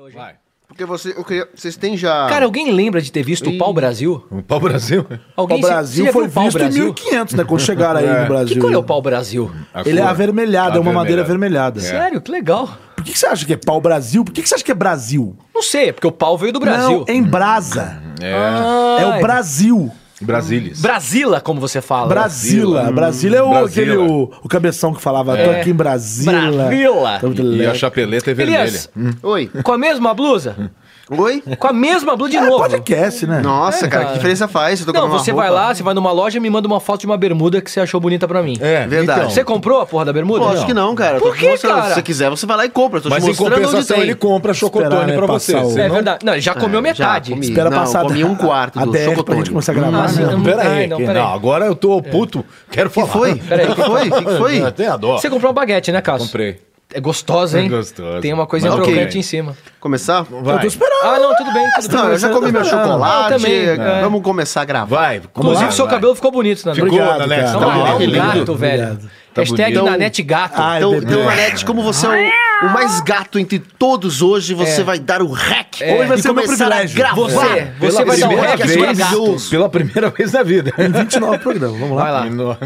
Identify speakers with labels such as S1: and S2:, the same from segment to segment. S1: Hoje.
S2: Vai.
S3: Porque você, eu queria, vocês têm já.
S1: Cara, alguém lembra de ter visto o Pau Brasil?
S2: Um pau Brasil?
S1: Alguém
S4: o Brasil
S1: já viu
S4: foi
S1: o Pau
S4: visto em
S1: Brasil?
S4: 1500, né? Quando chegaram aí
S2: É.
S4: no
S1: Que
S4: Brasil.
S1: que olha o Pau Brasil?
S4: Ele é avermelhado, é uma madeira
S2: vermelha.
S4: avermelhada.
S1: Sério, que legal.
S4: Por que, que você acha que é pau-brasil? Por que, que você acha que é Brasil?
S1: Não sei, é porque o pau veio do Brasil.
S4: Não, é em brasa.
S2: É.
S4: É o Brasil.
S2: Brasílias.
S1: Brasília, como você fala.
S4: Brasila. Brasília é o,
S2: Brasila.
S4: aquele, o, o cabeção que falava, tô aqui em Brasília.
S1: É. Brasila.
S4: Tá muito
S2: E a
S4: legal.
S2: chapeleta é vermelha.
S1: Elias,
S3: Oi.
S1: com a mesma blusa?
S3: Oi?
S1: Com a mesma blusa de
S4: É
S1: novo.
S4: podcast, né?
S3: Nossa,
S1: É,
S3: cara,
S1: cara.
S3: que diferença faz? Eu tô com
S1: Não,
S3: uma
S1: você
S3: roupa.
S1: vai lá, você vai numa loja e me manda uma foto de uma bermuda que você achou bonita pra mim.
S2: É,
S3: Verdade.
S2: então.
S1: Você comprou a porra da bermuda?
S3: Lógico que não, cara. Eu tô
S1: Por
S3: te
S1: que,
S3: mostrando.
S1: cara?
S3: Se você quiser, você vai lá e compra. Eu tô
S2: Mas
S3: te
S2: em
S3: mostrando
S2: compensação
S3: onde tem.
S2: ele compra chocotone
S4: Esperar, né,
S2: pra você.
S4: passar o-
S2: senão-
S1: É verdade. Não, ele já comeu metade.
S3: Já comi.
S4: Espera
S3: não,
S4: passar
S3: comi
S4: da-
S3: um quarto
S4: a
S3: do
S4: DR pra gente
S3: chocotone.
S4: começar a gravar.
S1: Ah,
S4: né?
S1: sim.
S2: Não, pera
S1: Ai,
S2: aí.
S1: não,
S2: que-
S1: pera aí.
S2: não, agora eu tô puto. Quero
S3: que
S2: falar.
S3: foi?
S1: Peraí.
S3: O que foi? O que foi?
S2: Eu até adoro.
S1: Você comprou uma baguete, né, Cássio?
S2: Comprei.
S1: É gostosa, hein?
S2: É gostosa.
S1: Tem uma coisinha
S3: Mas ok.
S1: crocante em cima.
S3: Começar?
S4: Eu tô
S2: Vai.
S4: esperando.
S1: Ah, não, tudo bem. Tudo
S3: Não,
S1: bem.
S3: eu já comi meu chocolate. eh,
S1: Eu também, é.
S3: Vamos começar a gravar.
S2: Vai.
S1: Inclusive, seu cabelo ficou bonito, Nanete.
S2: Ficou,
S4: Obrigado,
S2: Nanete.
S4: cara.
S1: Não,
S2: Tá
S3: Não,
S1: é um
S2: bonito.
S3: obrigado.
S1: gato, velho.
S4: Obrigado.
S1: Tá Hashtag
S2: bonito.
S1: Nanete Gato.
S4: Ai,
S3: Então,
S4: bebê.
S3: então Nanete, como você é o, o mais gato entre todos hoje, você
S1: É.
S3: vai dar o hack.
S1: É.
S3: Hoje vai
S4: E
S3: ser
S4: como é
S3: começar a
S4: privilégio.
S3: gravar.
S1: Você, você vai dar um
S3: primeira
S1: rap
S3: vez.
S1: pra gato.
S2: Pela primeira vez na vida.
S4: 29 programa, vamos lá.
S1: Vai lá.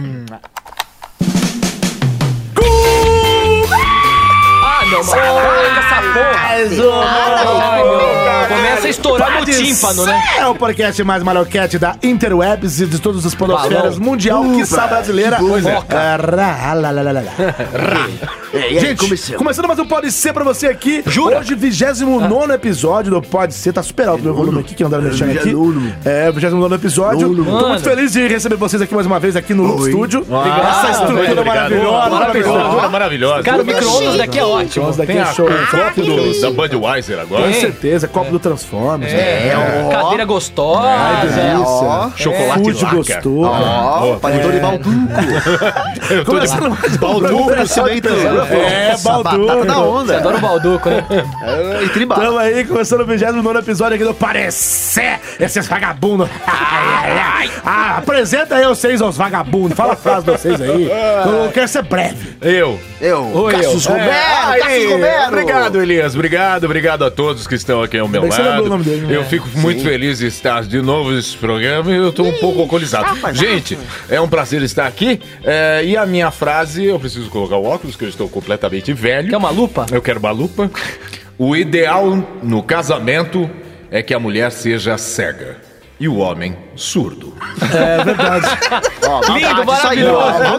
S1: Ah, não, mano. Olha essa
S3: É,
S1: porra. Ai, meu. Começa a estourar meu tímpano, né?
S4: É o podcast mais maloquete da Interwebs e de todas as
S1: Balão.
S4: podosferas mundial, que quiçá brasileira. Pois
S1: é.
S3: É, e aí,
S4: Gente,
S3: começamos.
S4: começando mais um Pode Ser pra você aqui.
S1: Jura?
S4: Hoje, 29 episódio do Pode Ser. Tá super alto o meu volume aqui, que não dá pra mexer aqui.
S3: 29.
S4: É, 29 episódio.
S3: Nono.
S4: Tô
S1: Mano.
S4: muito feliz de receber vocês aqui mais uma vez aqui no Loop Studio.
S2: Obrigado.
S4: Essa
S2: Obrigado.
S4: estrutura maravilhosa.
S1: Maravilhosa.
S2: Estrutura maravilhosa.
S1: é Cara, o micro-ondas
S3: Sim.
S1: daqui é ótimo.
S4: Nossa, daqui
S2: Tem
S4: é
S2: a
S4: show.
S2: copo
S4: Copo do...
S2: do, da Budweiser agora.
S4: Com
S1: Tem.
S4: certeza, copo do Transformers. né?
S1: É,
S3: ó.
S1: cadeira gostosa.
S4: Ai,
S3: ó.
S4: delícia.
S2: Chocolate
S4: Food
S2: laca.
S4: gostoso.
S3: Ó, paredão de balduco.
S2: Eu tô de
S4: um
S2: Balduco, né?
S3: Cimento.
S4: É, Balduco.
S3: tá- Batata da
S1: Você
S3: onda.
S1: adora o balduco, né?
S3: É, E tribal.
S4: Tamo aí, começando o 29 episódio aqui do Parecer, esses vagabundos. Ai, ai, ai. Ah, apresenta aí vocês aos vagabundos. Fala a frase de vocês aí. Eu quero ser breve.
S2: Eu.
S3: Eu,
S1: Oi,
S3: Cassius
S1: eu.
S3: Romero.
S2: É,
S3: Cassius
S2: aí,
S3: Romero.
S2: Obrigado, Elias. Obrigado, obrigado a todos que estão aqui ao meu
S4: bem que você
S2: lado.
S4: lembrou o nome dele, né?
S2: eu fico muito feliz de estar de novo nesse programa e eu estou um pouco alcoolizado. Gente, é um prazer estar aqui. é, e a minha frase, eu preciso colocar o óculos, que eu estou completamente velho.
S1: Quer uma lupa?
S2: Eu quero uma lupa. O ideal no casamento é que a mulher seja cega e o homem surdo.
S4: É verdade.
S3: Ó, maldade,
S1: Lindo,
S3: Ah, isso aí, ó.
S4: Ah,
S1: maravilhoso.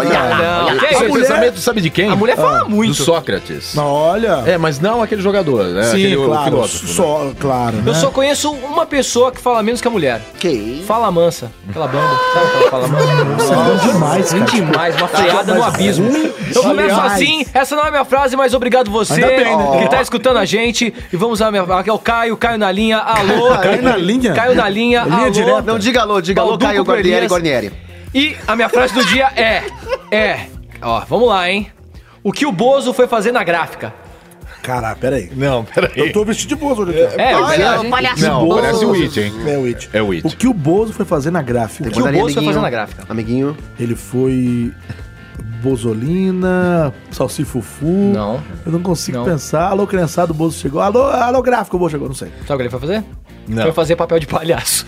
S3: Olha,
S1: Não, que é
S2: Esse
S1: isso?
S2: pensamento sabe de quem? Ah,
S1: A mulher fala
S2: Do
S1: muito.
S2: Sócrates.
S4: Olha.
S2: É, mas não aquele jogador, né?
S4: Sim,
S2: aquele, o
S4: claro.
S2: filósofo, né?
S4: Só, claro. Né?
S1: Eu só conheço uma pessoa que fala menos que a mulher.
S3: que
S1: Fala mansa. Aquela banda. Sabe aquela fala mansa?
S4: Você é bom demais, cara.
S1: Demais, uma freada no abismo. Eu começo
S4: Demais.
S1: assim, essa não é a minha frase, mas obrigado você
S4: Ainda bem, né?
S1: que tá escutando a gente. E vamos à minha. Aqui é o Caio, Caio na linha, alô.
S4: Caio na linha?
S1: Caio na linha,
S4: Linha
S1: alô.
S4: direta?
S3: Não diga alô, diga alô,
S1: Balduco
S3: Caio
S1: pro
S3: Guarnieri,
S1: Elias.
S3: Guarnieri.
S1: E a minha frase do dia é. É. Ó, vamos lá, hein? O que o Bozo foi fazer na gráfica?
S4: Cara, peraí.
S2: Não, peraí.
S4: Eu tô vestido de bozo hoje. cara.
S1: É,
S3: Olha,
S1: verdade,
S3: o
S1: hein?
S3: palhaço
S2: Né? Não,
S3: bozo.
S2: parece o It, hein?
S4: É o It.
S2: É o It.
S4: O que o Bozo foi fazer na gráfica?
S1: que o
S3: Guarnieri,
S1: Bozo vai
S3: amiguinho.
S1: fazer na gráfica?
S3: Amiguinho.
S4: Ele foi. Bozolina, Salsifufu.
S1: Não.
S4: Eu não consigo
S1: Não.
S4: pensar. Alô, criançada, o Bozo chegou. Alô, alô, gráfico, o Bozo chegou, não sei.
S1: Sabe o que ele foi fazer?
S2: Não.
S1: Foi fazer papel de palhaço.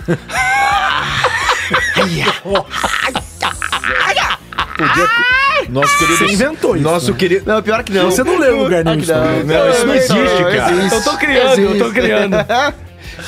S2: Nosso querido.
S4: Você inventou isso,
S2: Nosso
S4: né?
S2: querido.
S3: Não, pior que não.
S4: Você não leu o lugar nenhum. isso também.
S2: Não, isso não existe, cara.
S3: existe.
S1: Eu tô criando, eu tô
S3: Existe.
S1: criando.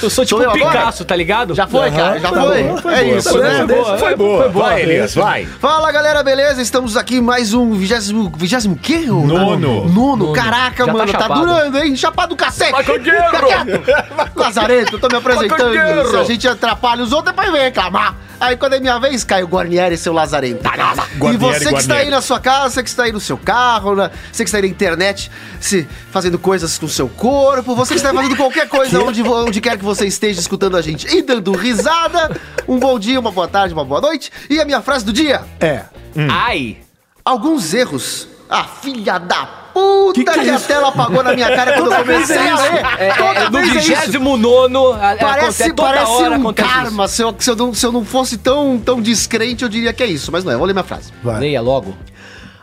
S1: Eu sou tipo
S3: Sou eu agora?
S1: Picasso, tá ligado?
S3: Já foi, cara, já foi. é isso,
S2: foi,
S3: né?
S2: boa, foi boa. Foi boa. Vai, Elias, vai.
S3: Fala galera, beleza? Estamos aqui em mais um 20. 20 o quê? ô?
S2: Nono.
S3: Nono. Caraca,
S1: Já tá
S3: mano. Tá,
S1: chapado.
S3: durando, hein? Chapado do cacete.
S2: Maconheiro.
S3: Fica quieto. Lazarento, eu tô me apresentando.
S2: Maconheiro.
S3: Se a gente atrapalha os outros, depois vem reclamar. Aí quando é minha vez, Caio Guarnieri, seu lazarento. e
S2: Guarnieri,
S3: você que está aí
S2: Guarnieri.
S3: na sua casa, você que está aí no seu carro, na- você que está aí na internet, se fazendo coisas com seu corpo, você que está fazendo qualquer coisa onde, vo- onde quer que você esteja escutando a gente e dando risada, um bom dia, uma boa tarde, uma boa noite. E a minha frase do dia:
S4: É.
S1: Hum. Ai!
S3: alguns erros. A filha da puta que,
S4: Que que é
S3: a
S4: isso?
S3: tela apagou na minha cara quando eu comecei a ler.
S1: É,
S3: Toda
S1: é, no
S3: vez é isso.
S1: 29 a-
S3: Parece,
S1: acontece toda
S3: parece
S1: hora
S3: um
S1: acontece isso.
S3: karma. Se eu, se, eu não, se eu não fosse tão, tão descrente, eu diria que é isso. Mas não é, eu vou ler minha frase.
S4: Vai.
S1: Leia logo.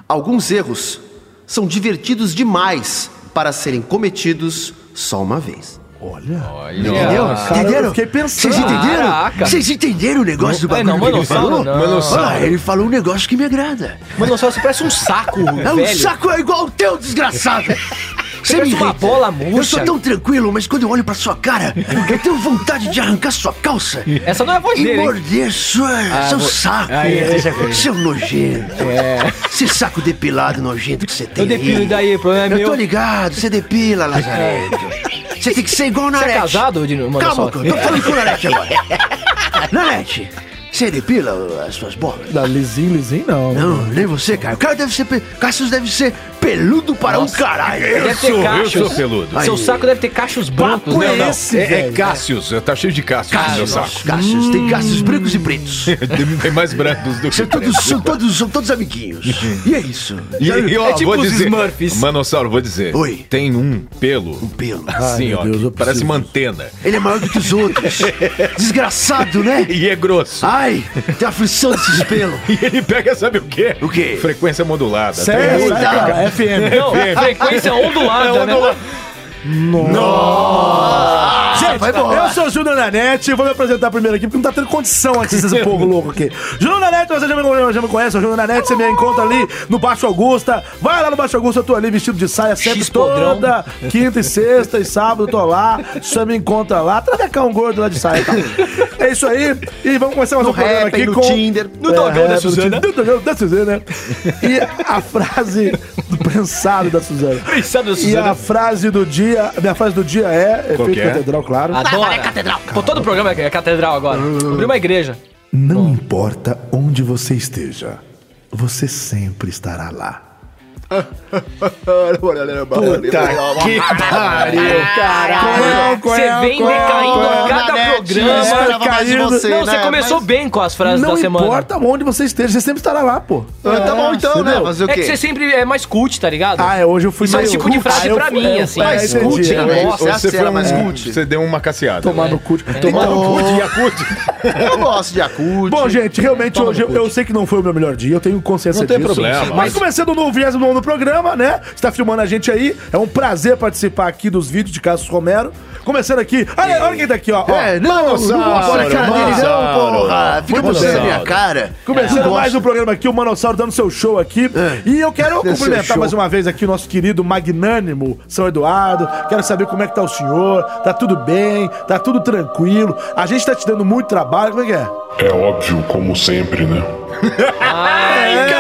S3: Alguns erros são divertidos demais para serem cometidos só uma vez.
S4: Olha.
S5: Olha.
S3: Entendeu?
S4: cara, eu fiquei pensando.
S3: Vocês entenderam?
S5: Caraca.
S3: Vocês entenderam o negócio do
S5: É,
S3: bagulho
S5: não,
S3: que ele
S5: Manossauro,
S3: falou?
S5: não.
S2: Manossauro.
S3: Ah, ele falou um negócio que me agrada.
S5: Manossauro, você parece um saco,
S3: É um
S5: velho.
S3: saco, é igual o teu, desgraçado. Você
S5: Parece uma
S3: irrita.
S5: bola
S3: Eu sou
S5: murcha.
S3: tão tranquilo, mas quando eu olho pra sua cara, eu tenho vontade de arrancar sua calça
S5: Essa não é a voz
S3: e
S5: dele, hein? Ah,
S3: morder sua, seu saco. seu nojento. Esse saco depilado nojento que você tem.
S5: É. Eu depilo
S3: aí.
S5: daí, o problema é
S3: Eu tô
S5: meu.
S3: ligado, você depila, Lazareto. Você tem que ser igual o
S5: Você
S3: Narete.
S5: é casado, Dino?
S3: Calma,
S5: Manossauro?
S3: eu tô falando com o Narete agora. Narete, você depila as suas bolas?
S4: Da lisinho, lisinho, não.
S3: Não, nem você, Caio. O Caio deve ser. pe- Cassius deve ser peludo para um caralho.
S5: Deve ter
S2: sou, eu
S5: cachos.
S2: sou peludo.
S5: Seu
S3: Aí.
S5: saco deve ter cachos brancos,
S4: Papo
S5: né?
S4: é
S5: Não.
S4: esse,
S2: É, é
S4: velho.
S2: Cássios, tá cheio de Cássios no meu
S3: Cassius,
S2: saco.
S3: Cassius, tem Cassius
S5: Hum.
S3: brancos e pretos.
S2: Tem mais brancos do que
S3: São todos, são todos, são todos amiguinhos. E é isso.
S2: E, e ó,
S5: É tipo
S2: vou
S5: os
S2: dizer,
S5: Smurfs.
S2: Manossauro, vou dizer.
S3: Oi.
S2: Tem um pelo.
S3: Pelo.
S2: Assim,
S4: meu
S2: ó.
S4: Deus,
S2: que
S4: eu
S2: parece
S4: preciso.
S2: uma antena.
S3: Ele é maior do que os outros. Desgraçado, né?
S2: E é grosso.
S3: Ai, tem aflição desses pelos.
S2: E ele pega, sabe o quê?
S3: O quê?
S2: Frequência modulada. um
S4: Sério? é
S3: Eita.
S4: Cara, FM.
S5: Não, frequência ondulada,
S3: É
S5: né?
S4: Gente,
S3: vai embora.
S4: eu sou o Júnior Nanete, vou me apresentar primeiro aqui, porque não tá tendo condição antes desse povo louco aqui. Júnior Nanete, você já me, conhece, já me conhece, o Júnior Nanete, você me encontra ali no Baixo Augusta. Vai lá no Baixo Augusta, eu tô ali vestido de saia sempre,
S5: X-podrão.
S4: toda quinta e sexta e sábado eu tô lá, você me encontra lá, travecão gordo lá de saia. Tá? É isso aí, e vamos começar mais um programa
S3: Rap,
S4: aqui
S3: no
S4: com...
S3: Tinder.
S4: No dogão
S2: né,
S4: da Suzana. No dogão da Suzana. E a frase do pensado da Suzana.
S5: Pensado da
S4: E
S5: Suzana.
S4: a frase do dia, a minha frase do dia é
S2: Qual que
S4: efeito
S2: é?
S4: catedral, claro.
S1: Ah.
S5: Adora.
S3: é
S5: Pô, todo o programa é catedral agora.
S3: Hum.
S5: Abriu uma igreja.
S4: Não importa onde você esteja, você sempre estará lá.
S5: Não, Você
S4: é,
S5: vem decaindo a cada programa.
S3: Esperava mais de
S4: Caindo.
S3: você,
S5: Não, você
S3: né?
S5: começou
S3: Mas-
S5: bem com as frases
S4: Não
S5: da semana.
S4: importa onde você esteja, você sempre estará lá, pô.
S3: Ah, tá bom então, né?
S4: Entendeu?
S3: Fazer o
S5: É que
S3: quê?
S5: você sempre é mais cult, tá ligado?
S4: Ah, é, hoje eu fui
S5: Isso é
S4: meio
S5: esse tipo de
S4: cult.
S5: frase
S4: Ah, eu
S5: pra
S4: fui-
S5: mim,
S4: é,
S5: assim. né?
S4: é,
S5: Mais
S4: entendi,
S5: cult,
S4: é.
S5: hein?
S3: Hoje
S5: Nossa,
S3: você
S2: Você,
S3: era
S2: foi um-
S3: mais cult.
S2: você deu uma casseada.
S4: Tomar no cu.
S2: Tomar
S4: Então,
S2: no cu de Yakut.
S3: Eu gosto de acústico.
S4: Bom, gente, realmente hoje eu, eu sei que não foi o meu melhor dia, eu tenho consciência
S2: Não tem
S4: disso.
S2: problema.
S4: Mas começando o 29 programa, né? Você tá filmando a gente aí. É um prazer participar aqui dos vídeos de Cassius Romero. Começando aqui. Olha, olha quem tá aqui, ó. ó.
S3: É, não,
S2: Manossauro,
S3: agora cara dele não,
S2: Manossauro.
S3: porra. Fica
S2: Manossauro.
S3: mostrando a minha cara.
S4: Começando
S3: Eu
S4: mais
S3: gosto.
S4: um programa aqui, o Manossauro dando seu show aqui.
S3: É.
S4: E eu quero
S3: Dê seu
S4: cumprimentar
S3: show.
S4: mais uma vez aqui o nosso querido magnânimo São Eduardo. Quero saber como é que tá o senhor. Tá tudo bem? Tá tudo tranquilo? A gente tá te dando muito trabalho. Como é que é?
S6: É óbvio, como sempre, né?
S3: É,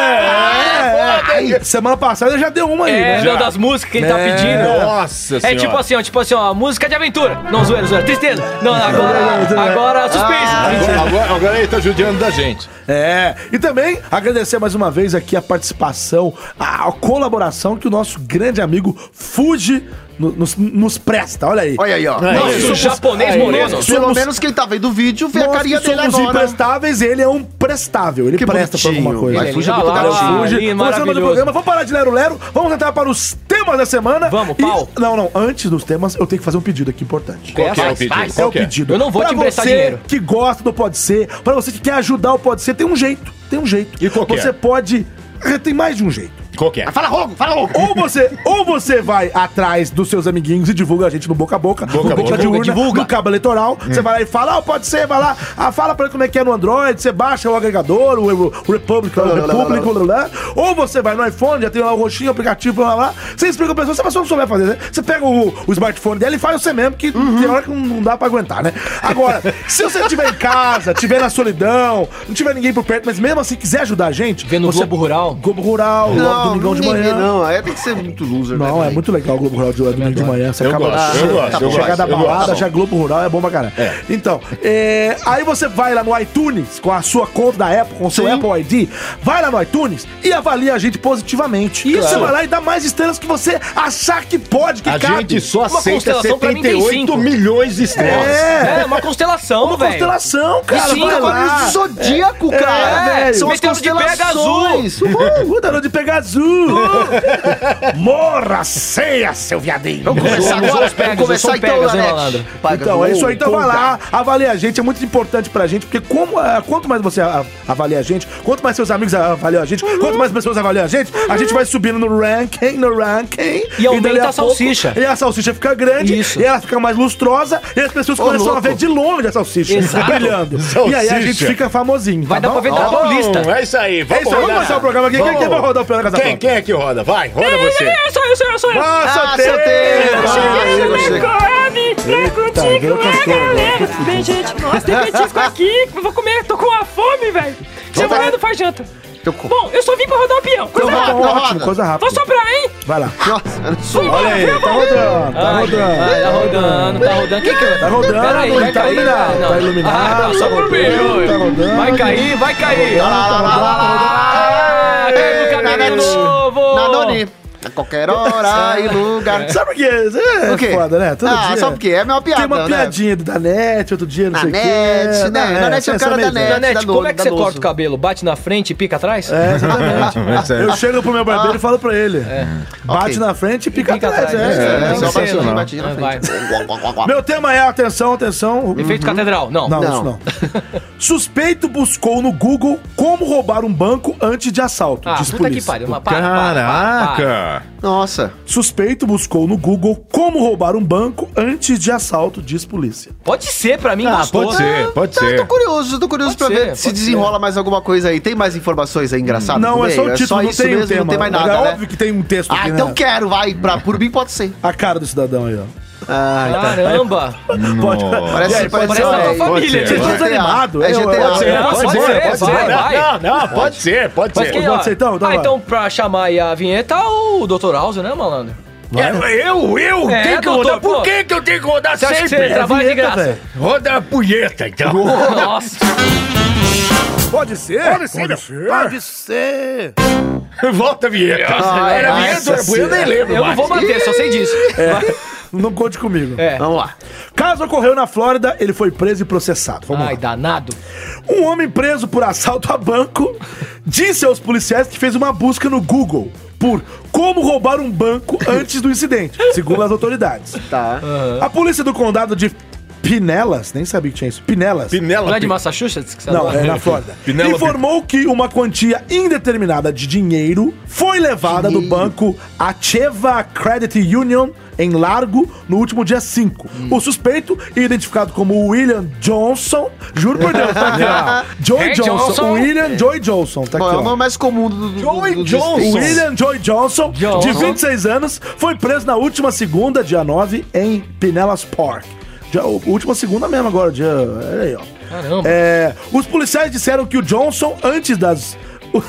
S4: Aí, É, semana passada já deu uma aí,
S5: É,
S4: né?
S5: não, das músicas que ele tá
S4: É.
S5: pedindo.
S2: Nossa
S5: É
S2: senhora.
S5: tipo assim, ó, tipo assim, ó, música de aventura. Não, zoeira, zoeira, tristeza. Não, agora, agora, suspense.
S2: Agora, agora ele tá judiando da gente.
S4: É. E também agradecer mais uma vez aqui a participação, a colaboração que o nosso grande amigo Fuji no- nos, nos presta. Olha aí.
S3: Olha aí, ó.
S5: Nosso
S4: É
S3: Nós somos-
S5: japonês
S4: aí,
S5: moreno.
S4: nós-
S3: Pelo
S4: somos-
S3: menos quem tá vendo o vídeo vê a
S4: Nós
S3: carinha
S4: que
S3: dele
S4: somos
S3: agora.
S4: imprestáveis, ele é um prestável. Ele
S3: Que
S4: presta pra alguma
S3: bonitinho.
S4: coisa.
S3: Vai, Fuji é
S5: Ah,
S3: muito
S5: lá,
S3: garotinho.
S5: lá,
S4: Hoje,
S5: ali,
S4: começando do
S5: maravilhoso.
S4: programa, vamos parar de Lero Lero, vamos entrar para os temas da semana.
S5: Vamos,
S4: E-
S5: pau.
S4: não, não, antes dos temas, eu tenho que fazer um pedido aqui importante.
S2: Qual que é o
S5: Faz,
S2: pedido?
S5: faz.
S4: É
S2: Qual
S4: o
S2: que é?
S4: pedido.
S5: Eu não vou
S4: pra
S5: te emprestar
S4: você
S5: dinheiro.
S4: que gosta do Pode Ser, pra você que quer ajudar o Pode Ser, tem um jeito, tem um jeito.
S2: E qual que é?
S4: Você pode... Tem mais de um jeito.
S2: Qual que é?
S3: Fala logo, fala logo.
S4: Ou você, ou você vai atrás dos seus amiguinhos e divulga a gente no boca a boca,
S2: Boca a
S4: no
S2: boca,
S4: boca de
S2: divulga,
S4: urna, no cabo eleitoral. Você vai lá e fala, ah, pode ser, vai lá, ah, fala pra ele como é que é no Android, você baixa o agregador, o, o Republic, o Republic, blá, blá, blá. ou você vai no iPhone, já tem lá o roxinho, o aplicativo, blá, blá, blá. Você explica pra pessoa, se a pessoa não souber fazer, né? você pega o, o smartphone dela e faz você mesmo, que tem hora que não, não dá pra aguentar, né? Agora, se você estiver em casa, estiver na solidão, não tiver ninguém por perto, mas mesmo assim quiser ajudar a gente...
S5: Vê no
S4: você-
S5: Globo Rural.
S4: Globo Rural, logo domingão de
S3: ninguém vê,
S4: manhã.
S3: Não, aí tem que ser muito loser. né,
S4: Não, é
S3: também.
S4: muito legal o Globo Rural de hoje, domingo de manhã. Você
S2: Eu
S4: acaba
S2: gosto,
S4: de
S2: eu gosto, eu
S4: chegar
S2: gosto,
S4: da
S2: eu
S4: balada,
S2: gosto.
S4: já Globo Rural é bom pra caralho. Então, é, aí você vai lá no iTunes com a sua conta da Apple, com o seu
S3: Sim.
S4: Apple ID, vai lá no iTunes e avalia a gente positivamente. E Você vai lá e dá mais estrelas que você achar que pode, que
S2: A
S4: cabe.
S2: gente só
S5: Uma
S2: aceita
S5: constelação pra mim tem
S2: 78
S5: cinco.
S2: milhões de estrelas.
S4: É,
S5: É, uma constelação,
S4: uma
S5: velho.
S4: constelação, cara.
S5: sim,
S4: vai
S5: agora
S4: lá.
S3: Cavaleiros do é Zodíaco, cara.
S4: Ah, é, velho.
S3: São as
S5: Meteoro de Pega
S3: constelações.
S4: Uhul, garoto de pegar azul! Morra, ceia, seu viadinho!
S3: Vamos começar
S1: somos
S3: agora?
S1: os pegas,
S3: Vamos começar
S1: nós somos
S3: então,
S1: pegas, hein,
S3: Nanete.
S1: malandro?
S3: Paga
S4: Então, é isso aí.
S3: gol,
S4: Então vai
S3: conta.
S4: lá, avalie a gente. É muito importante pra gente, porque como, ah, quanto mais você a- avalia a gente, quanto mais seus amigos avaliam a
S1: Uhum.
S4: gente, quanto mais pessoas avaliam a gente, a gente vai subindo no ranking, no ranking.
S1: E aumenta
S4: dali
S1: a salsicha.
S4: E a salsicha fica grande,
S1: Isso.
S4: e ela fica mais lustrosa, e as pessoas
S3: Ô,
S4: começam a
S3: louco.
S4: ver de longe a salsicha
S1: Exato.
S4: brilhando. E aí a gente
S2: Salsicha.
S4: fica famosinho.
S1: Vai
S4: tá
S1: dar pra
S4: bom?
S1: ver na
S2: Bom,
S1: Paulista.
S2: É isso aí,
S4: É
S2: vamos
S4: isso aí, vamos começar o programa aqui. Quem-
S2: Vamos.
S4: quem vai rodar o programa dessa
S2: Quem,
S4: forma?
S2: quem é que roda? Vai, roda você.
S1: É, sou eu, sou eu, sou eu. é,
S4: Ah,
S3: Ah,
S4: seu tempo!
S3: Chega, chega.
S5: Corame, trago tico,
S4: virou
S5: é
S4: cantora,
S5: galera. Bem, gente, nossa, tem petisco aqui. Eu vou comer, tô com uma fome, velho. Você
S3: vai.
S5: vai não faz janta.
S3: Eu co-
S5: Bom, eu só vim pra rodar o peão. Coisa
S3: Então
S5: rápida.
S3: roda.
S4: Então Ótimo, coisa
S5: Vou
S4: rápida.
S5: soprar, hein?
S4: Vai lá.
S3: Nossa, eu não sou-
S5: Vamos embora,
S4: Ei,
S5: viu?
S4: tá rodando, tá
S1: Ai,
S4: rodando.
S1: ai, tá rodando, tá rodando. Quem que
S4: Tá rodando,
S1: vai
S4: tá
S1: cair,
S4: iluminado,
S1: não.
S4: tá iluminado,
S1: Ah, não, só
S4: tá
S1: pro
S4: rodando, tá
S1: meu.
S4: rodando.
S1: Vai cair, vai cair.
S4: Então
S3: Tá lá, lá, lá, lá, lá,
S1: Ah, caiu no caminho
S3: Nanete.
S1: novo.
S3: Nanone. A qualquer hora e lugar.
S4: Sabe o que é? isso? É
S3: O quê?
S4: foda, né? Todo
S3: ah,
S4: dia.
S3: só porque é uma piada,
S4: Tem uma
S3: né?
S4: piadinha do da net, outro dia, não
S3: Da
S4: sei o quê.
S3: net, né? Da net é o
S4: essa
S3: cara da
S4: mesmo.
S3: net.
S1: Nanete, como é que você
S3: Danoso.
S1: corta o cabelo? Bate na frente e pica atrás?
S4: É, exatamente.
S2: Essa aí.
S4: Eu chego pro meu barbeiro e falo pra ele. Bate
S3: Ah. Ok.
S4: na frente e pica,
S1: Pica
S4: atrás.
S1: É. atrás,
S4: é.
S1: né?
S3: É, só
S1: Não sei,
S3: batidinha,
S1: não.
S3: batidinha na
S1: É, vai.
S3: frente.
S4: Meu tema é, atenção, atenção.
S1: Efeito catedral? Não.
S4: uhum. Não,
S3: Não.
S4: isso não. Suspeito buscou no Google como roubar um banco antes de assalto.
S1: Ah,
S4: diz
S1: puta que
S4: polícia.
S1: pariu. mas para, para, para, para.
S2: Caraca!
S3: Nossa.
S4: Suspeito buscou no Google como roubar um banco antes de assalto, diz polícia.
S1: Pode ser, pra mim,
S2: Ah,
S1: gostou.
S2: pode ser, pode
S3: Tá, eu tô
S2: ser.
S3: curioso, tô curioso
S1: Pode
S3: pra
S1: ser,
S3: ver se
S1: pode
S3: desenrola mais alguma coisa aí. Tem mais informações aí engraçadas?
S4: Não,
S3: no
S4: é só o
S3: meio?
S4: título, não
S3: isso
S4: tem o
S3: mesmo,
S4: tema.
S3: não tem mais nada,
S4: é
S3: né?
S4: óbvio que tem um texto
S3: Ah,
S4: aqui, né?
S3: então quero, vai. Pra, por mim pode ser.
S4: A cara do cidadão aí, ó.
S3: Ah,
S1: Caramba.
S3: Parece-
S4: Pode. E aí,
S3: parece- é
S4: pode
S1: Parece
S4: ser,
S1: a tua
S3: Pode
S1: família.
S4: Vocês
S1: tipo.
S3: GTA.
S4: estão desanimados?
S3: né? É
S4: Eu-
S3: GTA.
S4: eu- eu-
S1: Pode
S2: Pode
S1: ser,
S2: ser, pode
S1: vai,
S2: ser.
S1: vai.
S2: Não, não, pode ser, pode
S1: Mas quem,
S2: ser.
S1: ó,
S4: Pode ser, então? Então
S1: ah,
S4: vai.
S1: então pra chamar aí a vinheta, é o Dr. House, né, malandro?
S2: É, Eu, eu
S1: É,
S2: tenho que
S1: doutor,
S2: rodar.
S1: pô.
S2: Por que que eu tenho que rodar
S1: Você acha que você
S2: sempre?
S1: trabalha de
S4: vinheta,
S1: graça?
S4: velho.
S2: Roda a punheta, então.
S1: Nossa.
S4: Pode ser?
S2: Pode ser.
S4: Pode ser.
S2: Volta a vinheta.
S3: Ai,
S2: Era a vinheta,
S3: nossa
S2: ou era a punheta? eu nem lembro
S1: Eu não
S2: mais.
S1: vou manter, só sei disso.
S2: É.
S4: Não conte comigo.
S1: É.
S3: Vamos lá.
S4: Caso ocorreu na Flórida, ele foi preso e processado.
S3: Ah,
S4: Vamos
S1: Ai,
S4: lá.
S1: danado.
S4: Um homem preso por assalto a banco disse aos policiais que fez uma busca no Google por como roubar um banco antes do incidente, segundo as autoridades.
S3: Tá.
S4: A polícia do condado de Pinelas, nem sabia que tinha isso, Pinelas.
S2: Pinela,
S1: Não é de Massachusetts?
S3: Tá
S1: Que você
S4: Não,
S1: adora?
S4: é na Flórida.
S2: Penélope.
S4: Informou que uma quantia indeterminada de dinheiro foi levada do banco Acheva Credit Union em Largo no último dia 5.
S3: Hum.
S4: O suspeito, identificado como William Johnson, juro por Deus, tá aqui, ó. Joy
S1: Hey,
S4: Johnson.
S1: Johnson.
S4: William Joy Johnson, tá
S3: Bom, é
S4: aqui,
S3: o
S4: ó.
S3: nome mais comum do... do, do
S2: Joey
S3: do- do-
S2: Johnson.
S3: do-
S4: William Joy Johnson, de
S1: Johnson.
S4: 26 anos, foi preso na última segunda, dia 9, em Pinellas Park. Já, o- última segunda mesmo agora, dia... Olha aí, ó.
S1: Caramba.
S4: É, os policiais disseram que o Johnson, antes das.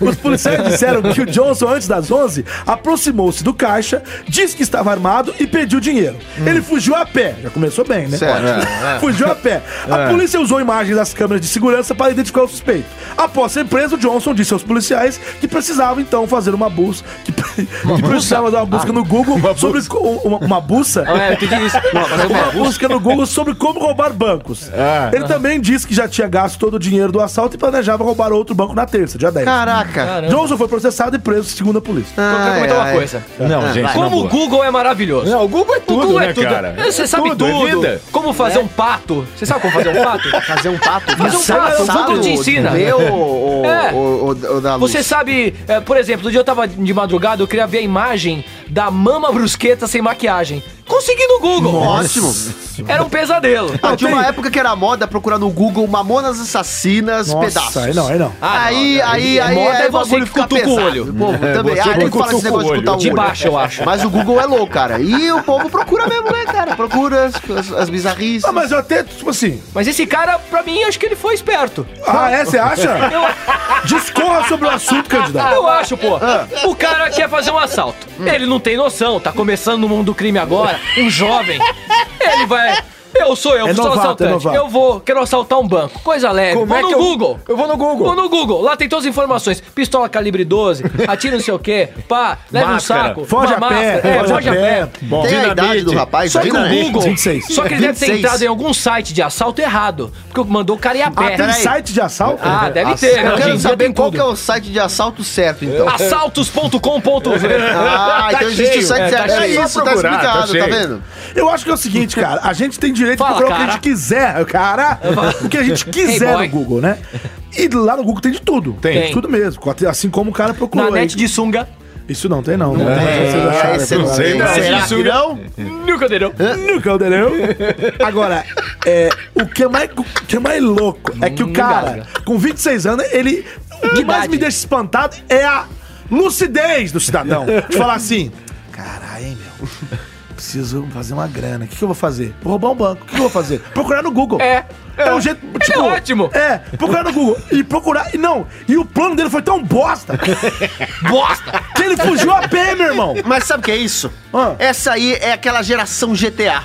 S4: Os policiais disseram que o Johnson, antes das 11, aproximou-se do caixa, disse que estava armado e pediu dinheiro. Ele fugiu a pé. Já começou bem, né?
S3: Certo.
S4: Fugiu a pé. A polícia usou imagens das câmeras de segurança para identificar o suspeito. Após ser preso, Johnson disse aos policiais que precisava então fazer uma busca. Que, que precisava dar uma busca no Google sobre co- uma, uma buça.
S1: Ah, é, eu entendi isso.
S4: Uma busca no Google sobre como roubar bancos.
S2: Ah.
S4: Ele também disse que já tinha gasto todo o dinheiro do assalto e planejava roubar outro banco na terça, dia 10.
S3: Caraca.
S1: Caramba.
S4: Johnson foi processado e preso, segundo a polícia.
S5: Ah,
S1: Eu quero comentar uma coisa.
S2: Não, gente, na
S1: Como o
S2: boa.
S1: Google é maravilhoso.
S2: Não, o Google é
S1: O
S2: tudo,
S1: Google
S2: né,
S1: é tudo.
S2: cara?
S1: Você sabe tudo.
S2: é vida. É.
S1: Como fazer um pato. Você sabe como fazer um pato?
S3: Fazer um pato.
S1: Fazer um pato, o Google te ensina.
S3: Meu ou
S1: É.
S3: ou- ou- ou da luz?
S1: Você sabe, é, por exemplo, um dia eu tava de madrugada, eu queria ver a imagem da mama brusqueta sem maquiagem. Consegui no Google.
S3: Ótimo.
S1: Era um pesadelo.
S3: Ah, tinha uma
S4: tem-
S3: época que era moda procurar no Google Mamonas Assassinas pedaços.
S4: aí é, não, aí não.
S1: Ah,
S3: aí,
S1: não,
S3: aí,
S1: é
S3: aí,
S1: moda,
S3: aí,
S1: é você que cutuca o olho.
S3: Pô, também.
S2: você
S3: Ah, tem que falar
S2: cutuca
S3: esse negócio
S2: o
S3: de
S2: olho.
S3: escutar o olho.
S1: De baixo, eu acho.
S3: Mas o Google é louco, cara. E o povo procura mesmo, né, cara? Procura as, as, as bizarrices.
S4: Ah, mas eu até, tipo assim.
S1: Mas esse cara, pra mim, acho que ele foi esperto.
S4: Ah, é? Você acha? Discorra sobre o assunto, candidato.
S1: Eu acho, pô. O cara quer fazer um assalto. Ele não tem noção, tá começando no mundo do crime agora, um jovem. Ele vai.
S5: Eu sou eu,
S4: É
S5: sou
S4: novato, é
S5: assaltante.
S4: novato.
S5: eu vou, quero assaltar um banco. Coisa leve.
S2: Como
S5: vou
S2: é
S5: no
S2: que eu-
S5: Google.
S2: eu vou no Google.
S5: Vou no Google. Lá tem todas as informações. Pistola calibre 12, atira não sei o quê, pá, leve
S2: Máscara.
S5: um saco.
S4: Foge
S5: uma
S4: a pé,
S5: máscara, é, foge a pé.
S4: Bom.
S3: Tem a idade
S2: Dinamite.
S3: do rapaz,
S5: Só que
S3: Dinamite.
S5: o Google,
S4: 26.
S5: só que ele deve ter
S3: 26.
S5: entrado em algum site de assalto errado, porque mandou o cara ir a
S4: Ah,
S5: pé.
S4: tem site de assalto?
S5: Ah, deve
S3: Ass-
S5: ter. né?
S3: Eu
S5: Hoje em
S3: quero
S5: dia
S3: saber
S5: tem
S3: qual
S5: tudo.
S3: que é o site de assalto certo, então.
S5: Assaltos.com.br
S3: Ah, então existe o site
S5: É, tá
S3: certo. É
S5: cheio.
S3: isso,
S2: Só
S3: tá
S2: procurar, tá
S3: explicado, tá
S2: cheio.
S3: vendo?
S4: Eu acho que é o seguinte, cara, a gente tem direito
S5: Fala,
S4: de procurar o
S5: cara.
S4: que a gente quiser, cara, o que a gente quiser
S5: boy.
S4: no Google, né? E lá no Google tem de tudo.
S2: Tem.
S4: de tudo mesmo. Assim como o cara procurou.
S5: na
S4: aí.
S5: net de sunga.
S4: Isso não tem, não. Né? Não
S3: É, esse eu não sei,
S2: Não,
S3: Será
S2: isso
S3: que não?
S5: No cadeirão.
S4: No caldeirão. Agora, é, o, que é mais, o que é mais louco é que o cara, com 26 anos, ele. O que mais
S5: Idade.
S4: me deixa espantado é a lucidez do cidadão. De falar assim: caralho, hein, meu. Preciso fazer uma grana. O que, que eu vou fazer? Vou roubar um banco. O que, que eu vou fazer? Procurar no Google.
S5: É.
S4: É um jeito.
S5: é ótimo.
S4: É, procurar no Google. E procurar. E não. E o plano dele foi tão bosta
S5: Bosta!
S4: que ele fugiu a pé, meu irmão.
S3: Mas sabe o que é isso?
S4: Ah.
S3: Essa aí é aquela geração GTA.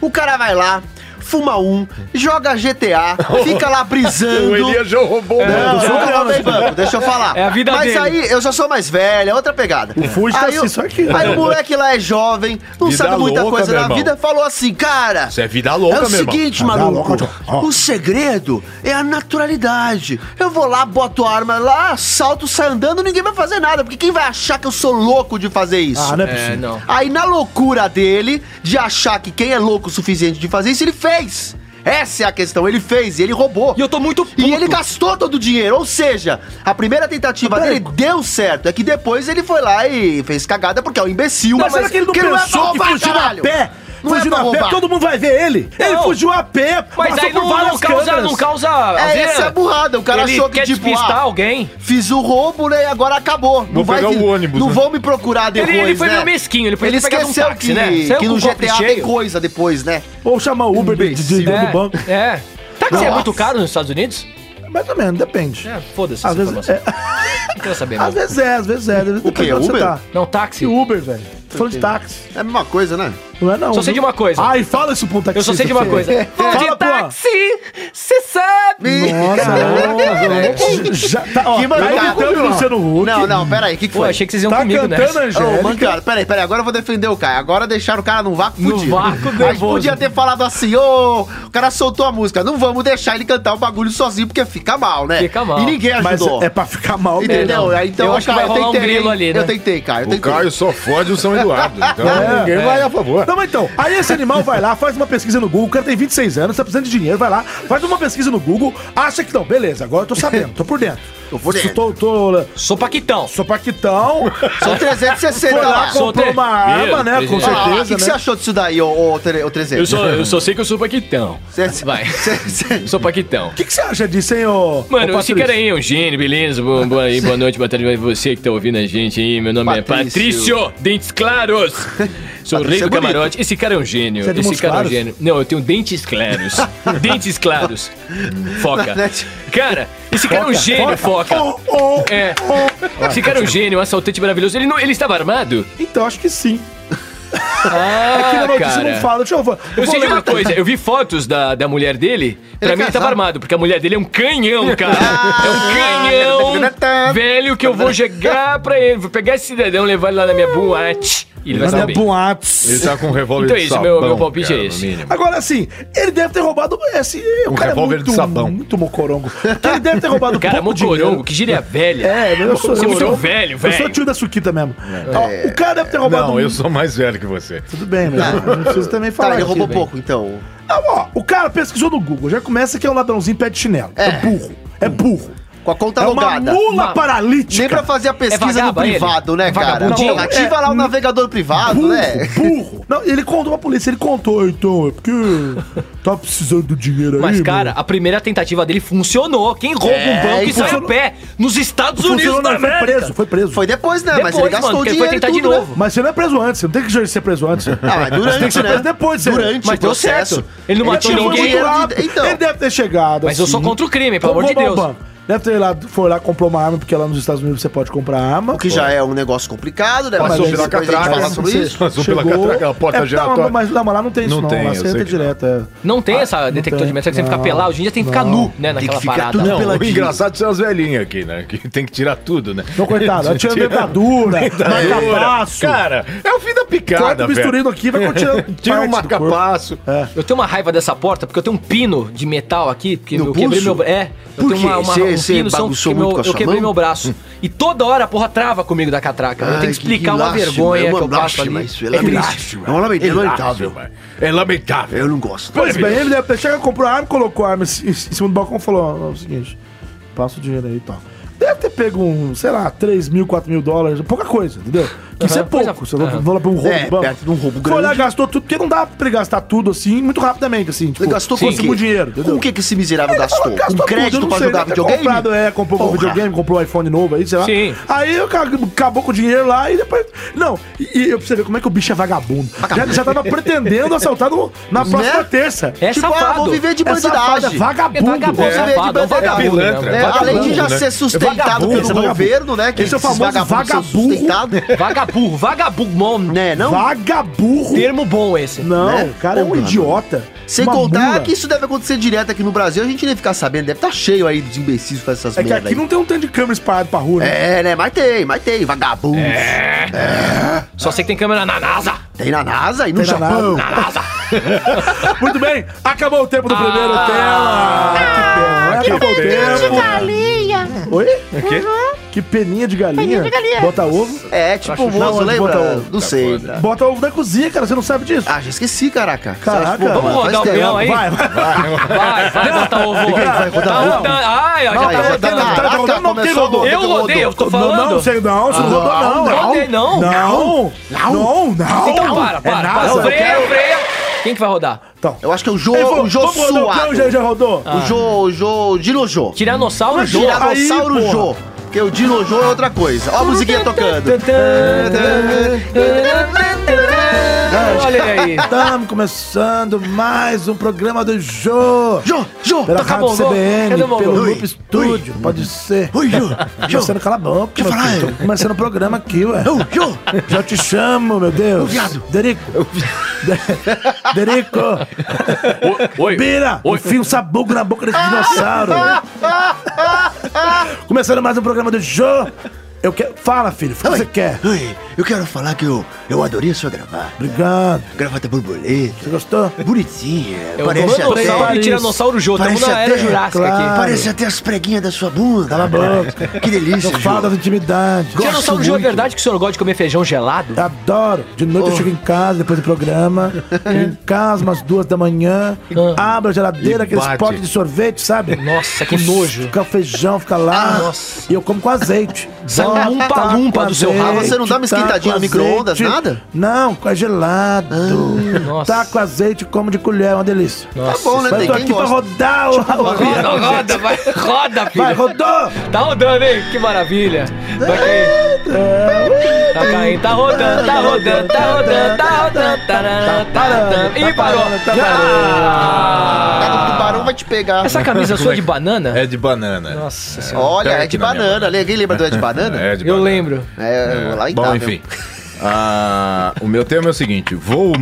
S3: O cara vai lá, fuma um, joga GTA, fica lá
S2: O
S3: brisando.
S2: Elias já roubou o
S3: Não,
S2: banco.
S3: não, não, não tem banco, deixa eu falar.
S5: É a vida
S3: Mas
S5: dele.
S3: aí eu já sou mais velho, é outra pegada. O
S4: Fuji tá assim, só que-
S3: Aí o moleque lá é jovem, não
S2: Vida
S3: sabe muita
S2: louca,
S3: coisa
S2: meu
S3: na
S2: irmão.
S3: vida, falou assim, cara.
S2: Isso é vida louca,
S3: É o
S2: meu irmão.
S3: seguinte,
S4: Mas é
S3: maluco.
S4: louca, ó.
S3: O segredo é a naturalidade. Eu vou lá, boto a arma lá, salto, saio andando, ninguém vai fazer nada. Porque quem vai achar que eu sou louco de fazer isso?
S4: Ah, não é
S5: É,
S4: possível.
S5: não.
S3: Aí na loucura dele, de achar que quem é louco o suficiente de fazer isso, ele fez. Essa é a questão, ele fez, e ele roubou.
S5: E eu tô muito puto.
S3: E ele gastou todo o dinheiro, ou seja, a primeira
S5: Ah,
S3: tentativa dele deu certo. É que depois ele foi lá e fez cagada porque é um imbecil.
S4: Não, mas será que ele não
S3: é pra
S4: pensou que
S3: roubar,
S4: fugiu
S3: caralho?
S4: a pé?
S3: Não é
S4: fugiu
S3: pra
S4: a pé,
S3: roubar.
S4: todo mundo vai ver ele. Ele
S5: Não.
S4: fugiu a pé,
S5: Mas aí não, não causa, não causa. às
S3: É,
S5: vezes,
S3: essa é a burrada. O cara
S5: ele
S3: achou que,
S5: quer
S3: tipo,
S5: despistar
S3: ah,
S5: alguém.
S3: fiz o roubo, né, e agora acabou. Não
S2: Vou pegar
S3: vir-
S2: o ônibus,
S3: Não
S2: né?
S3: vão me procurar depois,
S5: ele foi
S3: né?
S5: meio mesquinho, ele foi
S3: Ele
S5: pegar um
S3: esqueceu
S5: táxi,
S3: que,
S5: né? Saiu
S3: que
S5: com
S3: no
S5: o copo
S3: GTA tem
S5: cheio.
S3: coisa depois, né?
S4: Ou chamar o Uber de, de, de,
S5: É,
S4: do banco.
S5: é. Táxi é
S3: Nossa.
S5: muito caro nos Estados Unidos?
S4: Mais ou menos, depende.
S5: É, foda-se.
S4: Às
S5: essa
S4: vezes
S5: informação.
S4: é,
S5: Não quero saber,
S4: às
S5: não.
S4: vezes é, às vezes é. Às vezes
S3: O quê?
S4: depende de onde você
S3: Uber?
S4: tá.
S5: Não, táxi.
S4: Que Uber, velho? Tô falando de táxi.
S3: É a mesma coisa, né?
S4: Não é não.
S5: Só sei de
S4: viu?
S5: uma coisa.
S4: Ai, fala isso pra um taxista.
S5: Eu só sei de uma
S4: filho.
S5: coisa. Fala de
S4: Fala, pô.
S5: táxi, você sabe.
S4: Nossa, já tá, ó,
S3: Que
S4: tá
S3: maluco,
S4: imitando o
S3: meu.
S4: Luciano Huck.
S3: Não, não, peraí, o que, que
S5: Pô,
S3: foi?
S5: achei que vocês iam
S4: Tá
S5: comigo, né?
S4: cantando,
S3: Ô,
S4: Angélica.
S3: Mancada, peraí, peraí, agora eu vou defender o Caio. Agora deixaram o cara num vácuo
S5: No
S3: fudido.
S5: vácuo
S3: A gente
S5: nervoso.
S3: podia ter falado assim, ô, o cara soltou a música. Não vamos deixar ele cantar o bagulho sozinho, porque fica mal, né?
S5: Fica mal.
S3: E ninguém
S4: Mas
S3: ajudou.
S4: é pra ficar mal mesmo.
S3: Entendeu?
S5: É, não.
S3: Então,
S5: Eu acho que
S3: Caio,
S5: vai rolar um grilo ali, né?
S3: Eu tentei, Caio, eu
S2: O
S3: tentei.
S2: Caio só fode o São Eduardo. Então ninguém vai a favor.
S4: Não, mas então, aí esse animal vai lá, faz uma pesquisa no Google, o cara tem 26 anos, tá precisando de dinheiro, vai lá, faz uma pesquisa no Google, acha que não, beleza, agora eu tô sabendo, tô por dentro. Eu
S3: por dentro.
S4: Tô, tô,
S5: Sou paquitão.
S4: sou paquitão,
S3: São 360
S4: foi lá,
S3: lá.
S5: sou
S4: comprou
S5: solteiro.
S4: uma arma, né, com
S5: Meu,
S3: Ah, o que,
S4: certeza,
S3: que você
S4: né.
S3: achou disso daí, ô, ô, tre- ô 300?
S5: eu só sei que eu sou paquitão.
S3: Cê- cê-
S5: Vai.
S3: cê- cê-
S5: Eu sou paquitão.
S4: O que, que você acha disso, hein, ô...
S1: Mano,
S4: ô
S1: esse
S4: Patrício?
S1: cara aí é um gênio, beleza? Boa, boa, aí, boa noite, boa tarde pra você que tá ouvindo a gente aí. Meu nome
S3: Patrício.
S1: é Patrício Dentes Claros. Sou o rei do
S3: Patrício é bonito.
S1: camarote. Esse cara é um gênio.
S4: Você é de
S1: esse
S4: mãos
S1: cara
S4: claras?
S1: é um gênio. Não, eu tenho dentes claros. dentes claros. Foca.
S4: Né?
S1: Cara, esse cara é um gênio, foca.
S4: Ô, ô,
S1: É.
S4: oh.
S1: Esse cara é um gênio, um assaltante maravilhoso. Ele, não, ele estava armado?
S4: Então, acho que sim. Aqui
S1: Ah,
S4: na notícia não
S1: cara.
S4: fala, deixa eu... vou-
S1: Eu sei de
S4: vou
S1: uma coisa, eu vi fotos da, da mulher dele, pra
S3: é
S1: mim ele
S3: casado.
S1: tava armado, porque a mulher dele é um canhão, cara.
S4: Ah,
S1: é um canhão velho que eu vou chegar pra ele, vou pegar esse cidadão, levar ele lá na minha boate e ele vai
S4: Mas é
S1: saber.
S4: boatos.
S2: Ele tá com um revólver
S1: Então é
S2: de
S1: isso,
S2: sabão.
S1: meu- meu palpite é
S2: no
S1: esse.
S2: mínimo.
S4: Agora, assim, ele deve ter roubado esse... o
S2: Um
S4: cara é
S2: revólver de
S4: muito-
S2: sabão.
S4: Muito mocorongo. Porque ele deve ter roubado
S1: Cara, é
S4: pouco dinheiro.
S1: mocorongo, que gíria velha.
S4: É, eu sou,
S1: Você é
S4: eu
S1: muito
S4: sou-
S1: velho,
S4: eu
S1: velho.
S4: sou tio da Suquita mesmo. Ó, o cara deve ter roubado
S2: Não, eu sou mais velho que você.
S4: Tudo bem, mas eu não preciso também falar.
S3: Tá, ele
S4: aqui,
S3: roubou
S4: velho.
S3: pouco, então.
S4: Ah, ó, o cara pesquisou no Google, já começa que é um ladrãozinho pé de chinelo. É, burro. É burro.
S3: Com a conta
S4: é uma
S3: logada.
S4: mula
S5: Uma-
S4: paralítica.
S3: Nem pra fazer a pesquisa no
S5: É vagabundo ele?
S3: privado, né,
S5: É
S3: cara?
S5: vagabundinho?
S3: Pô, ativa lá o navegador privado,
S4: burro,
S3: né?
S4: burro. Não, ele contou pra polícia, ele contou, então, é porque tá precisando do dinheiro aí,
S5: Mas,
S4: meu. É,
S5: cara, a primeira tentativa dele funcionou. Quem rouba um banco e sai a
S4: funcionou.
S5: pé nos Estados Unidos
S4: Funcionou,
S5: da
S4: não, foi
S5: América.
S4: preso, foi preso.
S3: Foi depois, né? mas
S5: Depois,
S3: ele gastou
S5: mano,
S3: o
S5: porque ele
S3: dinheiro
S5: foi tentar
S3: e
S5: de
S3: tudo, né?
S5: novo.
S4: Mas você não é preso antes, você não tem que ser preso antes.
S3: Ah, mas
S4: Você tem que
S3: durante,
S4: ser
S3: né?
S4: preso depois, você-
S3: durante
S5: Mas
S3: o
S5: deu
S3: processo.
S5: certo. Ele não
S3: Ele
S5: matou
S3: tirou
S5: ninguém.
S3: dinheiro de-
S4: Então.
S3: Então.
S4: Ele deve ter chegado. assim.
S5: Mas eu sou contra o crime, pelo amor de
S4: roubou
S5: Deus.
S4: o banco. Deve ter lá, foi lá, comprou uma arma, porque lá nos Estados Unidos você pode comprar arma.
S3: O que já é um negócio complicado, né?
S2: Passou
S3: Mas
S2: pela
S3: depois a gente
S2: catraca,
S3: fala
S2: passou
S3: sobre isso.
S2: Passou pela catraca, a porta giratória.
S4: É, Não, mas, não, mas lá não tem isso,
S2: Não
S4: não.
S2: tem,
S4: lá
S2: eu
S4: você
S2: sei
S4: entra
S2: que não.
S4: direto. é.
S1: Não tem essa
S4: não
S1: detector
S4: tem.
S1: de metal que você tem que ficar
S4: Não.
S1: pelado. Hoje em dia tem que ficar
S4: Não.
S1: nu, né? Naquela
S3: ficar
S1: parada.
S3: tudo
S2: Não, o
S3: peladinho.
S2: engraçado são as velhinhas aqui, né? Que tem que tirar tudo, né?
S4: Não, coitado, atira dentadura, marcapasso.
S2: Cara, é o fim da
S4: Corta
S2: picada,
S4: o
S2: velho.
S4: bisturido aqui, vai continuando.
S2: Tira um o
S4: parte do corpo.
S2: marcapasso.
S1: Eu tenho uma raiva dessa porta porque eu tenho um pino de metal aqui que
S3: No
S1: eu quebrei
S3: pulso?
S1: meu bra- é, eu
S3: Por
S1: tenho uma,
S3: quê?
S1: uma
S3: Cê-
S1: um
S3: cê
S1: pino só que
S3: bagunçou muito
S1: meu,
S3: com a
S1: eu
S3: sua
S1: quebrei
S3: mão?
S1: meu braço. E toda hora a porra trava comigo da catraca. eu
S3: Ai,
S1: tenho que explicar
S3: que
S1: uma
S3: lástima,
S1: vergonha
S3: é uma
S1: que eu passo
S3: lástima
S1: ali.
S3: isso, é
S1: é
S3: lamentável.
S1: triste.
S2: Acho,
S3: É um lament- é
S2: velho.
S3: lamentável.
S2: Acho, velho. É lamentável.
S3: Eu não gosto.
S4: Pois bem, ele deve ter chegado, comprou a arma, colocou a arma em em cima do balcão e falou: ó, é o seguinte, passa o dinheiro aí e tal. Deve ter pego um, sei lá, 3 mil, 4 mil dólares, pouca coisa, entendeu? Que isso é
S1: Aham, coisa-
S4: pouco. Você não
S1: aham.
S4: vai lá pra um roubo
S3: É,
S4: do banco.
S3: perto de um roubo
S4: Foi lá,
S3: grande.
S4: gastou tudo, porque não dá pra ele gastar tudo assim, muito rapidamente, assim. Tipo,
S3: Ele gastou com o
S4: conseguiu
S3: quê?
S4: dinheiro,
S3: Com o que, que esse miserável gastou?
S4: Ela
S3: Com
S4: gastou tudo, eu
S3: Um crédito
S4: não
S3: pra
S4: sei,
S3: jogar
S4: deve ter
S3: videogame?
S4: Comprado, é, comprou um
S3: Porra.
S4: videogame, comprou um iPhone novo aí, sei lá.
S1: Sim.
S4: Aí eu ca- acabou com o dinheiro lá e depois. Não, e, e eu pra você ver como é que o bicho é vagabundo. Já, já tava pretendendo assaltar no- na próxima terça.
S1: É
S3: Tipo, ah,
S1: safado.
S3: vou viver Né? de
S4: É safado, é
S3: bandidagem.
S4: vagabundo.
S1: É vagabundo.
S4: É.
S3: viver de
S1: safado, é um
S3: bandidagem.
S1: vagabundo, né?
S2: Pilantra.
S3: É,
S1: Vagabundo,
S3: além de já
S2: né?
S3: ser sustentado
S1: Vagabundo,
S3: pelo
S4: vagabundo.
S3: governo, né? Que
S4: Esse é o
S3: esses
S4: famoso
S3: vagabundos são
S4: vagabundo.
S3: sustentados,
S1: Vagaburro, vagabundo, bom,
S3: né? Não?
S4: É Vagaburro.
S1: termo bom esse.
S4: Não,
S3: Né?
S4: o cara é um
S3: Porra,
S4: idiota.
S3: Sem
S4: Uma
S3: contar
S4: mula.
S3: que isso deve acontecer direto aqui no Brasil, a gente nem ficar sabendo, deve estar cheio aí dos imbecis que fazem essas
S4: É que
S3: merda
S4: aqui
S3: aí.
S4: não tem um tanto de câmera espalhado pra rua, né?
S3: É, né? Mas tem, mas tem, vagabundo.
S4: É.
S1: Só sei que tem câmera na NASA.
S3: Tem na NASA e no
S4: Tem na
S3: Japão.
S4: NASA. Muito bem, acabou o tempo do primeiro
S3: Ah.
S4: tela. que pena. acabou o tempo. Oi?
S7: Hum?
S4: Que peninha de galinha.
S7: Peninha de galinha.
S4: Bota ovo.
S3: É, tipo o
S4: Não,
S3: moço,
S4: onde
S3: lembra?
S4: bota o-
S3: Não sei. né?
S4: Bota ovo da cozinha, cara. Você não sabe disso.
S3: Ah, já esqueci, caraca.
S4: Caraca.
S1: Vamos
S4: Faz
S1: rodar o peão aí?
S4: Vai, vai.
S3: Ah,
S1: Vai, vai botar ovo.
S3: vai rodar
S1: Tá
S3: ovo?
S1: rodando. Ai, ó, já
S3: Não,
S1: tá
S3: já
S1: rodando.
S3: tá-
S4: Tá, tá rodando, não, quem
S3: começou
S4: rodou?
S3: a
S1: Eu
S3: Rodou, Ah.
S1: rodei, eu tô falando.
S4: Não, não, você não, você não rodou, não.
S1: não rodei, não.
S4: Não, não, não.
S1: Então
S3: um-
S1: para, para.
S4: É
S1: para.
S4: NASA, eu
S1: Freia,
S4: quero-
S1: freia. Quem que vai rodar?
S3: Eu acho que é o Jô,
S4: Ele falou,
S3: o Jô
S4: vamos rodar o peão, já,
S3: suado.
S4: já rodou.
S1: Ah.
S3: O Jô, o Jô, o Dinojô.
S1: Tiranossauro
S4: Mas
S1: Jô.
S4: gira-
S3: Tiranossauro
S4: Aí, porra.
S3: Jô. Porque o Dinojô é outra coisa. Ó a musiquinha tocando.
S1: Olha ele aí.
S4: Estamos começando mais um programa do Jô.
S3: Jô, Jô.
S4: Pela
S1: Toca
S4: Rádio
S1: Mongol. Tá Cadê o
S4: CBN,
S1: Mongol?
S4: pelo
S3: Oi,
S4: Loop Studio, pode ser. Tá
S3: Oi, Jô. Jô.
S4: Começando cala a boca,
S3: eu
S4: meu
S3: falar,
S4: filho.
S3: é.
S4: Tô começando o programa aqui, ué.
S3: Ô, Jô.
S4: Já te chamo, meu Deus.
S3: viado.
S4: Derico. De- Derico.
S1: Oi.
S4: Bira. Enfia um sabugo na boca desse dinossauro. Começando mais um programa do Jô. Eu quero... Fala, filho. O que você quer?
S3: Oi, eu quero falar que eu, eu adorei a sua gravata.
S4: Obrigado.
S3: Gravata borboleta.
S4: Você gostou?
S3: Bonitinha.
S1: É o
S3: parece
S1: Manossauro
S4: até-
S1: e Tiranossauro Jô. Estamos
S3: Parece
S1: na era
S3: até-
S1: Jurássica
S4: claro.
S1: aqui.
S3: Parece até as preguinhas da sua bunda.
S4: Cala a boca.
S3: Que delícia,
S4: Não
S3: Jô.
S4: fala das intimidades.
S1: Tiranossauro Jô, é verdade que o senhor gosta de comer feijão gelado?
S4: Eu Adoro. De noite eu chego em casa, depois do programa. chego em casa, umas duas da manhã. Abro a
S2: E
S4: geladeira, aqueles
S2: bate.
S4: potes de sorvete, sabe?
S1: Nossa, que nojo.
S4: Fica o feijão, fica lá.
S1: Nossa.
S4: E eu como com azeite.
S1: Sai um
S4: Tá
S1: lumpa-lumpa
S4: com
S1: do seu
S4: azeite, tá
S1: rabo.
S3: Ah, você não dá uma esquentadinha
S4: com
S3: no micro-ondas,
S4: azeite.
S3: nada?
S4: Não, é gelado.
S1: nossa.
S4: Tá com azeite, como de colher, é uma delícia.
S3: Tá bom, né?
S4: Mas eu
S3: Tem
S4: tô
S3: quem
S4: aqui pra
S3: gosta.
S4: rodar o...
S1: Roda, roda, vai. Roda,
S4: Ah, Vai,
S1: filho.
S4: rodou!
S1: Tá rodando, hein? Que maravilha. Vai cair. Tá caindo, tá rodando, tá rodando, tá rodando, tá rodando. tarará, tarará. E parou.
S3: Ah,
S1: Ah!
S3: o tubarão vai te pegar.
S1: Essa camisa sua é de banana?
S2: É de banana.
S1: Nossa senhora.
S3: Olha,
S2: Pera
S3: é de
S2: aqui na minha
S3: banana. Alguém lembra do é de banana?
S2: É de
S1: Eu
S2: banana.
S1: lembro.
S3: É, lá em
S2: Bom,
S3: casa.
S2: enfim. Ah, o meu tema é o seguinte: voo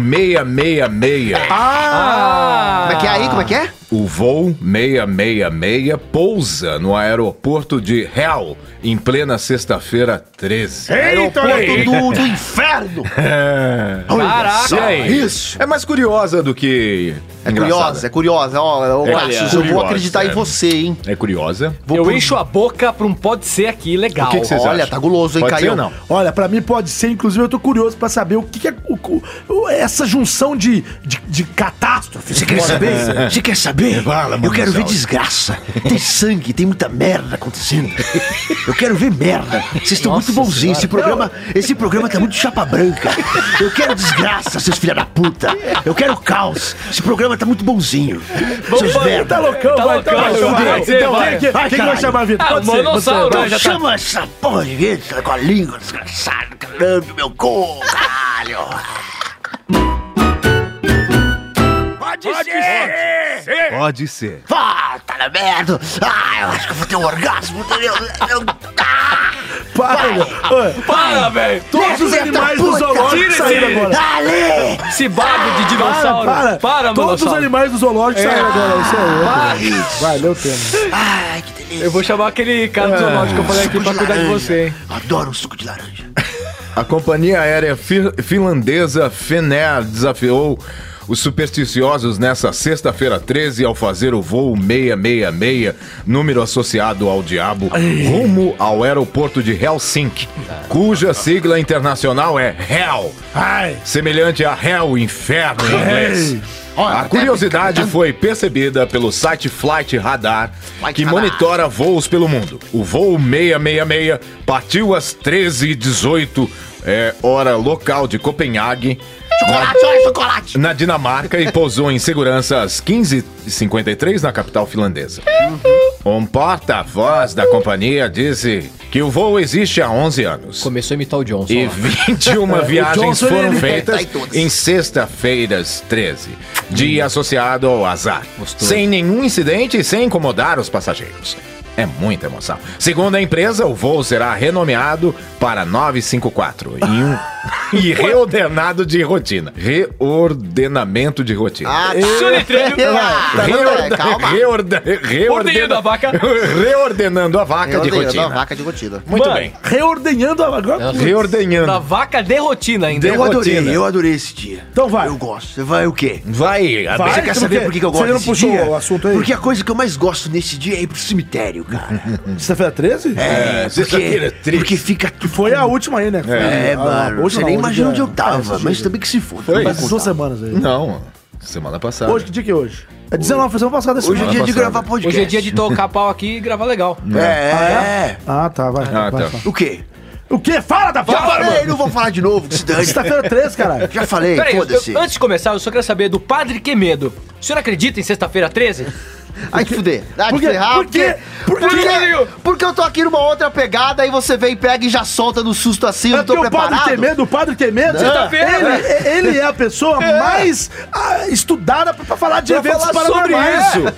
S2: 666.
S1: Ah!
S3: Como é que é aí? Como é que é?
S2: O voo 666 pousa no aeroporto de Real em plena sexta-feira 13.
S3: Aeroporto do, do inferno.
S2: É.
S1: Caraca.
S2: E aí?
S3: Isso.
S2: É mais curiosa do que.
S3: É curiosa, é curiosa. Ó, ó,
S2: É
S3: Marcos, eu vou
S2: curiosa,
S3: acreditar
S2: é.
S3: em você, hein?
S2: É curiosa.
S3: Vou
S1: eu
S3: pro-
S1: encho a boca pra um pode ser aqui legal.
S2: O que que vocês
S3: Olha,
S2: acham?
S3: tá guloso, hein,
S2: Pode ser
S3: Caio?
S2: ou não?
S4: Olha, pra mim pode ser, inclusive eu tô curioso pra saber o que, que é o- o- o- essa junção de, de, de catástrofe.
S3: Você quer saber? Você quer
S4: É,
S3: saber?
S2: Fala,
S3: Eu quero ver
S2: Manossauro.
S3: desgraça. Tem sangue, tem muita merda acontecendo. Eu quero ver merda. Vocês estão muito bonzinhos. Esse programa, esse programa tá muito chapa branca. Eu quero desgraça, seus filha da puta. Eu quero caos. Esse programa tá muito bonzinho. Seus
S4: Vai,
S3: merda.
S4: tá loucão,
S1: Tá
S4: vai, tá
S1: loucão,
S4: loucão.
S1: vai,
S4: vai.
S1: vai,
S4: Então,
S1: vai.
S4: quem que-
S3: Vai,
S4: quem que vai
S3: caralho.
S4: chamar a vida?
S1: Ah,
S4: Pode
S1: o
S4: ser, pode ser.
S1: Manossauro
S3: Não,
S1: já tá.
S3: Então, chama essa porra de vida com a língua desgraçada, caralho, meu cu, caralho.
S2: Pode ser.
S3: Vá, tá merda. Ah, eu acho que eu vou ter um orgasmo, entendeu? Eu- ah,
S4: Para, meu. Oi,
S1: Para, velho!
S4: Todos os animais do zoológico
S1: Tira
S4: saíram
S1: esse-
S4: agora.
S3: Ali!
S1: Esse bago de dinossauro!
S4: Para, para. Todos os
S1: manossauro.
S4: animais do zoológico saíram agora. Isso aí. né? eu acredito. Vai, deu tempo.
S3: Ai, que delícia.
S1: Eu vou chamar aquele cara do zoológico que eu falei aqui pra cuidar de você, hein?
S3: Adoro um suco de laranja.
S2: A companhia aérea fi- finlandesa Finnair desafiou os supersticiosos nessa sexta-feira 13 ao fazer o voo 666, número associado ao diabo, rumo ao aeroporto de Helsinki, cuja sigla internacional é HELL,
S4: Ai.
S2: semelhante a Hell, inferno em inglês. A curiosidade foi percebida pelo site Flight Radar,
S3: Flight
S2: que
S3: Radar.
S2: monitora voos pelo mundo. O voo 666 partiu às 13h18, é, hora local de Copenhague,
S3: Chocolate, olha chocolate.
S2: na Dinamarca, e pousou em segurança às 15h53 na capital finlandesa.
S3: Uhum.
S2: Um porta-voz da companhia disse que o voo existe há 11 anos.
S1: Começou a imitar o Johnson.
S2: E 21 viagens
S4: Johnson,
S2: foram
S4: ele
S2: feitas
S3: tá em todas. Hum.
S2: em sexta-feiras 13, dia associado ao azar.
S1: Gostoso.
S2: Sem nenhum incidente e sem incomodar os passageiros. É muita emoção. Segundo a empresa, o voo será renomeado para 954 e, um- e reordenado de rotina. Reordenamento de rotina.
S3: Ah, tá.
S1: Soletreiro.
S3: Tá, tá,
S2: Reorda-
S3: tá, calma.
S2: reorda- reordena-
S1: a vaca.
S2: Reordenando a vaca de
S3: Reordenando a
S2: rotina.
S3: vaca de rotina.
S2: Muito
S1: Mano,
S2: bem.
S4: Reordenhando a- agora.
S2: Reordenando.
S1: Da vaca de rotina ainda.
S2: De- rotina.
S3: adorei esse dia.
S4: Então vai.
S3: Eu gosto. Você vai o quê?
S2: Vai, a
S4: Vai,
S3: Você quer
S4: por
S3: saber
S4: quê?
S3: por que, que eu
S4: Você
S3: gosto
S4: não
S3: desse
S4: puxou
S3: dia?
S4: o assunto aí?
S3: Porque a coisa que eu mais gosto nesse dia é ir pro cemitério, cara.
S4: Sexta-feira 13?
S2: É, sexta-feira,
S3: porque,
S2: triste.
S3: porque fica tudo...
S4: Foi a última aí, né? Foi
S3: É,
S4: a-
S3: mano,
S4: hoje
S3: você
S4: não,
S3: nem
S4: hoje
S3: imagina
S4: é-
S3: onde eu tava,
S4: é,
S3: mas também que se foda.
S2: Foi.
S3: não vai
S4: Faz duas
S3: contar.
S4: semanas aí.
S2: Não, semana passada.
S4: Hoje, que dia que é hoje? É 19, foi semana passada. esse
S3: Hoje é
S4: ano.
S3: dia de
S2: passada.
S3: gravar podcast.
S1: Hoje é dia de tocar pau aqui e gravar legal.
S3: É, é.
S4: Ah, tá, vai.
S2: Ah,
S4: vai,
S2: tá.
S4: vai.
S3: O quê?
S4: O quê? Fala da
S3: Já
S4: fala!
S3: falei, é, não vou falar de novo, que se dane.
S4: Sexta-feira 13, caralho.
S3: Já falei,
S1: Peraí, eu-
S3: foda-se.
S1: eu- antes de começar, eu só quero saber do Padre Quemedo. O senhor acredita em sexta-feira 13?
S3: Ai, que fuder. Ai,
S4: Por
S3: que
S4: quê?
S3: ferrar.
S4: Por quê? Por quê?
S3: Porque, porque eu tô aqui numa outra pegada, aí você vem, pega e já solta no susto assim, eu
S4: É
S3: não tô
S4: porque o padre
S3: preparado.
S4: tem medo, o padre tem medo.
S1: Sexta-feira.
S4: Ele, é- ele é a pessoa mais ah, estudada pra, pra falar de
S2: Pra
S4: eventos
S2: falar sobre
S4: paranormais.
S2: isso.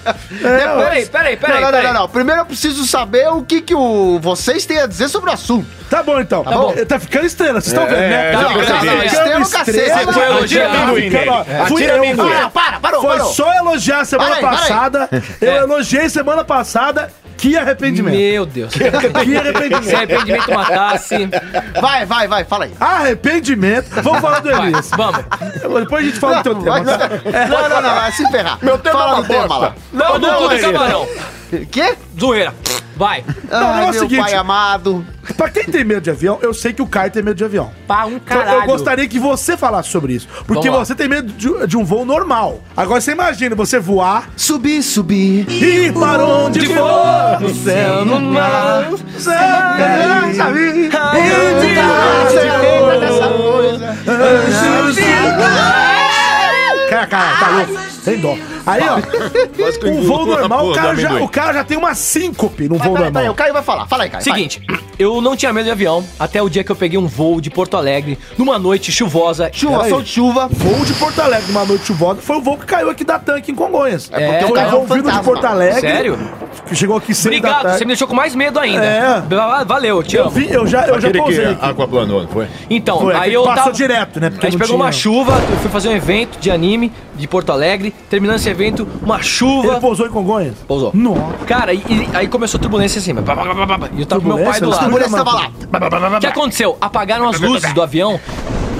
S4: É,
S3: Depois-
S1: Peraí, peraí, peraí.
S3: Não, não, não,
S1: peraí.
S3: não, não. Primeiro eu preciso saber o que, que o, vocês têm a dizer sobre o assunto.
S4: Tá bom, então. Tá,
S1: bom.
S4: ficando estrela, vocês estão
S2: É,
S4: vendo, né?
S2: é,
S4: Tá
S2: já
S4: ficando
S1: percebi.
S4: estrela,
S3: Estrela, cacete,
S4: estrela,
S1: foi elogiar.
S4: tá
S2: Atira amendoim
S4: ficando, ó,
S2: nele.
S4: Fui
S2: Atira
S4: eu.
S2: amendoim.
S3: Para,
S4: Ah,
S3: para, parou,
S4: Foi
S3: parou.
S4: só elogiar semana
S3: Para aí, para aí.
S4: passada. Eu
S1: É.
S4: elogiei semana passada. Que arrependimento.
S1: Meu Deus.
S4: Que
S1: Se
S4: arrependimento.
S1: arrependimento matasse.
S3: Vai, vai, vai, fala aí.
S4: Arrependimento. Vamos falar do
S1: Vai,
S4: Elias.
S1: vamos.
S4: Depois a gente fala do teu
S3: Vai,
S4: tema,
S3: não,
S4: tá?
S3: não, não, não, vai se ferrar. Meu
S2: tema é
S3: Fala
S2: uma
S3: do tema
S2: bosta.
S3: lá.
S1: Não, não,
S3: não,
S1: não,
S3: aí.
S1: camarão.
S3: Quê?
S1: Zoeira. Vai.
S4: Não,
S3: Ai,
S4: é o
S3: meu
S4: seguinte.
S3: pai amado.
S4: Pra quem tem medo de avião, eu sei que o Caio tem medo de avião.
S1: Pá, um
S4: Então,
S1: caralho.
S4: Eu gostaria que você falasse sobre isso. Porque
S1: Vamos lá.
S4: você tem medo de, de um voo normal. Agora você imagina você voar
S3: Subi, subi.
S4: e para onde for. No céu, no mar.
S3: Sabe?
S4: tá? Cara, cara, tá louco. Sem dó. Aí,
S2: Quase que
S4: ó.
S2: eu
S4: Um voo
S2: engulo a
S4: normal, o
S2: porra do
S4: cara, já,
S2: amendoim.
S4: o cara já tem uma síncope num
S3: Peraí,
S4: voo
S3: peraí, o
S4: normal.
S3: Caio vai falar. Fala aí, Caio. vai.
S1: É Seguinte, eu não tinha medo de avião até o dia que eu peguei um voo de Porto Alegre numa noite chuvosa.
S3: Chuva,
S4: Peraí.
S3: sol de chuva.
S4: Voo de Porto Alegre, uma noite chuvosa. Foi o voo que caiu aqui da tanque em Congonhas.
S1: É, porque
S4: foi
S1: o
S4: um
S1: cara
S3: é um
S4: voo vindo de
S3: fantasma.
S4: Porto Alegre.
S1: Sério?
S4: Que chegou aqui cedo da
S1: Obrigado,
S4: tarde.
S1: você me deixou com mais medo ainda.
S4: É.
S1: Va- Valeu, te
S4: Eu,
S1: amo.
S4: vi, eu já, eu já
S2: Aquele que
S4: pausei. aqui.
S2: aquaplanou, não foi?
S1: Então,
S4: Foi,
S1: é. aí
S4: aquele
S1: eu
S4: que passou
S1: tava...
S4: direto, né? Porque
S1: a gente
S4: não
S1: pegou
S4: tinha-
S1: uma chuva, eu fui fazer um evento de anime de Porto Alegre, terminando esse evento, uma
S4: Ele
S1: chuva...
S4: pousou em Congonhas?
S1: Pousou.
S4: Nossa.
S1: Cara, e, e aí começou turbulência assim, blá, blá, blá, blá, blá, e eu tava com meu pai
S4: Turbulência?
S1: do
S3: A
S1: lado.
S3: mulher estava lá.
S1: O que aconteceu? Apagaram as luzes do avião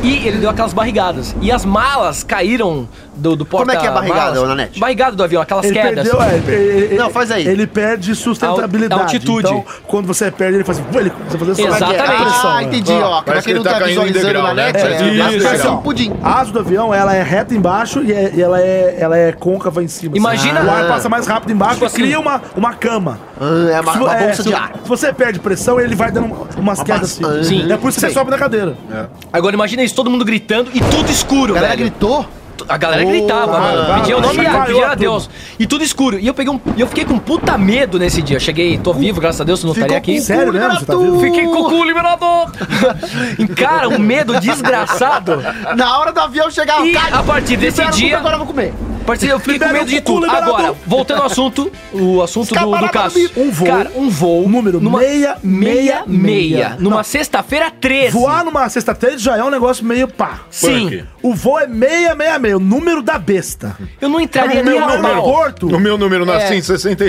S1: e ele deu aquelas barrigadas. E as malas caíram do, do porta
S3: Como é que é barrigada,
S1: malas.
S3: dona Nete?
S1: Barrigada do avião, aquelas
S4: Ele
S1: quedas.
S4: perdeu, é, ele- ele-
S3: Não, faz aí.
S4: Ele perde sustentabilidade.
S1: Al- um- altitude.
S4: Então, quando você perde, ele faz assim, ele começa a fazer assim,
S1: Exatamente.
S4: vai ter pressão,
S3: Ah,
S4: né?
S3: entendi, ó. Pra
S2: Parece
S3: quem
S2: que
S3: não
S2: ele
S3: tá
S2: tá caindo em
S3: visualizando
S2: degrau,
S3: na
S2: né?
S3: net,
S2: Parece
S4: que ele tá em
S3: é
S4: degrau.
S3: um pudim.
S4: A asa do avião, ela é reta embaixo e, é- e ela, é, ela é côncava em cima. assim.
S1: Imagina-
S4: O ar passa mais rápido embaixo
S1: Tipo
S4: e cria
S1: assim.
S4: uma, uma cama.
S3: Ah, é uma,
S4: Se-
S3: uma
S4: é,
S3: bolsa
S4: se-
S3: de ar.
S4: Se você perde pressão, ele vai dando umas quedas
S3: massa.
S4: assim.
S3: Sim.
S4: É por isso que você
S3: Sei.
S4: sobe na cadeira.
S1: Agora imagina isso, todo mundo gritando e tudo escuro,
S3: A galera
S1: velho.
S3: gritou.
S1: A galera gritava,
S4: Ah,
S1: mano.
S4: ah,
S1: Pedia o
S4: ah,
S1: nome,
S4: ah,
S1: pedia
S4: ah,
S1: a Deus. E tudo escuro. E eu peguei um. e Eu fiquei com puta medo nesse dia. Eu cheguei, tô vivo, graças a Deus, não estaria aqui.
S4: Sério
S3: cu
S4: mesmo? Você tá
S3: liberado.
S4: vivo?
S1: Fiquei com o cu liberador. E, Cara, um medo desgraçado.
S3: Na hora do avião chegar,
S1: E
S3: Caio,
S1: a partir desse
S3: libera o cu que
S1: dia-
S3: Agora eu vou comer.
S1: Parceiro, eu fiquei com
S4: Libera
S1: medo de
S4: o cucu,
S1: tudo.
S4: libera
S1: Agora,
S4: tudo.
S1: voltando ao assunto, o assunto do, do
S4: Escaparada
S1: Cássio.
S4: do bico. Um voo.
S1: Cara, um voo.
S4: Número
S1: numa,
S4: meia, meia,
S1: meia, meia.
S4: meia.
S1: Numa
S4: Não.
S1: sexta-feira 13.
S4: Voar numa sexta-feira já é um negócio meio pá.
S1: Sim.
S4: O voo é 666, o número da besta.
S1: Eu não entraria
S4: O
S1: nem
S4: meu
S1: ao
S4: número
S1: mal.
S4: aborto.
S2: O meu número nasci em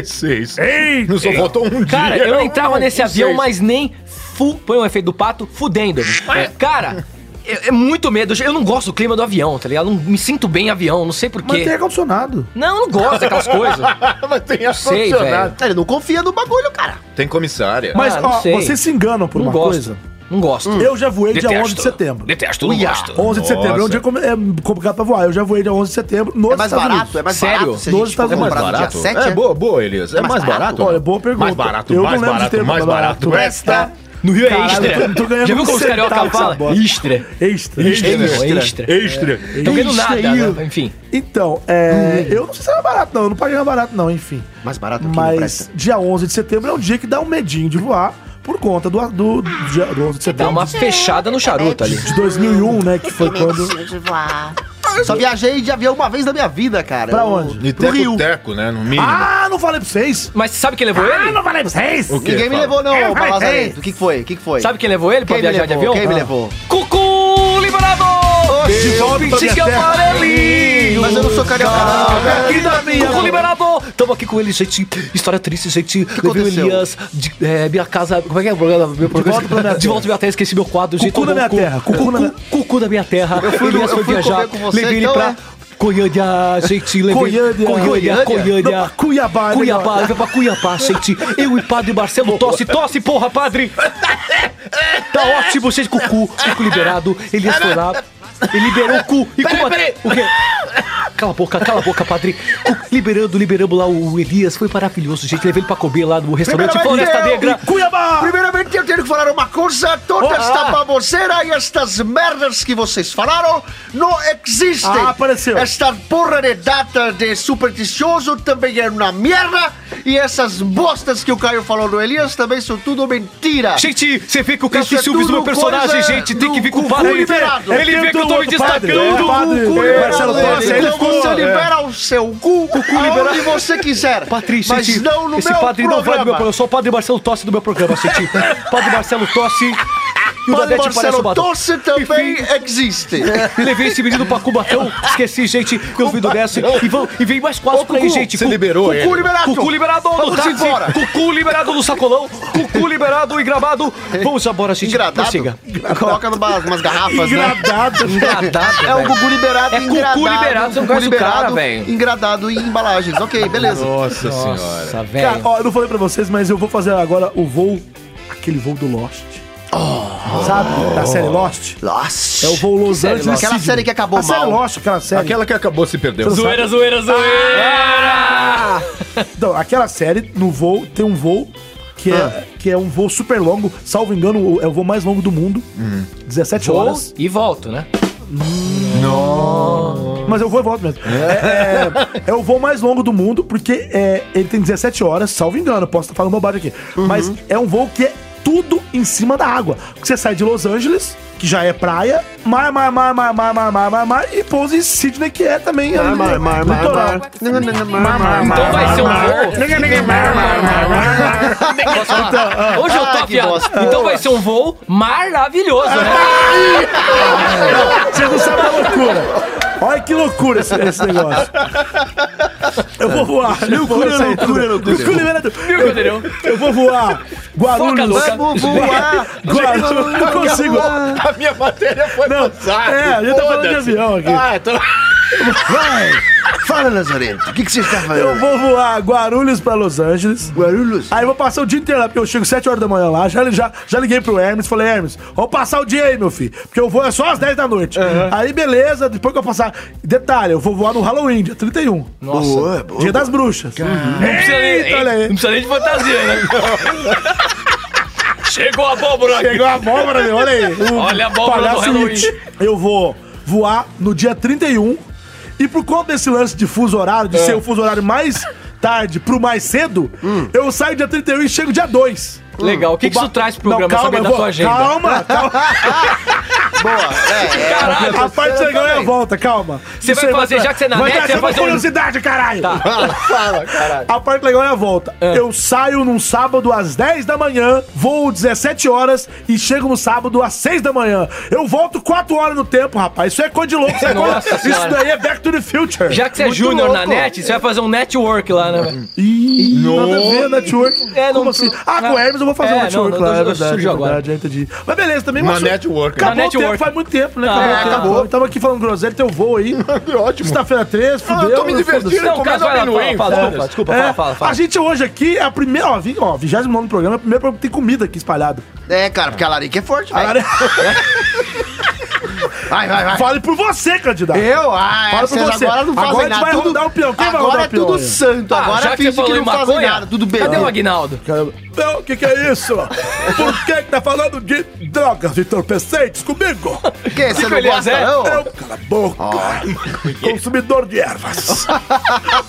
S2: 66.
S4: Ei!
S2: Não só faltou um dia.
S1: Cara, eu não entrava nesse
S2: Um
S1: avião,
S2: seis.
S1: mas nem fu... Põe um efeito do pato, fudendo. É, Cara... É é muito medo. Eu não gosto do clima do avião, tá ligado? Eu não me sinto bem em avião, não sei
S4: Mas é- tem
S1: porquê.
S4: ar-condicionado.
S1: Não, eu não gosto daquelas coisas.
S2: Ah, mas tem
S1: Sei,
S2: ar-condicionado.
S1: velho.
S3: Ele não confia no bagulho, cara.
S2: Tem comissária.
S4: Mas,
S1: Ah, não
S4: ó,
S1: sei.
S4: vocês se enganam por
S1: Não
S4: uma
S1: gosto.
S4: coisa. Hum.
S1: Não gosto.
S4: Eu já voei dia
S1: Detesto.
S4: 11 de setembro.
S1: Detesto, não
S3: Uia.
S1: gosto.
S4: 11 de setembro é um
S2: Nossa.
S4: dia com- é complicado pra voar. Eu já voei dia 11 de setembro nos
S3: É mais
S4: Estados
S3: barato,
S4: Unidos.
S3: é mais
S1: Sério?
S3: barato. Se a
S4: Nos
S3: gente for
S4: Estados
S3: comprar
S4: Unidos.
S3: no dia né? 7,
S2: é, boa, boa, Elias. É,
S3: mais
S2: mais
S3: barato?
S2: barato?
S4: Olha, boa pergunta.
S2: Mais barato,
S4: Eu
S2: mais
S4: não lembro de ter
S2: barato, mais
S4: falado.
S2: barato.
S4: Extra.
S1: No Rio é
S4: Caralho,
S1: extra.
S4: eu tô- tô ganhando
S1: Já viu como os
S4: um centavo
S1: carioca
S4: essa
S1: falam?
S4: bosta.
S1: Extra.
S4: Extra.
S1: Extra, não, é
S2: Extra.
S1: extra.
S2: Extra.
S1: Estão vendo
S4: Extra
S1: nada,
S4: aí.
S1: né? Enfim.
S4: Então, é, eu não sei se era barato, não. Eu não paguei mais barato, não, enfim.
S3: Mais barato que não
S4: Mas
S3: presta.
S4: dia 11 de setembro é um dia que dá um medinho de voar por conta do, do, do dia do 11 de
S1: Dá
S4: setembro.
S1: uma fechada no charuto
S3: Ah,
S1: ali.
S4: De 2001, né? Que foi
S7: um.
S4: quando.
S3: Só viajei de avião uma vez na minha vida, cara.
S4: Pra
S3: Eu-
S4: onde?
S2: E
S3: Pro Rio.
S2: teco-teco, né? No mínimo.
S4: Ah, não falei pra vocês! Ah,
S1: Mas sabe quem levou
S3: Ah,
S1: ele?
S4: falei pra vocês!
S2: O quê?
S3: Ninguém me
S2: Fala.
S3: levou, não,
S4: Eu falei,
S3: Palazarento. O que que foi? O que que foi?
S1: Sabe quem levou ele pra
S3: quem me
S1: viajar de
S3: levou?
S1: avião?
S3: Quem me
S1: Ah.
S3: levou?
S1: Cucu liberado!
S4: De volta pra minha
S1: Pintinho
S4: terra.
S1: amarelinho!
S3: Mas eu não sou carioca, não, cara.
S4: Aqui da minha.
S1: Cucu liberado! Tamo aqui com ele, gente. História triste, gente. Levei o
S3: aconteceu?
S1: Elias de é, minha casa. Como é que é o programa? Meu programa?
S4: volta pra minha
S1: de volta pra minha terra, esqueci meu quadro. gente.
S4: Cucu da
S1: Tô
S4: minha
S1: louco.
S4: terra, cucu da minha-
S1: Cucu da minha terra. Eu
S3: fui no- eu fui comer com você,
S1: levei ele
S3: então,
S1: pra.
S3: é?
S1: Goiânia, gente, levei...
S4: Goiânia.
S1: Goiânia, Goiânia.
S4: Não, pra Cuiabá, né,
S1: Cuiabá,
S4: cara?
S1: leva pra Cuiabá, gente. Eu e Padre Marcelo, tosse, tosse, porra, Padre. Tá ótimo, vocês cucu, cucu liberado. Ele ia chorar. Ele liberou o cu. E cu O quê? Cala a boca, cala a boca, padre. Cu- Liberando, liberamos lá o Elias. Foi maravilhoso, gente. Levei ele pra comer lá no restaurante
S3: Primeiramente,
S1: Floresta
S3: eu-
S1: Negra.
S4: Cuiabá!
S3: Primeiramente, eu tenho que falar uma coisa. Toda esta baboseira né? e estas merdas que vocês falaram não existem.
S4: Ah, apareceu.
S3: Esta porra de data de supersticioso também é uma merda. E essas bostas que o Caio falou do Elias também são tudo mentira.
S1: Gente, você vê que o Cássio
S3: Isso é
S1: Silves,
S3: tudo
S1: meu personagem,
S3: coisa
S1: gente, tem que vir com o
S3: do cu
S1: padre. Ele vê,
S3: liberado. É,
S1: ele vê que eu tô me destacando.
S4: Cu
S3: Liberal
S4: Marcelo
S3: dele.
S4: Tosse, ele
S3: Então
S4: ficou.
S1: é.
S3: você libera o seu cu aonde você quiser.
S1: Patrícia,
S3: mas
S1: gente,
S3: não no
S1: esse
S3: meu
S1: padre não vai
S3: programa.
S1: no meu programa. Eu sou o padre Marcelo Tosse do meu programa, gente. padre Marcelo Tosse e o
S3: Padre
S1: Dadete parece um o
S3: Marcelo
S1: Badão.
S3: Tosse também existe.
S1: É. Levei esse menino pra Cubatão, esqueci, gente, que eu vi do dessa. E, vão, e vem mais quatro
S3: Ô,
S1: pra aí,
S3: Cucu,
S1: gente.
S2: você liberou
S1: Cucu
S2: ele.
S1: liberado. Cucu liberado no
S3: Vamos
S1: táxi.
S3: embora.
S1: Cucu liberado no sacolão. Cucu liberado e gravado. Vamos embora, gente.
S3: Engradado.
S1: Prossiga.
S3: Coloca numas, umas garrafas, né?
S4: Engradado.
S1: Engradado,
S3: É o
S1: velho.
S3: Gugu liberado,
S1: É cucu liberado, você não
S3: Gugu
S1: conhece o
S3: liberado,
S1: cara, velho.
S3: engradado em embalagens. Ok, beleza.
S2: Nossa senhora.
S1: Nossa,
S4: Cara,
S1: velho.
S4: ó, eu não falei pra vocês, mas eu vou fazer agora o voo. Aquele voo do Lost. Sabe? Da série Lost?
S3: Nossa.
S4: É o voo Los
S1: série
S4: Angeles.
S1: Lost?
S3: Aquela
S4: Sydney.
S3: Oh. série que
S1: Ah,
S3: acabou
S4: A série
S3: mal.
S4: Lost, aquela série.
S2: Aquela que acabou se perdeu.
S1: Zoeira, zoeira, zoeira.
S4: Então, aquela série, no voo, tem um voo que é,
S3: Ah.
S4: que é um voo super longo, salvo engano, o- é o voo mais longo do mundo. 17
S1: Vou
S4: horas.
S1: e volto, né?
S4: Mas eu vou e volto mesmo. É, é- é o voo mais longo do mundo, porque é, ele tem 17 horas, salvo engano, eu posso estar falando bobagem aqui. Mas é um voo que é tudo em cima da água. Porque Você sai de Los Angeles, que já é praia, mar, mar, mar, mar, mar, mar, mar, mar, mar e pousa em Sydney, que é também mar, mar, mar, litoral.
S1: Então vai ser um voo. Posso falar?
S4: Então,
S1: Hoje eu tô
S3: Ah, que
S1: afiado.
S3: bosta.
S1: Então vai ser um voo maravilhoso, né?
S4: Você não sabe da loucura. Olha que loucura esse, esse negócio. Eu vou voar. Loucura, loucura, loucura.
S1: Viu, Cadeirão?
S4: é Eu vou voar. Guarulhos.
S1: louca.
S3: Vamos voar.
S4: Guarulhos. Não consigo.
S2: A minha matéria foi
S4: Não, é, a gente tá falando de avião aqui.
S3: Vai. Fala, Lazarento. O que, que você está fazendo?
S4: Eu vou voar Guarulhos pra Los Angeles.
S3: Guarulhos.
S4: Aí eu vou passar o dia inteiro lá, porque eu chego 7 horas da manhã lá. Já, já, já liguei pro Hermes, falei, Hermes, vamos passar o dia aí, meu filho. Porque eu vou é só às 10 da noite. Aí beleza, depois que eu passar. Detalhe, eu vou voar no Halloween, dia 31.
S3: Boa, boa.
S4: Dia das bruxas. Uhum.
S1: Não precisa, nem,
S4: Eita, olha aí.
S1: não precisa nem de fantasia, né? Chegou a abóbora aqui.
S4: Pegou a abóbora, meu, olha aí. O
S1: Olha a abóbora do
S4: palhaço
S1: Halloween.
S4: It. Eu vou voar no dia 31. E por conta desse lance de fuso horário,
S1: É.
S4: de ser o fuso horário mais tarde pro mais cedo,
S3: Hum.
S4: eu saio dia 31 e chego dia 2.
S1: Legal, o que, que isso traz pro programa?
S4: calma,
S1: saber
S4: eu
S1: da
S4: vou-
S1: sua agenda.
S4: Calma, calma.
S3: Boa. É, é.
S4: A parte legal é a volta, calma.
S5: Você
S4: Isso
S5: vai
S4: aí
S5: fazer, já que você é na
S4: vai
S5: net,
S4: dar
S5: você
S4: só
S5: vai
S4: uma
S5: fazer um-
S4: curiosidade, caralho.
S3: Fala, fala, caralho.
S4: A parte legal é a volta. Eu saio num sábado às 10 da manhã, vou 17 horas e chego no sábado às 6 da manhã. Eu volto 4 horas no tempo, rapaz. Isso é coisa de louco. Isso, é coisa-
S5: Nossa
S4: isso
S5: senhora.
S4: daí é Back to the Future.
S5: Já que você é
S3: Muito
S5: júnior na
S3: louco.
S5: net, você vai fazer um network lá, né? velho?
S4: Ih, nada a ver, network.
S5: É,
S4: Como
S5: não-
S4: assim? Ah, com
S5: não.
S4: o Hermes eu vou fazer
S5: É,
S4: um
S5: não,
S4: network lá.
S5: não, eu-
S4: É
S5: eu
S4: verdade,
S5: surgiu
S4: é
S5: agora.
S4: verdade, já entendi. Mas beleza, também
S2: Na
S4: mas-
S2: network. né?
S4: Acabou
S5: Na
S4: o tempo,
S5: network.
S4: faz muito tempo, né?
S5: Não,
S4: Acabou,
S5: é,
S4: acabou.
S3: acabou.
S4: Tamo aqui falando groselha, teu voo aí.
S2: Ótimo.
S4: Sexta-feira 13,
S2: Ah, eu
S4: fudeu.
S2: tô me
S4: né?
S2: divertindo,
S4: Foda-se.
S5: Não,
S2: comendo
S5: cara, vai lá,
S2: amendoim.
S5: fala,
S4: É.
S5: fala, desculpa, desculpa,
S4: É,
S5: fala, fala, fala.
S4: A gente hoje aqui é a primeira. Ó, vi- ó 29 programa, é o primeiro programa que tem comida aqui espalhado.
S3: É, cara, porque a larica é forte, velho.
S4: Cara,
S3: Vai, vai,
S5: É.
S3: vai.
S4: Fale por você, candidato.
S3: Eu? Ah,
S4: Fala pra
S3: vocês
S4: você.
S3: agora não fazem
S4: Agora a gente
S3: nada.
S4: vai rodar o peão. Quem vai
S3: agora
S4: rodar
S3: é
S4: o peão
S3: tudo
S4: aí?
S3: santo.
S5: Ah,
S3: agora
S5: já que você
S3: finge que
S5: falou
S3: não
S5: em
S3: fazem
S5: maconha,
S3: nada. Tudo bem.
S5: cadê o Aguinaldo?
S4: Não, o que, que é isso? Por que, que tá falando de drogas entorpecentes comigo?
S3: O quê? Você
S5: Fica
S3: não
S5: ali,
S3: gosta,
S5: Zé.
S3: não?
S4: Eu, cala a boca. Consumidor de ervas.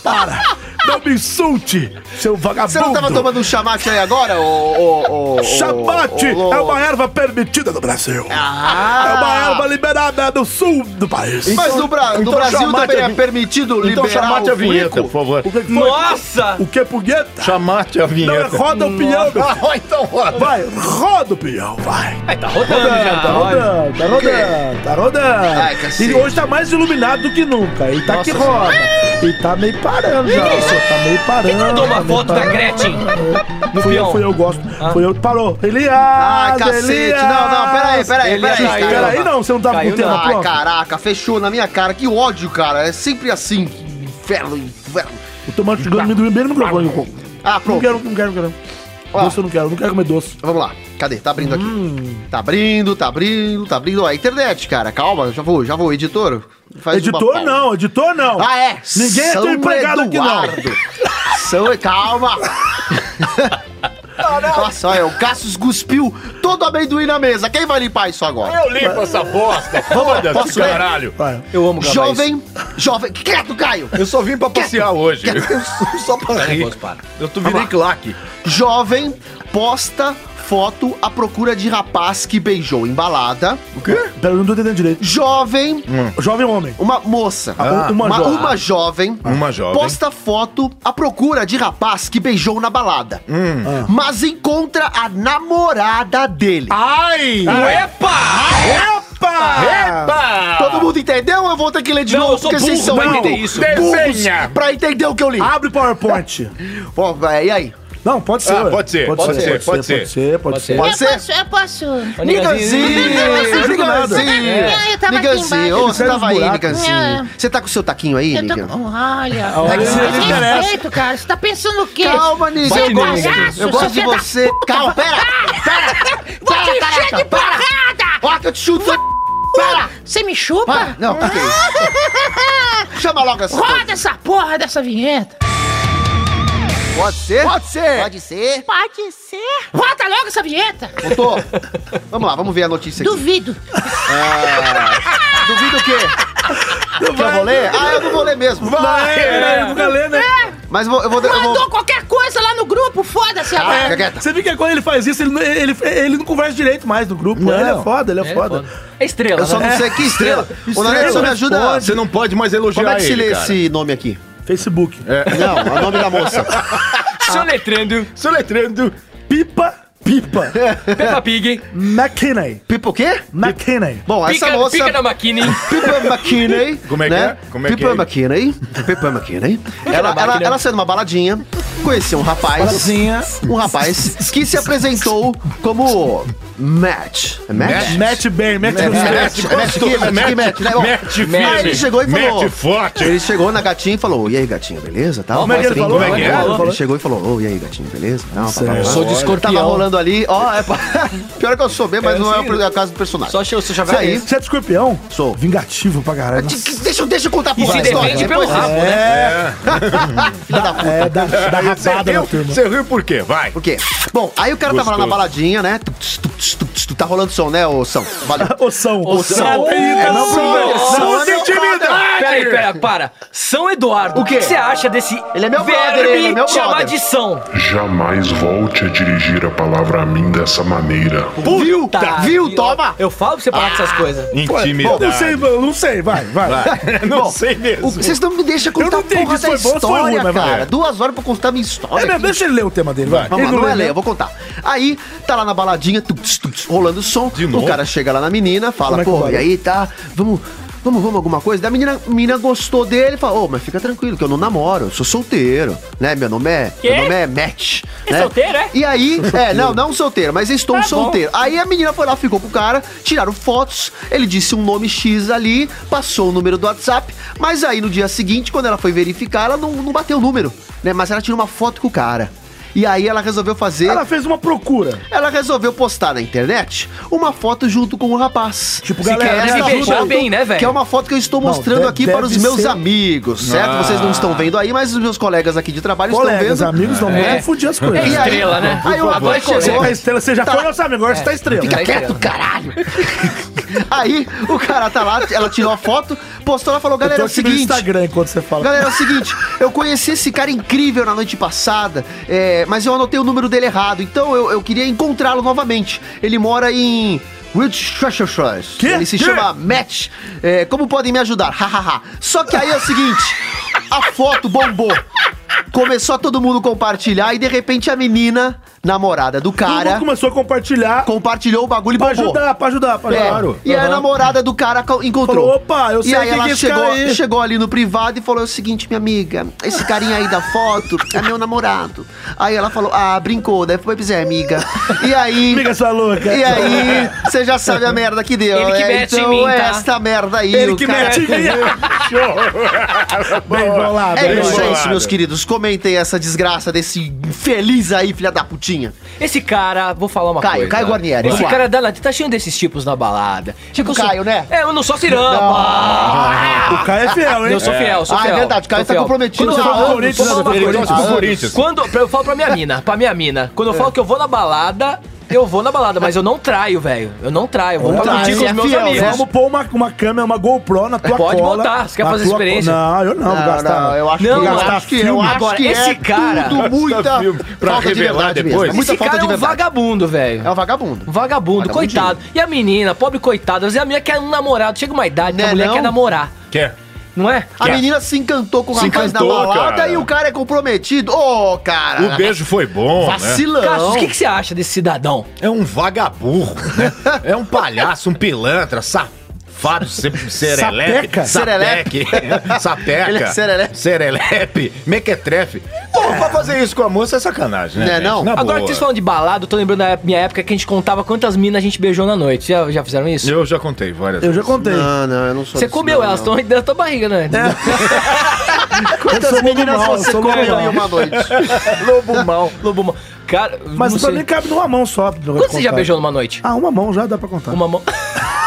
S4: Para. Não me insulte, seu vagabundo.
S3: Você não tava tomando um chamate aí agora, ô... ô, ô, ô,
S4: Chamate
S3: ô, ô,
S4: é uma erva permitida no Brasil.
S3: Ah.
S4: É uma erva liberada no sul do país.
S3: Mas no, Bra- no
S2: então
S3: Brasil
S2: chamate
S3: também
S2: a
S3: é
S2: vi-
S3: permitido
S2: Então
S3: liberar
S2: chamate a
S3: o
S2: vinheta,
S3: vinheta.
S2: por favor.
S4: O que que foi?
S5: Nossa!
S4: O que, é punheta?
S2: Chamate a
S4: Não, é
S2: vinheta.
S4: roda o peão, meu
S2: Ah, então roda.
S4: Vai, roda o peão, vai.
S5: Ai, tá rodando já,
S4: Tá
S5: tá rodando.
S4: rodando, tá rodando, tá rodando.
S3: Ai, cacete.
S4: e hoje tá mais iluminado do que nunca. E tá que roda. E tá meio parando já. só Tá meio parando.
S5: Quem mandou uma
S4: meio
S5: foto da
S4: parando.
S5: Gretchen? No
S4: Foi eu,
S5: peão.
S4: foi eu, gosto. Foi eu, parou. Elias!
S3: Ah, cacete.
S4: Elias!
S3: Não, não, peraí, peraí,
S5: Elias
S3: peraí.
S5: caiu.
S3: cara.
S4: Peraí, não, você não tava com
S5: Caiu
S4: o tema
S5: na-
S3: Ai,
S4: Tá pronto.
S3: caraca, fechou na minha cara. Que ódio, cara. É sempre assim. Que Inferno, inferno.
S4: Eu tô mastigando amendoim bem no microfone.
S3: Ah,
S4: Não
S3: pronto.
S4: quero, não quero, não quero.
S3: Ó.
S4: Doce eu não quero, não quero comer doce.
S3: Vamos lá. Cadê? Tá abrindo aqui.
S4: Hum.
S3: Tá abrindo, tá abrindo, tá abrindo. Ó, a internet, cara. Calma, já vou, já vou. Editor, faz uma
S4: Editor
S3: pausa.
S4: não, editor não.
S3: Ah, é?
S4: Ninguém é teu empregado aqui, não.
S3: Eduardo. São... Calma. Nossa, olha, o Cassius cuspiu todo o amendoim na mesa. Quem vai limpar isso agora?
S2: Eu limpo essa bosta. Foda-se,
S3: Posso ler?
S2: caralho.
S4: Vai.
S5: Eu amo gravar isso.
S3: Jovem, jovem... Quieto, Caio!
S2: Eu só vim pra passear hoje. é?
S3: Só pra rir.
S2: Eu tô virei claque.
S3: Jovem posta foto à procura de rapaz que beijou em balada.
S4: Pera, eu não tô entendendo direito.
S3: Jovem,
S4: Jovem homem.
S3: uma moça.
S4: Hum. Ah,
S3: Hum. uma,
S4: uma
S3: uma,
S4: jovem.
S3: jovem.
S2: Uma jovem.
S3: Posta foto à procura de rapaz que beijou na balada. Mas encontra a namorada dele.
S2: Ah. Ai!
S5: Epa!
S4: Epa!
S3: Todo mundo entendeu? Eu vou ter que ler de
S5: Não,
S3: novo,
S5: eu sou
S3: porque vocês
S5: burro
S3: são
S5: pra
S3: burros
S5: entender isso.
S2: Desenha!
S3: pra entender o que eu li.
S4: Abre o PowerPoint.
S3: Ó, e aí?
S4: Não, pode ser.
S2: Ah,
S4: ué.
S2: pode ser, pode ser,
S4: pode ser, pode ser, pode ser.
S3: Pode ser?
S7: Eu posso, eu posso.
S3: Niganzinho!
S4: Eu digo nada.
S7: É,
S3: Niganzinho!
S7: eu tava aqui
S3: Niganzinho!
S7: embaixo.
S3: Ô,
S4: Ele
S3: você
S4: sai
S3: tava
S4: dos
S3: aí,
S4: buracos.
S7: É.
S3: Niganzinho. Você tá com o seu taquinho aí,
S7: Eu
S3: Nigan?
S7: tô com... Olha,
S3: É
S4: Olha,
S7: você
S4: ele
S7: tem
S4: merece.
S7: respeito, cara. Você tá pensando o quê?
S3: Calma, Nigan.
S7: Você é
S3: Eu gosto-
S7: palhaço, tá
S3: Eu gosto de
S7: seu filho da
S3: você.
S7: puta.
S3: Calma, pera! Pera!
S7: Vou te
S3: Pera,
S7: encher
S3: caraca,
S7: de
S3: para!
S7: porrada!
S3: Ó, que eu te chuto! Para!
S7: Você me chupa?
S3: Para! Não, o que que é isso? Chama logo essa.
S7: Ah. Roda essa porra dessa vinheta.
S3: Pode ser?
S7: Pode ser.
S3: Pode ser.
S7: Pode ser. Roda logo essa vinheta.
S3: Voltou? Vamos lá, vamos ver a notícia aqui. Ah,
S7: Duvido.
S3: Duvido o quê? Que eu vou ler? Ah, eu não vou ler mesmo.
S4: Vai, é, nunca lê, né?
S3: Mas eu vou. Eu vou, um. Ah, eu
S7: Mandou
S3: vou...
S7: qualquer coisa lá no grupo, foda-se
S3: Fica
S7: agora.
S3: quieta.
S4: Você viu que quando ele faz isso, ele, não- ele, ele não conversa direito mais no grupo.
S2: Não.
S4: Ele é foda, ele é, foda.
S5: É estrela,
S3: Eu só
S5: né?
S3: não sei que estrela. Ô, Nanete, só me ajuda.
S2: Você não pode mais elogiar
S3: Como é que se
S2: ele,
S3: lê
S2: cara.
S3: esse nome aqui?
S4: Facebook.
S3: Não, é o nome da moça.
S5: Soletrando,
S2: Soletrando.
S4: Pipa, pipa.
S3: É.
S5: Peppa Pig,
S4: McKinney.
S3: Pipa o quê?
S4: McKinney.
S3: Bom, essa
S5: pica,
S3: moça.
S5: pica na maquina, hein?
S3: Pippa McKinney.
S2: Como é que
S3: né?
S2: é? Como é que
S3: Pippa
S2: é?
S3: McKinney. Pippa McKinney. Ela, ela, ela saiu numa baladinha, conheceu um rapaz.
S4: Baladinha.
S3: Um rapaz que se apresentou como Matt. É Matt?
S4: Match bem, match
S3: Match, é
S4: bem.
S3: match aqui, match aqui, match, né? Bom,
S2: Mete
S3: Aí ele
S2: firme.
S3: chegou e falou.
S2: Mete forte.
S3: Ele chegou na gatinha e falou: E aí, gatinha, beleza? Tal,
S4: Como é que ele
S3: parceiro,
S4: falou?
S3: Ele,
S2: Como é que é?
S4: Falou.
S3: chegou e falou: Ô, e aí, gatinho, beleza? Não, pá, pá, pá.
S5: Sou de escorpião. assim,
S3: Tava rolando ali, ó, é, pa- pior é que eu sou bem, mas não é o pro- é o caso do personagem.
S5: Só achei o seu
S3: Isso
S5: chaveiro.
S3: aí,
S4: Você é de escorpião?
S3: Sou.
S4: Vingativo pra caralho.
S3: De-
S4: Nossa.
S3: que- Deixa, eu- deixa eu contar a
S5: E
S3: porra
S5: se
S3: da história.
S5: defende pelo
S3: depois vocês-
S5: rabo, né?
S4: É,
S3: Filha da puta.
S4: é da, da
S2: Você
S4: rapada na
S2: riu?
S4: turma.
S2: Você riu por quê? Vai.
S3: O quê? Bom, aí o cara tava lá na
S2: Gostoso.
S3: baladinha, né? Tuts, tuts, tuts, tu tá rolando som, né, ô São? Valeu.
S4: Ô, São. Ô,
S1: São.
S3: É
S4: Não,
S1: São.
S4: não, não.
S1: São. Peraí, peraí, para. São Eduardo.
S3: O quê?
S1: que você acha desse
S3: Ele é meu
S1: verme
S3: brother, ele é meu
S1: chamar
S3: brother.
S1: de São?
S6: Jamais volte a dirigir a palavra a mim dessa maneira.
S3: Viu?
S1: Tá,
S3: Viu? Toma!
S1: Eu falo pra você parar
S3: Ah.
S1: com essas coisas.
S4: Bom, Não sei,
S2: Intimidade.
S4: mano, não sei, vai, vai.
S2: Não
S3: Bom,
S2: sei
S3: o-
S2: mesmo.
S3: Vocês não me deixam
S4: Eu
S3: contar
S4: não
S3: a
S4: entendi
S3: porra
S4: se
S3: da
S4: foi bom ou se foi
S3: história,
S4: ruim, mas vai.
S3: cara. Duas horas pra contar minha história.
S4: É mesmo,
S3: aqui.
S4: deixa ele ler o tema dele, vai.
S3: Vamos lá,
S4: Ele
S3: não é
S4: leu.
S3: lei, eu vou contar. Aí, tá lá na baladinha, tuts, tuts, rolando o som.
S2: De novo?
S3: O cara chega lá na menina,
S4: Como
S3: fala,
S4: é que
S3: pô,
S4: vai?
S3: e aí tá, vamos, vamos, vamos alguma coisa. Daí a menina, a menina gostou dele, falou, ô, mas fica tranquilo, que eu não namoro, eu sou solteiro, né? Meu nome é,
S8: Quê?
S3: meu nome é Matt.
S8: É
S3: né?
S8: solteiro, é?
S3: E aí, é, não, não solteiro, mas estou
S8: Tá bom.
S3: solteiro. Aí a menina foi lá, ficou com o cara, tiraram fotos, ele disse um nome X ali, passou o número do WhatsApp, mas aí no dia seguinte, quando ela foi verificar, ela não, não bateu o número, né? Mas ela tirou uma foto com o cara. E aí ela resolveu fazer.
S4: Ela
S3: Ela...
S4: fez uma procura.
S3: resolveu postar na internet uma foto junto com o rapaz.
S4: Tipo,
S3: Se
S4: galera,
S3: quer
S4: se
S3: essa
S1: beijar
S3: foto,
S1: bem, né, velho?
S3: Que é uma foto que eu estou mostrando
S4: deve-
S3: aqui para os
S4: deve
S3: meus
S4: ser. Ah.
S3: amigos, certo? Vocês não estão vendo aí, mas os meus colegas aqui de trabalho
S4: Colegas,
S3: estão vendo. É.
S4: amigos, não vão confundir as coisas.
S3: E aí-
S1: Estrela, né?
S3: Aí o
S1: Por favor.
S3: rapaz chegou.
S4: Você tá estrela, você já
S3: Tá.
S4: foi nosso amigo, agora você tá estrela.
S3: Fica
S1: Tá
S3: quieto,
S1: entendendo.
S3: caralho! Aí o cara tá lá, ela tirou a foto, postou lá e falou:
S4: Eu
S3: galera,
S4: tô
S3: é o
S4: aqui no
S3: seguinte.
S4: Instagram enquanto você fala.
S3: Galera, é o seguinte, eu conheci esse cara incrível na noite passada, é, mas eu anotei o número dele errado, então eu, eu queria encontrá-lo novamente. Ele mora em. Wiltshire.
S4: Quê?
S3: Ele se
S4: Quê?
S3: chama Matt. É, como podem me ajudar? Hahaha. Só que aí é o seguinte: a foto bombou. Começou a todo mundo compartilhar e de repente a menina, namorada do
S4: Todo mundo
S3: cara,
S4: começou a compartilhar
S3: compartilhou o bagulho e
S4: pra
S3: bombou.
S4: ajudar, pra ajudar, pra
S3: É,
S4: ajudar.
S3: E aí a namorada do cara co- encontrou.
S4: Falou, opa, eu sei
S3: e aí
S4: quem
S3: ela
S4: que é esse
S3: chegou,
S4: cara aí.
S3: chegou ali no privado e falou o seguinte, minha amiga, esse carinha aí da foto é meu namorado. Aí ela falou, ah, brincou, né? Foi, pois é, amiga. E aí...
S4: Amiga sua louca.
S3: E aí, você já sabe a merda que deu,
S1: Ele que
S3: né?
S1: mete em
S3: então
S1: mim, tá?
S3: é esta merda aí,
S4: Ele
S3: o
S4: que
S3: cara-
S4: mete em mim. Bem bolado.
S3: É
S4: bem
S3: isso, é
S4: bolado.
S3: isso, meus queridos. Comentem essa desgraça desse infeliz aí, filha da putinha.
S1: Esse cara, vou falar uma
S3: Caio,
S1: coisa.
S3: Caio Guarnieri,
S1: Esse
S3: vamos lá.
S1: cara da Latina tá cheio desses tipos na balada. Tipo
S3: Caio, né?
S1: É, eu não sou ciramba.
S4: O cara é fiel, hein?
S1: Eu sou fiel, sou
S3: Ah, é
S1: fiel.
S3: verdade, o Caio
S1: Sou
S3: tá
S1: fiel.
S3: comprometido,
S1: Quando
S3: você
S1: eu
S3: tá
S1: falo-
S4: com o Corinthians,
S1: vou falar
S4: né?
S1: uma
S4: Ele
S1: coisa.
S2: torce pro Corinthians.
S1: Quando eu falo pra
S3: É.
S1: minha mina, pra minha mina, quando eu falo que eu vou na balada, eu vou na balada, mas eu não traio, velho. Eu não traio, eu vou
S4: Não
S1: pra
S4: trai,
S1: curtir com
S3: é
S1: os meus
S3: fiel,
S1: amigos.
S3: né?
S4: Vamos pôr uma, uma câmera, uma GoPro na tua
S1: É, Pode
S4: cola.
S1: botar, você quer
S4: na
S1: fazer
S4: tua co-
S1: experiência?
S4: Não, eu não, vou gastar.
S3: não, eu acho
S1: Não,
S3: que
S1: eu
S3: gastar
S1: acho
S4: que-
S3: filme.
S1: agora, esse cara-
S3: tudo muita
S2: filme pra
S3: falta de
S2: revelar
S3: verdade
S2: depois.
S3: mesmo. Muita
S1: Esse
S3: falta
S1: cara é
S3: de
S1: um
S3: verdade.
S1: vagabundo, velho.
S3: É um vagabundo.
S1: Vagabundo,
S3: Vagabundinho.
S1: coitado. E a menina, pobre coitada, às vezes a menina quer um namorado. Chega uma idade que
S3: Né,
S1: a mulher
S3: não?
S1: quer namorar,
S2: Quer?
S1: não é?
S3: A menina se encantou com o
S2: Se
S3: rapaz
S2: encantou,
S3: na balada
S2: cara.
S3: e o cara é comprometido. Ô,
S2: O
S3: cara.
S2: beijo foi bom, né?
S3: Vacilão.
S1: Cassius, o que, é que você acha desse cidadão?
S2: É um vagaburro, né? É um palhaço, um pilantra, safado, se- serelepe.
S4: Sapeca?
S2: Serelepe. Sapeca.
S3: Ele é serelepe.
S2: Serelepe. Mequetrefe. Pô, pra fazer isso com a moça é sacanagem, né?
S3: Né,
S2: gente?
S3: não?
S2: Na
S1: Agora
S2: boa.
S1: que vocês falam de balada, eu tô lembrando da minha época que a gente contava quantas minas a gente beijou na noite. Já, já fizeram isso?
S2: Eu já contei várias
S4: Eu já
S2: vezes.
S4: contei.
S3: Não, não, eu não sou
S1: Você
S3: desse
S1: comeu,
S3: não,
S1: elas
S3: não.
S1: estão
S3: É.
S1: dentro da tua barriga, né?
S4: Eu sou
S3: Quantas
S4: lobo
S3: meninas
S4: mau,
S3: você
S4: eu sou lobo
S3: comeu
S4: mau.
S3: em uma noite?
S1: Lobo mal. Lobo mal. Cara,
S4: Mas
S1: não
S4: pra
S1: sei.
S4: mim cabe numa mão só. pra
S1: Quanto você já
S4: contar.
S1: beijou numa noite?
S4: Ah, uma mão já dá pra contar.
S1: Uma mão.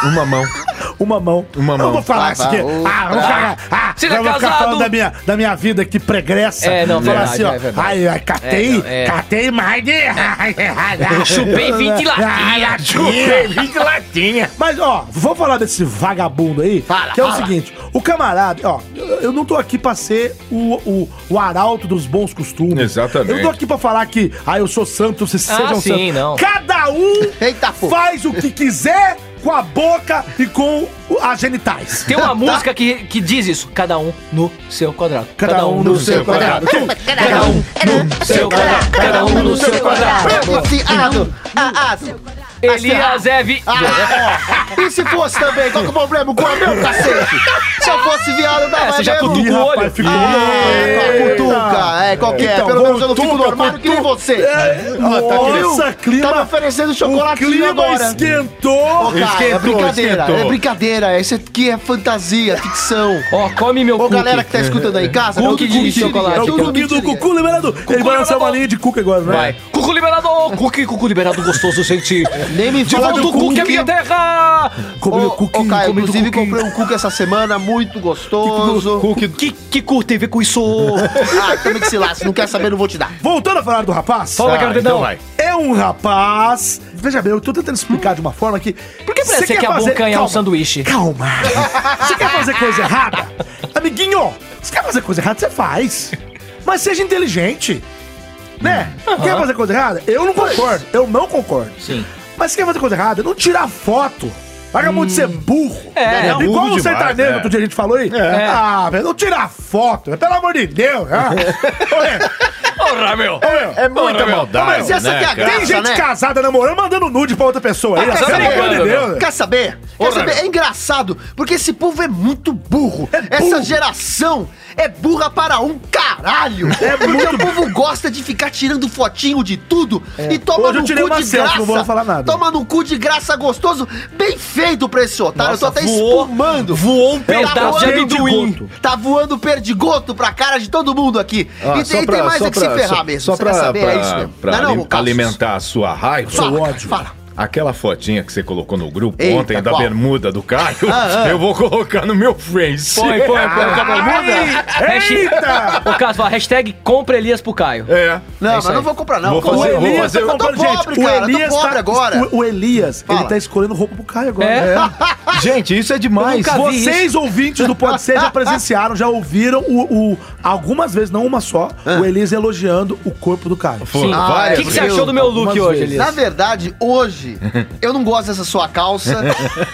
S2: Uma mão.
S3: Tá,
S4: Uma mão.
S2: Uma mão.
S4: Eu vou falar
S3: Ah,
S4: isso aqui.
S3: vai, ô,
S4: Ah, vou falar. Ah,
S1: Você tá
S4: eu vou ficar
S1: casado?
S4: falando da minha, da minha vida que pregressa.
S1: É, não,
S4: falar
S1: verdade,
S4: assim, ó.
S1: é verdade.
S4: ai, ai, catei,
S1: É, não, é.
S4: catei mais de.
S1: Ah, Chupei 20
S4: Ah,
S1: latinha.
S4: Chupei 20 latinha. Mas, ó, vou falar desse vagabundo aí.
S3: Fala,
S4: que é
S3: fala.
S4: o seguinte: o camarada, ó, eu- eu não tô aqui pra ser o, o, o arauto dos bons costumes.
S2: Exatamente.
S4: Eu não tô aqui pra falar que, ah, eu sou santo, vocês
S1: Ah,
S4: sejam
S1: sim,
S4: santos.
S1: não.
S4: Cada um
S3: Eita, pô.
S4: faz o que quiser com a boca e com o- as genitais.
S1: Tem uma música que, que diz isso. Cada um no seu quadrado.
S4: Cada um no seu quadrado.
S1: Cada um no seu quadrado. Cada um no seu quadrado.
S3: Desgraciado. Ah, ah.
S1: Elias Eve.
S3: Ah, ó. E se fosse também? Qual que é o problema com o meu cacete? Se eu fosse viado, dava
S1: É, você já
S3: mesmo. um
S1: cutuca
S4: Ih,
S1: o
S4: rapaz,
S1: olho.
S4: ficou
S3: É,
S4: Eita.
S3: cutuca. É, qualquer.
S4: Então,
S3: Pelo menos eu não fico
S4: cutuca,
S3: normal que nem
S4: cutuca.
S3: você.
S4: Nossa,
S3: Tá me
S4: clima.
S3: oferecendo
S4: O
S3: chocolatinho
S4: clima é
S3: agora. Ô,
S4: esquentou.
S3: cara, é
S2: Esquentou,
S3: brincadeira,
S2: esquentou.
S3: é brincadeira. Isso aqui é fantasia, ficção.
S1: Ó, come meu
S3: Ô,
S1: cookie.
S3: galera que tá escutando aí em casa,
S1: Cookie de
S3: mentirinha,
S1: chocolate,
S4: É o
S3: tudo
S4: cookie do
S3: mentirinha.
S4: Cucu liberado. Ele vai lançar uma
S1: liberado.
S4: linha de cuca agora, né?
S1: Vai. Cucu liberado. Cookie, cucu liberado gostoso, gente.
S3: Nem me
S1: De
S3: fala
S1: volta o cookie é minha terra.
S4: Come
S3: Ô,
S4: meu
S3: ô,
S4: cookie,
S3: Caio,
S4: come meu
S3: inclusive
S4: cookie.
S3: comprei um cookie essa semana, muito gostoso.
S1: Cookie. Que, que cu teve com isso?
S3: Ah, também que se lasque, não quer saber, não vou te dar.
S4: Voltando a falar do rapaz.
S1: Fala,
S2: Ah,
S1: Gardedão.
S2: então vai.
S4: Eu um rapaz. Veja bem, eu tô tentando explicar de uma forma que. Por
S1: que parece que a bocanha é um sanduíche?
S4: Calma! Você quer fazer coisa errada? Amiguinho, você quer fazer coisa errada? Você faz. Mas seja inteligente. Né? Quer fazer coisa errada? Eu não concordo. Eu não concordo.
S1: Sim.
S4: Mas se quer fazer coisa errada, não tirar foto. Vagabundo de ser burro.
S1: Hum. É,
S4: Não, Igual
S2: burro
S4: o
S2: demais,
S4: sertanejo,
S2: é.
S4: outro dia a gente falou aí. Ah, velho, não tirar foto. Pelo amor de Deus. Ah.
S1: Porra, meu!
S4: Ô, meu,
S2: É muita maldade.
S3: Mas essa que é a
S2: cara?
S3: graça,
S4: Tem gente
S3: né?
S4: casada namorando, mandando nude pra outra pessoa. aí,
S1: Ah, tá
S4: pelo amor de
S1: brincando,
S4: Deus.
S3: é Quer saber? Quer saber? É engraçado, porque esse povo é muito burro. Essa
S4: burro.
S3: geração é burra para um caralho. É porque o povo gosta de ficar tirando fotinho de tudo e toma
S4: Hoje eu
S3: no
S4: tirei
S3: cu
S4: uma
S3: de
S4: selfie,
S3: graça.
S4: não vou falar nada.
S3: Toma no cu de graça gostoso, bem feito pra esse otário. eu tô até
S1: voou-
S3: espumando. Tá
S1: Voou um pedaço de
S3: voando-
S1: amendoim.
S3: Tá voando perdigoto pra cara de todo mundo aqui.
S2: Ah,
S3: e
S2: só
S3: tem, e
S2: pra-
S3: tem mais
S2: só
S3: é que
S2: pra-
S3: se ferrar
S2: só-
S3: mesmo.
S2: Só
S3: Você quer
S2: pra,
S3: saber?
S2: pra,
S3: é isso mesmo.
S2: pra alim-
S3: Cassius?
S2: alimentar a sua raiva,
S3: Fala, cara, fala.
S2: aquela fotinha que você colocou no grupo
S3: Eita,
S2: ontem da
S3: qual?
S2: bermuda do Caio,
S3: Ah, ah.
S2: eu vou colocar no meu Face.
S1: Põe, põe, põe.
S4: Eita!
S1: Eita! O caso, fala, hashtag compra Elias pro Caio.
S2: É.
S3: Não,
S1: É
S3: mas
S1: isso
S3: não
S1: aí.
S3: vou comprar, não.
S2: Vou
S3: Com-
S2: fazer-
S3: eu
S2: vou
S3: tô-
S2: fazer-
S3: Eu tô tá pobre,
S4: o
S3: cara. Eu
S4: Elias
S3: tô pobre
S4: tá-
S3: agora.
S4: O, o Elias,
S3: Fala.
S4: ele tá escolhendo roupa pro Caio agora.
S1: É?
S2: Gente, isso é demais.
S1: Eu nunca vi
S4: Vocês, ouvintes do Pode Ser, já presenciaram, já ouviram o, o- algumas vezes, não uma só,
S3: Ah.
S4: o Elias elogiando o corpo do Caio.
S2: Pô,
S1: Sim.
S2: várias
S1: O que, que você
S2: vezes.
S1: achou do meu look
S4: Algumas
S1: hoje,
S4: vezes.
S1: Elias?
S3: Na verdade, hoje, eu não gosto dessa sua calça.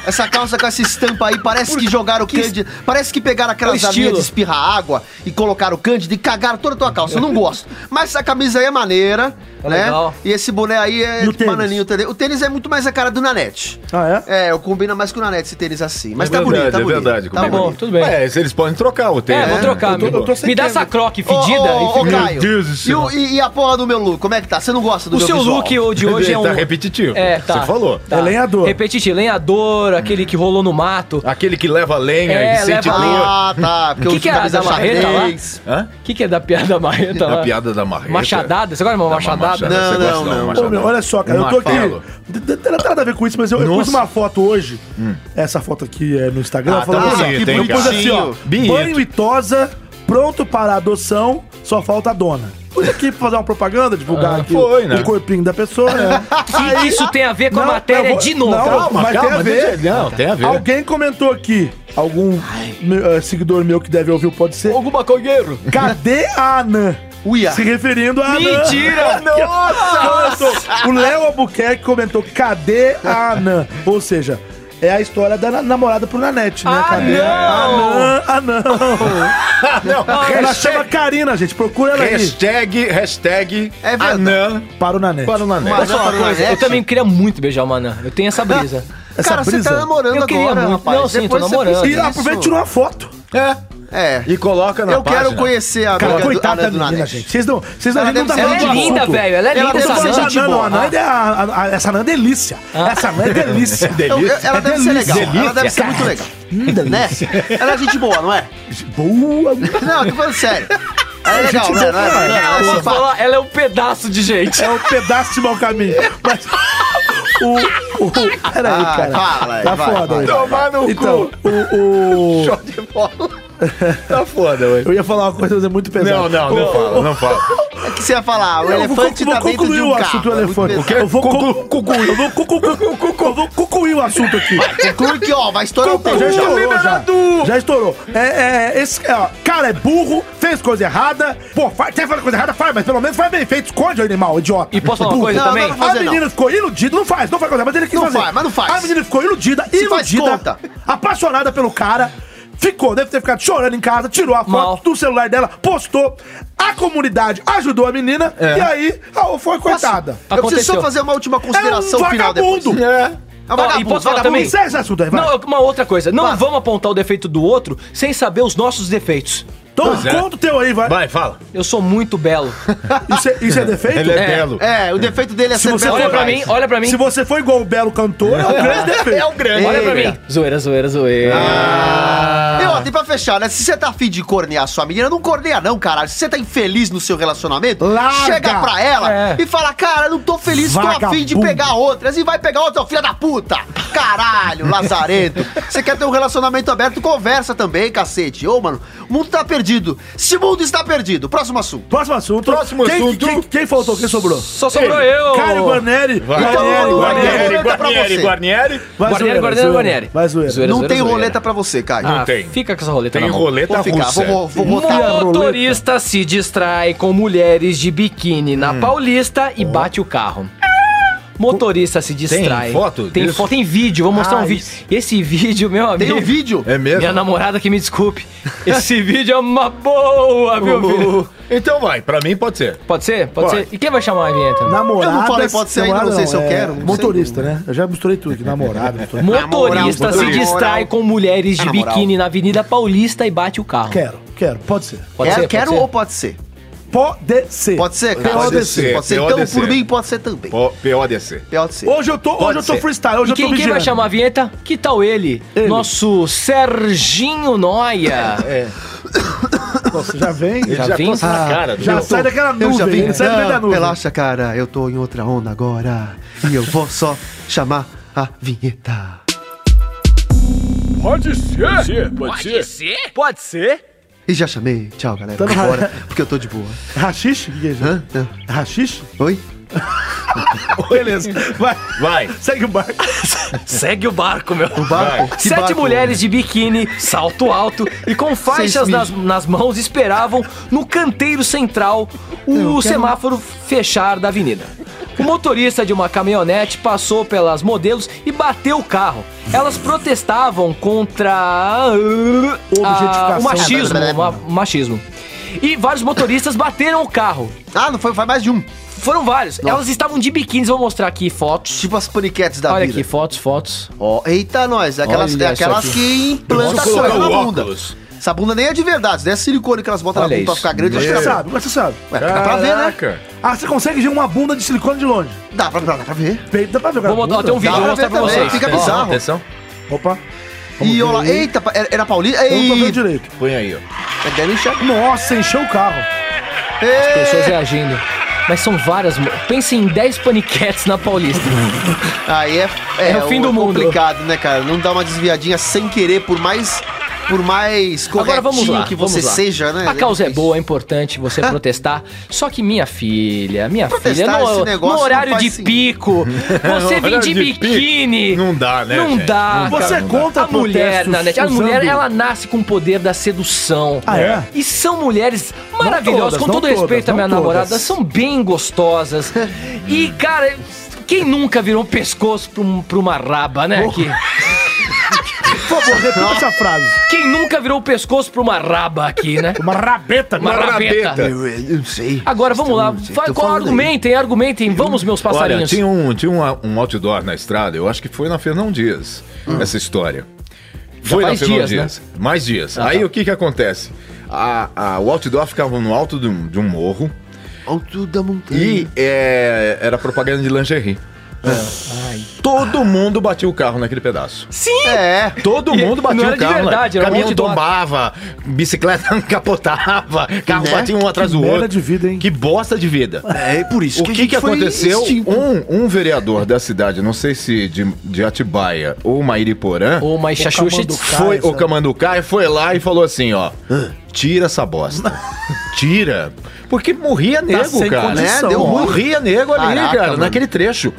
S3: essa calça com essa estampa aí, parece que jogaram o Cândida. Parece que pegaram aquelas
S1: É o
S3: abelhas
S1: estilo.
S3: de espirrar água e colocaram o Cândida e cagaram toda a tua calça. Eu não gosto. Mas essa camisa aí é maneira, né?
S1: legal.
S3: E esse boné aí é
S4: E o tênis?
S3: bananinho também. O tênis é muito mais a cara do Nanete.
S4: Ah, é?
S3: É, eu combino mais com o Nanete esse tênis assim. Mas
S2: É
S3: tá
S2: verdade,
S3: bonito, tá
S2: é
S3: bonito.
S2: verdade.
S3: tá
S1: bom,
S3: bonito.
S1: tudo bem.
S2: É, eles podem trocar o
S1: É,
S2: tema.
S1: vou trocar, meu.
S4: tô sem
S1: Me dá
S4: tempo.
S1: essa croque
S3: Ô,
S1: fedida.
S3: ô,
S1: e
S3: ô,
S1: fica-
S3: Caio,
S2: Deus do
S3: e,
S2: céu.
S3: o- e- e a porra do meu look, como é que tá? Você não gosta do
S1: O
S3: meu
S1: seu
S3: visual?
S1: look o de hoje é um...
S2: Tá repetitivo.
S1: É, tá.
S2: Você falou.
S1: Tá.
S4: É lenhador.
S1: Repetitivo, lenhador, aquele que rolou no mato.
S2: Aquele que leva lenha
S1: É,
S2: e sente
S1: leva
S2: dor.
S3: Ah, tá.
S1: O que
S3: Porque eu
S1: que
S3: tinha
S1: é a
S3: camisa
S1: da marreta lá?
S3: xadrez.
S2: Hã?
S1: O que, que é da piada da marreta
S2: A
S5: Tá.
S1: lá?
S2: piada da marreta.
S1: Machadada? Você gosta de uma
S2: Dá uma
S1: machadada?
S2: machadada,
S3: Não,
S2: você
S3: não,
S2: gosta de uma
S3: não.
S4: Ô, meu,
S2: machadada?
S4: olha só, cara,
S2: Um
S4: eu tô aqui.
S2: martelo.
S4: Não tem nada a ver com isso, mas eu, eu pus
S2: Nossa. Hum.
S4: uma foto hoje. Essa foto aqui é no Instagram.
S2: Ah,
S4: falando
S2: tá
S4: assim, ó,
S2: bonito, hein,
S4: eu pus
S2: cara?
S4: assim, ó.
S2: Bonito.
S4: Banho e tosa, pronto para adoção, só falta a dona. Pus aqui pra fazer uma propaganda, divulgar aqui
S2: foi,
S4: o,
S2: né? É.
S4: o corpinho da pessoa. né?
S1: Que isso tem a ver com a
S4: Não,
S1: matéria
S4: eu vou-
S1: de novo?
S4: não,
S2: Calma,
S4: Mas tem
S2: calma.
S4: a ver.
S2: deixa- Não, tem a ver.
S4: Alguém comentou aqui, algum meu, eh, seguidor meu que deve ouvir o Pode Ser,
S1: Algum maconheiro?
S4: cadê a Anã?
S3: Uia.
S4: Se referindo a Anã.
S1: Mentira!
S4: Comentou. O Léo Albuquerque comentou: cadê a Anã? Ou seja, é a história da na- namorada pro Nanete, né?
S1: Ah,
S4: cadê?
S1: não!
S4: Ah, não!
S2: Não,
S4: Ela
S2: hashtag-
S4: chama Karina, gente. Procura ela aí.
S2: Hashtag, hashtag,
S3: É verdade.
S2: anã
S4: Para o Nanete.
S2: para o Nané.
S3: Mas-
S1: Só uma
S3: Não,
S1: coisa,
S3: não,
S1: eu
S3: é,
S1: também queria muito beijar o Manã. Eu tenho essa brisa.
S4: Essa
S3: cara, você
S4: brisa.
S3: tá namorando é
S1: Eu queria
S3: agora,
S1: muito.
S3: rapaz.
S1: Não, sim, tô
S3: Depois você
S1: namorando.
S3: pensa
S4: E
S3: nisso.
S4: aproveita e tira uma foto.
S2: É.
S3: É.
S2: E coloca na
S3: Eu quero
S2: página.
S3: conhecer a
S4: Cara,
S3: amiga do-
S4: coitada
S3: a
S4: da
S3: do
S4: menina,
S3: Nanete.
S4: gente. Vocês não, vocês não, a
S3: Ela
S4: gente não tá
S3: deve ser-
S1: Ela é
S4: falando de
S3: Ela
S1: linda,
S4: assunto.
S1: velho. Ela é
S3: Ela
S1: linda,
S3: deve
S4: Eu
S1: essa
S4: tô
S3: ser
S1: Nã.
S3: gente
S4: falando, não,
S3: boa. Ah.
S4: não, a ideia- a- a- a- essa não é delícia. Essa não é delícia.
S3: Eu- eu- Então, ela
S4: É
S3: deve ser
S4: delícia.
S3: legal. Ela deve ser muito legal. Né? Ela é gente boa, não é?
S4: Boa.
S3: Não, eu tô falando sério. Ela é legal, né? Não é? Ela é
S1: Ela,
S3: simpática.
S1: fala, ela é um pedaço de gente.
S4: É um pedaço de mau caminho. Mas. O. o peraí,
S3: Ah,
S4: cara.
S3: fala aí,
S4: tá
S3: vai,
S4: foda
S3: vai,
S4: aí.
S2: Tomar no
S4: Então,
S2: cu.
S4: o, o-
S2: Show
S3: é
S2: de bola. tá foda, ué.
S4: Eu ia falar uma coisa, mas é muito pesada.
S2: Não, não, não fala, não fala.
S3: O que você ia falar? O
S4: Eu vou,
S3: elefante
S4: vou
S3: tá dentro
S4: concluir
S3: de um
S4: o
S3: carro.
S4: assunto
S3: É
S4: do
S3: muito
S4: elefante.
S3: pesado.
S4: Eu vou conclu- concluir. Eu vou conclu- eu vou concluir o assunto aqui.
S3: Conclui que, ó, vai estourar o
S4: Conclui, já
S3: tempo.
S4: estourou, já. Já estourou. É, é, esse ó, cara é burro, fez coisa errada. Pô, faz, quer fazer coisa errada? Faz, mas pelo menos faz bem feito. Esconde o animal, idiota.
S1: E posso falar uma
S4: Burro.
S1: coisa
S3: Não,
S1: também?
S3: não, não.
S4: A
S3: fazer,
S4: menina ficou iludida, não faz, não faz coisa, mas ele quis
S3: Não
S4: fazer.
S3: faz, mas não faz.
S4: A menina ficou iludida,
S3: Se faz
S4: iludida,
S3: conta.
S4: apaixonada pelo cara, ficou, deve ter ficado chorando em casa, tirou a foto
S1: Mal.
S4: do celular dela, postou. A comunidade ajudou a menina e aí ó, foi coitada.
S3: Eu preciso só
S1: Aconteceu.
S3: fazer uma última consideração
S4: é um
S3: final depois.
S4: vagabundo.
S3: É um
S1: Ó, e posso falar também?
S4: Encerra esse é assunto aí, vai.
S1: Não, uma outra coisa. Não
S3: Vai.
S1: vamos apontar o defeito do outro sem saber os nossos defeitos.
S4: Então
S2: Pois é.
S4: conta o teu aí, vai.
S2: Vai, fala.
S1: Eu sou muito belo.
S4: Isso, é, isso é defeito?
S2: Ele é,
S1: É.
S2: belo.
S3: É, o defeito dele é
S4: Se você
S3: belo
S1: Olha pra
S3: demais.
S1: mim, olha pra mim.
S4: Se você for igual o belo cantor, é um grande defeito.
S2: grande.
S1: Olha pra
S3: Eita.
S1: mim. Zoeira, zoeira, zoeira.
S3: Eu até e pra fechar, né? Se você tá afim de cornear sua menina, não corneia não, caralho. Se você tá infeliz no seu relacionamento,
S4: Larga.
S3: chega pra ela
S1: É.
S3: e fala, cara, não tô feliz, tô afim de
S4: Vagabundo.
S3: pegar outras. E vai pegar outra, ô, filha da puta. Caralho, lazarento. Você quer ter um relacionamento aberto, conversa também, cacete. Ô, mano, o mundo tá perdido. Esse mundo está perdido. Próximo assunto.
S4: Próximo assunto.
S2: Próximo
S4: quem,
S2: assunto.
S4: Quem, quem faltou? Quem sobrou?
S5: Só sobrou eu.
S4: Caio Guarneri.
S3: Guarnieri, Guarnieri.
S4: Guarneri, Guarneri.
S3: Guarnieri,
S2: Guarnieri.
S4: Vai
S5: Guarneri,
S4: zoeira, vai
S5: Guarneri,
S4: zoeira.
S5: Guarneri.
S4: Vai zoeira.
S5: Zoeira,
S3: Não
S5: zoeira,
S3: tem
S5: zoeira.
S3: roleta pra você, Caio.
S5: Ah,
S2: Não tem.
S5: Fica com essa roleta
S2: Tem
S5: na mão.
S2: roleta
S3: Vou ficar,
S2: russa.
S3: vou, vou, vou
S4: Ih,
S3: botar.
S4: a roleta.
S5: Motorista se distrai com mulheres de biquíni na Paulista e bate o carro. Motorista se distrai.
S2: foto
S5: Tem
S2: disso?
S5: foto, tem vídeo. Vou mostrar um vídeo. Esse vídeo, meu amigo.
S3: Tem um vídeo?
S2: É mesmo?
S5: Minha namorada que me desculpe. Esse vídeo é uma boa, meu filho.
S2: Então vai, pra mim pode ser.
S5: Pode ser? Pode,
S2: Pode.
S5: ser? E quem vai chamar a vinheta?
S4: Namorada.
S3: Eu não falei, pode ser ainda, não sei se eu quero, não sei.
S4: é, Motorista, né? Eu já misturei tudo aqui. Namorada, misturei.
S5: Motorista
S3: Na moral,
S5: se
S3: motorista.
S5: distrai com mulheres
S3: Ah,
S5: de
S3: na moral.
S5: biquíni na Avenida Paulista e bate o carro.
S4: Quero, quero. Pode ser.
S5: Pode
S3: quero
S5: ser,
S3: É, quero
S5: pode
S3: ou
S5: ser?
S3: pode ser?
S4: Pode ser.
S3: Pode ser, cara?
S2: Pode ser,
S3: Pode ser.
S2: pode
S3: Então,
S2: ser.
S3: por mim, pode ser também.
S2: Pô, PODC.
S3: Pode ser.
S4: Hoje eu tô, hoje eu tô
S5: ser.
S4: freestyle, hoje
S5: E
S4: eu
S5: quem,
S4: tô
S5: quem vai
S4: vigiando.
S5: chamar a vinheta? Que tal ele?
S4: Ele.
S5: Nosso Serginho Noia.
S4: Nossa, já vem.
S2: Ele
S5: Já Ah.
S2: já
S5: vim?
S2: trouxe na cara do
S4: Já
S2: meu.
S4: sai daquela
S3: Eu já
S4: nuvem.
S3: vim.
S4: ele Sai do meio da
S3: Não,
S4: nuvem.
S3: relaxa, cara. Eu tô em outra onda agora. E eu vou só chamar a vinheta.
S5: Pode ser?
S3: E já chamei. Tchau, galera.
S4: Tá na
S3: Agora,
S4: hora.
S3: porque eu tô de boa.
S4: Rachixe? O que é isso?
S3: Hã? Hã?
S4: Rachixe?
S3: Oi?
S4: Beleza. Vai.
S2: Vai.
S4: Segue o barco.
S5: Segue o barco, meu.
S3: O barco? Que
S5: Sete
S3: barco?
S5: mulheres de biquíni, salto alto e com faixas
S3: Seis
S5: nas, nas mãos esperavam no canteiro central o semáforo fechar da avenida. O motorista de uma caminhonete passou pelas modelos e bateu o carro. Elas protestavam contra ah,
S4: Objetificação.
S5: o machismo, ma- machismo. E vários motoristas bateram o carro.
S3: Ah, não foi, foi mais de um.
S5: Foram vários. Elas estavam de biquínis, vou mostrar aqui fotos.
S3: Tipo as paniquetes da
S5: Olha
S3: vida.
S5: aqui, fotos, fotos.
S3: Ó, eita, nós. Aquelas,
S5: Olha
S3: aquelas
S5: isso aqui.
S3: que implantam
S2: Deixa eu colocar
S3: coisa na
S2: o
S3: bunda.
S2: óculos.
S3: Essa bunda nem é de verdade, né? É silicone que elas botam
S5: Olha
S3: na bunda pra
S5: isso.
S3: ficar grande.
S4: Mas
S3: Acho que
S4: você
S3: é-
S4: sabe, mas você sabe.
S3: Ué, dá
S2: Tá
S3: pra ver, né?
S2: Caraca.
S4: Ah, você consegue ver uma bunda de silicone de longe.
S3: Dá pra, dá pra ver.
S4: Peito dá pra ver. cara.
S5: Vou botar- tem um
S4: Dá.
S5: vídeo,
S3: Dá
S5: vou
S3: pra
S5: mostrar
S3: ver
S5: pra
S3: também,
S5: vocês.
S3: fica
S5: Ó,
S3: bizarro.
S2: Atenção.
S4: Opa.
S3: E olha lá, eita, pa- era, era Paulista?
S4: Eu não tô vendo
S3: Ei, é
S4: direito.
S2: Põe aí, ó.
S3: deve enxergar.
S4: Nossa, encheu o carro.
S5: pessoas é- reagindo. Mas são várias. mo- Pensa em 10 paniquetes na Paulista.
S3: Aí é,
S5: É o fim do mundo.
S3: complicado, né, cara? Não dá uma desviadinha sem querer, por mais por mais corretinho
S5: Agora vamos lá.
S3: que
S5: vamos
S3: você
S5: lá.
S3: seja, né?
S5: A causa é
S3: difícil.
S5: boa, é importante você protestar. Só que minha filha, minha
S3: Protestar
S5: filha,
S3: esse
S5: no,
S3: negócio
S5: no
S3: não
S5: horário
S3: faz
S5: de
S3: sentido.
S5: pico, você vem
S2: Horário
S5: de
S2: de pico,
S5: biquíni.
S2: não dá, né,
S5: Não
S2: gente?
S5: dá.
S4: Você
S5: cara.
S4: é contra
S5: a mulher,
S4: protestos
S5: na net, a
S4: usando-
S5: mulher, ela nasce com o poder da sedução.
S4: Ah, é?
S5: E são mulheres maravilhosas,
S4: todas,
S5: com todo
S4: não todas,
S5: respeito à
S4: não
S5: minha
S4: todas.
S5: namorada, são bem gostosas. e, cara, quem nunca virou um pescoço pra, um- pra uma raba, né? Que-
S4: Por favor, repita essa frase.
S5: Quem nunca virou o pescoço pra uma raba aqui, né?
S4: Uma rabeta.
S5: Uma rabeta.
S3: Eu, eu não sei. Então,
S5: Agora vamos lá,
S3: Estamos-
S5: vai,
S3: tô
S5: qual é
S3: falando
S5: argumentem, argumentem, vamos meus
S2: Olha,
S5: passarinhos.
S2: tinha, um, tinha um, um outdoor na estrada, eu acho que foi na Fernão Dias, essa história. Foi na
S5: Hum. faz
S2: Fernão
S5: dias, né? Ah, tá.
S2: Dias. Mais dias. Aí o que que acontece? A, a- o outdoor ficava no alto de um, de um morro
S3: aí. Alto da
S5: Hum.
S3: montanha.
S2: e é, era propaganda de lingerie.
S5: É.
S2: Todo mundo batia o carro naquele pedaço.
S5: Sim!
S3: É.
S2: Todo
S5: E
S2: mundo
S5: não
S2: batia
S5: era
S2: o
S5: de
S2: carro. né?
S5: verdade, era um
S2: Caminhão
S5: outdoor.
S2: tombava, bicicleta capotava, carro
S3: Né?
S2: batia um atrás do
S4: merda
S2: outro.
S4: de vida, hein?
S2: Que bosta de vida.
S3: É por isso
S2: O que, que aconteceu? Um, um vereador da cidade, não sei se de, de Atibaia ou Mairiporã,
S4: um
S5: Ô, mas Xaxuxa,
S4: Camanduca.
S2: foi
S4: sabe?
S2: o Camanducaia foi lá e falou assim, ó, tira essa bosta. Tira. Porque morria nego,
S4: sem
S2: cara.
S3: condição,
S2: Deu
S3: ó.
S2: ruim. morria nego ali,
S3: Caraca,
S2: cara,
S3: mano.
S2: naquele trecho.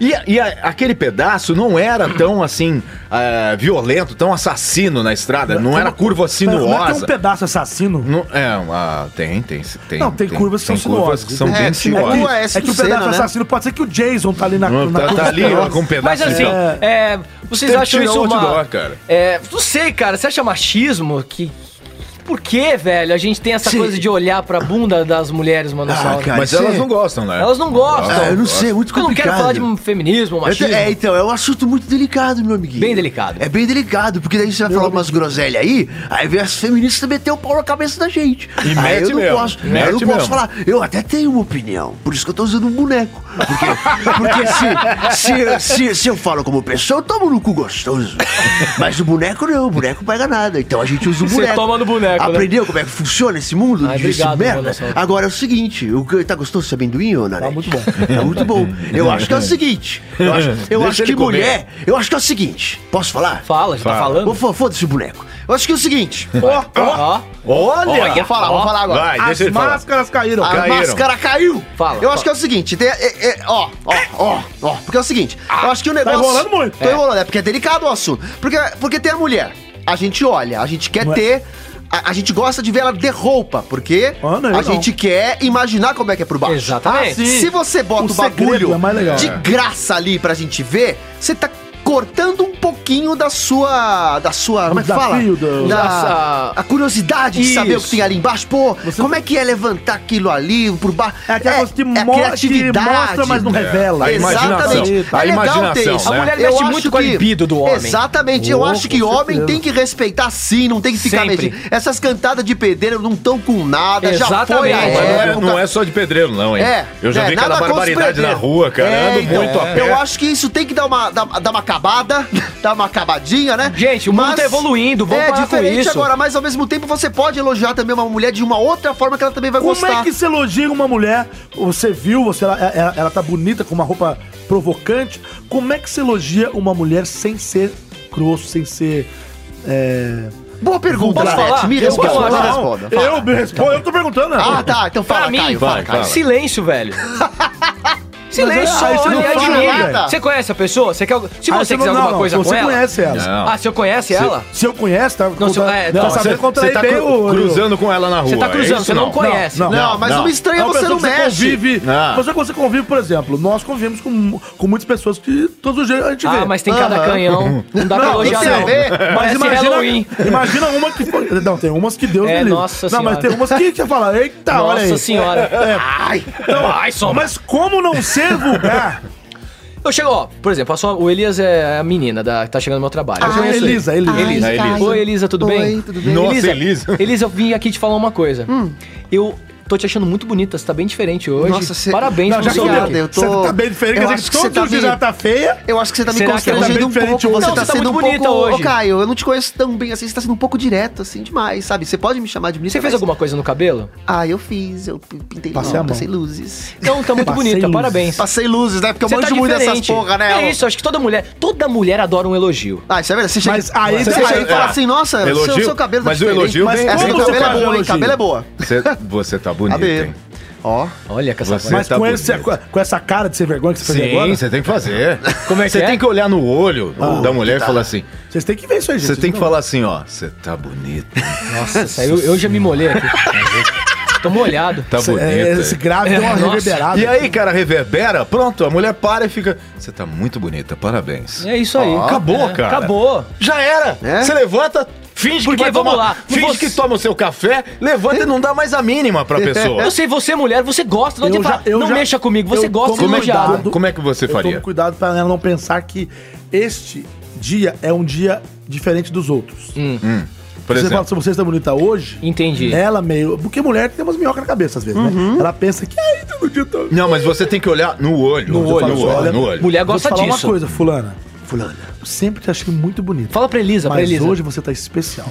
S2: E, e a- aquele pedaço não era tão assim ah, violento, tão assassino na estrada. Não era curva
S4: Mas como é que é um
S2: sinuosa.
S4: pedaço assassino?
S2: Não, é, ah, tem, tem, tem.
S4: Não, tem curvas que são
S2: curvas que são
S4: sinuosas.
S3: É,
S2: bem
S3: sim,
S4: É
S2: sinuosas.
S4: que,
S3: Ué, é
S4: é que o
S3: Sucena,
S4: pedaço
S3: né?
S4: assassino pode ser que o Jason tá ali na,
S2: Não,
S4: na
S2: tá,
S4: curva
S2: tá ali, ó,
S4: sinuosa.
S2: com um pedaço
S5: Mas assim,
S2: de-
S5: é, vocês
S2: Tem que
S5: acham
S2: tirar
S5: isso
S2: o
S5: uma...
S2: outdoor, cara.
S5: É, não sei, cara, você acha machismo que... por que, velho, a gente tem essa coisa de olhar pra bunda das mulheres, mano?
S3: Ah, cara,
S2: Mas
S3: isso
S2: elas
S3: é-
S2: não gostam, né?
S5: Elas não gostam.
S2: Ah,
S3: eu não sei, é muito
S5: Eu não
S3: complicado.
S5: quero falar de feminismo,
S3: Eu te-
S5: machismo.
S3: É, então, é um assunto muito delicado, meu amiguinho.
S5: Bem delicado.
S3: É bem delicado, porque daí você vai falar umas groselhas aí, aí vem as feministas meter o pau na cabeça da gente.
S2: E
S3: aí
S2: mete
S3: eu não
S2: mesmo,
S3: posso,
S2: mete
S3: eu não posso
S2: mesmo.
S3: falar. Eu até tenho uma opinião, por isso que eu tô usando um boneco. Porque, porque se, se, se, se eu falo como pessoa, eu tomo no cu gostoso. Mas o boneco não, o boneco pega nada. Então a gente usa o
S5: Você
S3: boneco.
S5: toma no boneco, né?
S3: Aprendeu como é que funciona esse mundo
S5: Ai,
S3: de desse
S5: obrigado,
S3: merda?
S5: Bonassol.
S3: Agora é o seguinte, o que- tá gostoso esse amendoim, ô Nanete? Tá muito bom. Tá muito bom. Eu acho que é o seguinte, eu acho, eu
S2: Deixa
S3: acho
S2: ele
S3: que
S2: comer.
S3: mulher, eu acho que é o seguinte, posso falar?
S5: Fala, já tá
S2: Fala.
S5: falando?
S3: Ô, fo- Foda-se o boneco. Eu acho que é o seguinte,
S5: Ó, ó, é
S2: Olha!
S3: vou falar, vou falar agora.
S2: Vai,
S4: As
S2: deixa ele falar.
S4: máscaras caíram.
S3: A
S2: caíram.
S3: máscara caiu!
S5: Fala,
S3: Eu
S5: fala.
S3: acho que é o seguinte, tem, é- é- ó, ó, ó, ó, porque é o seguinte, eu acho que o negócio.
S4: Ah, tá enrolando muito.
S3: Tô enrolando, é porque é delicado o assunto. Porque, porque tem a mulher, a gente olha, a gente
S4: é.
S3: quer ter. A, a gente gosta de ver ela de roupa, porque
S4: Ah, não, eu
S3: a
S4: não.
S3: gente quer imaginar como é que é por baixo.
S5: Exatamente.
S3: Ah, sim. Se você bota
S4: O
S3: o, bagulho
S4: segredo é mais legal.
S3: de
S4: É.
S3: graça ali pra gente ver, você tá cortando um pouquinho da sua. da sua. Como é que fala?
S4: desafio do-
S3: Da, a curiosidade de saber o que
S5: Isso.
S3: tem ali embaixo. Pô, como é que é levantar aquilo ali por baixo?
S4: É aquela coisa que, mo- que mostra, mas não revela.
S2: A imaginação.
S3: É, Exatamente.
S2: A
S3: É legal
S2: imaginação,
S3: ter isso.
S2: né?
S5: A mulher
S3: Eu
S5: mexe
S3: acho
S5: muito com a
S3: que-
S5: libido do homem.
S3: Exatamente. Eu acho que homem tem que respeitar sim, não tem que ficar
S5: Sempre.
S3: medindo. Essas cantadas de pedreiro não estão com nada, já foi a
S5: Exatamente.
S2: Mas não é-
S3: época.
S2: não é só de pedreiro, não, hein?
S3: É.
S2: Eu já
S3: é,
S2: vi cada
S3: nada contra os
S2: barbaridade na
S3: pedreiros.
S2: rua, cara.
S3: É,
S2: Ando
S3: então,
S2: muito a pé.
S3: Eu acho que isso tem que dar uma, dar, dar uma acabada, dar uma acabadinha, né?
S5: Gente, o mundo
S3: Mas
S5: tá evoluindo, vamos
S3: É
S5: parar com
S3: diferente
S5: isso.
S3: agora, mas ao mesmo tempo você pode elogiar também uma mulher de uma outra forma que ela também vai
S4: Como
S3: gostar.
S4: é que você elogia uma mulher? Você viu, você, ela, ela, ela tá bonita, com uma roupa provocante. Como é que você elogia uma mulher sem ser grosso, sem ser. É...
S3: Boa pergunta,
S5: Posso
S3: Nanete.
S5: falar?
S3: Me
S5: Eu
S3: responda,
S5: posso
S3: me
S5: falar?
S3: responda. Fala.
S4: Eu me respondo, eu tô perguntando. né?
S3: Ah, tá. Então fala,
S5: Pra mim,
S3: Caio,
S2: vai,
S3: fala, Caio.
S2: fala.
S5: Silêncio, velho. Silêncio,
S4: Mas, ah, isso
S5: olha,
S4: não fala
S5: admira.
S4: nada.
S5: Você conhece a pessoa? Você quer... Se
S4: Ah,
S5: você
S4: não-
S5: quiser
S4: não,
S5: alguma
S4: não,
S5: coisa
S4: se
S5: com
S4: você
S5: ela...
S4: conhece ela.
S2: Não.
S5: Ah, se eu conhece ela?
S4: Se eu conheço, tá,
S5: se eu- é,
S4: tá
S5: então,
S4: sabendo
S2: Você
S4: contra
S2: você tá
S4: bem
S2: cru-
S4: o...
S2: cruzando com ela na rua.
S5: Você tá
S2: é
S5: cruzando,
S2: isso?
S5: você não conhece.
S4: Não,
S3: Não, mas
S2: não.
S3: uma estranha
S4: É uma
S3: você
S4: pessoa
S3: não
S4: que
S3: mexe.
S4: Convive,
S2: Ah.
S4: Uma pessoa que você convive, por exemplo, nós convivemos com, com muitas pessoas que todos os dias a gente vê.
S5: Ah, mas tem cada
S3: Aham.
S5: canhão. Não dá pra
S4: Não,
S5: elogiar,
S3: tem a
S5: não.
S3: ver,
S5: Parece
S4: Mas
S5: Halloween.
S4: imagina, imagina uma que foi. Não, tem umas que Deus
S5: É,
S4: me livre.
S5: nossa
S4: não, mas
S5: senhora.
S4: tem umas que você fala, eita, olha aí.
S5: Nossa senhora.
S3: Ai,
S5: Então, Ai, só.
S4: Mas como não ser vulgar?
S5: Eu chego, ó, por exemplo, a sua- o Elias é a menina da, que tá chegando no meu trabalho. Eu
S4: Ah,
S5: conheço ele.
S4: Elisa, Elisa.
S7: Ai,
S2: Elisa,
S7: Caio.
S2: Elisa.
S5: Oi, Elisa, Tá tudo
S7: Oi,
S5: bem?
S7: tudo
S2: bem? Nossa, Elisa.
S5: Elisa, eu vim aqui te falar uma coisa. Eu tô te achando muito bonita, você tá bem diferente hoje.
S3: Nossa, você-
S5: Parabéns
S3: Não,
S5: pelo
S3: já
S4: um
S5: seu
S3: obrigado,
S5: cabelo.
S3: eu tô-
S4: Você tá bem diferente,
S3: eu
S4: quer
S3: acho
S4: dizer
S3: que você
S4: que todos
S3: tá
S4: os dias
S3: meio-
S4: ela tá feia.
S3: eu acho que você tá me
S5: Será que ela tá
S3: constrangendo
S4: bem
S3: um
S4: diferente
S3: pouco.
S4: hoje?
S3: Você
S5: Não,
S3: tá
S5: você tá
S3: sendo um
S5: muito bonita
S3: pouco... Ô,
S5: hoje.
S3: Caio, eu não te conheço tão bem assim, você tá sendo um pouco direto, assim, demais, sabe? Você pode me chamar de menina?
S5: Você fez
S3: mas-
S5: alguma coisa no cabelo?
S3: Ah, eu fiz, eu pintei
S4: Passei a mão.
S3: passei luzes.
S5: Então tá muito
S4: Passei
S5: bonita,
S4: luz.
S5: parabéns.
S3: Passei luzes, né? Porque eu
S5: Você
S3: manjo
S5: tá
S3: muito dessas
S5: diferente.
S3: porra, né?
S5: É isso, acho que toda mulher, toda mulher adora um elogio.
S3: Ah, isso é verdade. Você chega,
S4: Mas aí-
S3: você
S4: mas-
S3: chega e fala
S2: é.
S3: assim, nossa,
S2: Elogio?
S3: seu, seu cabelo tá
S2: Mas o
S3: diferente.
S2: elogio
S3: mas
S2: vem-
S3: essa
S4: Como
S3: cabelo
S4: você
S3: é
S4: faz
S3: boa, hein?
S4: elogio?
S3: Cabelo é boa.
S2: Você, você tá bonito,
S3: Sabe?
S2: hein?
S3: Ó.
S5: Olha que essa
S2: Você-
S4: Mas
S2: tá
S4: com,
S2: bonito.
S4: esse, com essa cara de ser vergonha que você fez agora,
S2: Sim, você tem que fazer.
S5: Como é que
S2: Você
S5: é?
S2: tem que olhar no olho da mulher e falar assim.
S4: vocês têm que ver isso aí, gente.
S2: Você tem que
S4: Não-
S2: falar assim, ó. Você tá bonito.
S5: Nossa, eu, eu já me molhei aqui. Tô molhado.
S2: Tá bonito.
S4: É, esse grave deu uma
S5: É, nossa.
S4: reverberada.
S2: E aí, cara, reverbera, pronto, a mulher para e fica. Você tá muito bonita, parabéns.
S5: É isso aí.
S2: Ó, acabou,
S5: É,
S2: cara.
S5: Acabou.
S2: Já era!
S3: É?
S2: Você levanta, finge
S5: Porque,
S2: que vai
S5: vamos
S2: tomar,
S5: lá,
S2: finge
S5: você-
S2: que toma o seu café, levanta e não dá mais a mínima pra pessoa.
S5: Eu sei, você é mulher, você gosta, não
S4: Eu
S5: adianta
S4: já-
S5: falar,
S4: eu
S5: não
S4: já-
S5: mexa comigo, você
S4: eu
S5: gosta de
S4: tomo
S2: Como é, que,
S5: elogiar.
S4: cuidado.
S2: como é que você
S4: Eu tomo
S2: faria?
S4: cuidado pra ela não pensar que este dia é um dia diferente dos outros.
S2: Por
S4: você fala,
S5: assim.
S2: exemplo,
S4: se você está bonita hoje,
S5: Entendi. Uhum.
S4: ela meio... Porque mulher tem umas minhocas na cabeça, às vezes, né? Ela pensa que, ai, todo dia eu tô...
S2: não, mas você tem que olhar no olho.
S4: No
S2: Você
S4: olho,
S2: fala, assim,
S4: olha,
S2: no olho.
S5: Mulher
S4: Vou te
S5: gosta
S4: falar
S5: disso.
S4: uma coisa, fulana. Fulana, eu sempre te achei muito bonita.
S5: Fala pra Elisa, pra
S4: mas
S5: Elisa.
S4: hoje você tá especial.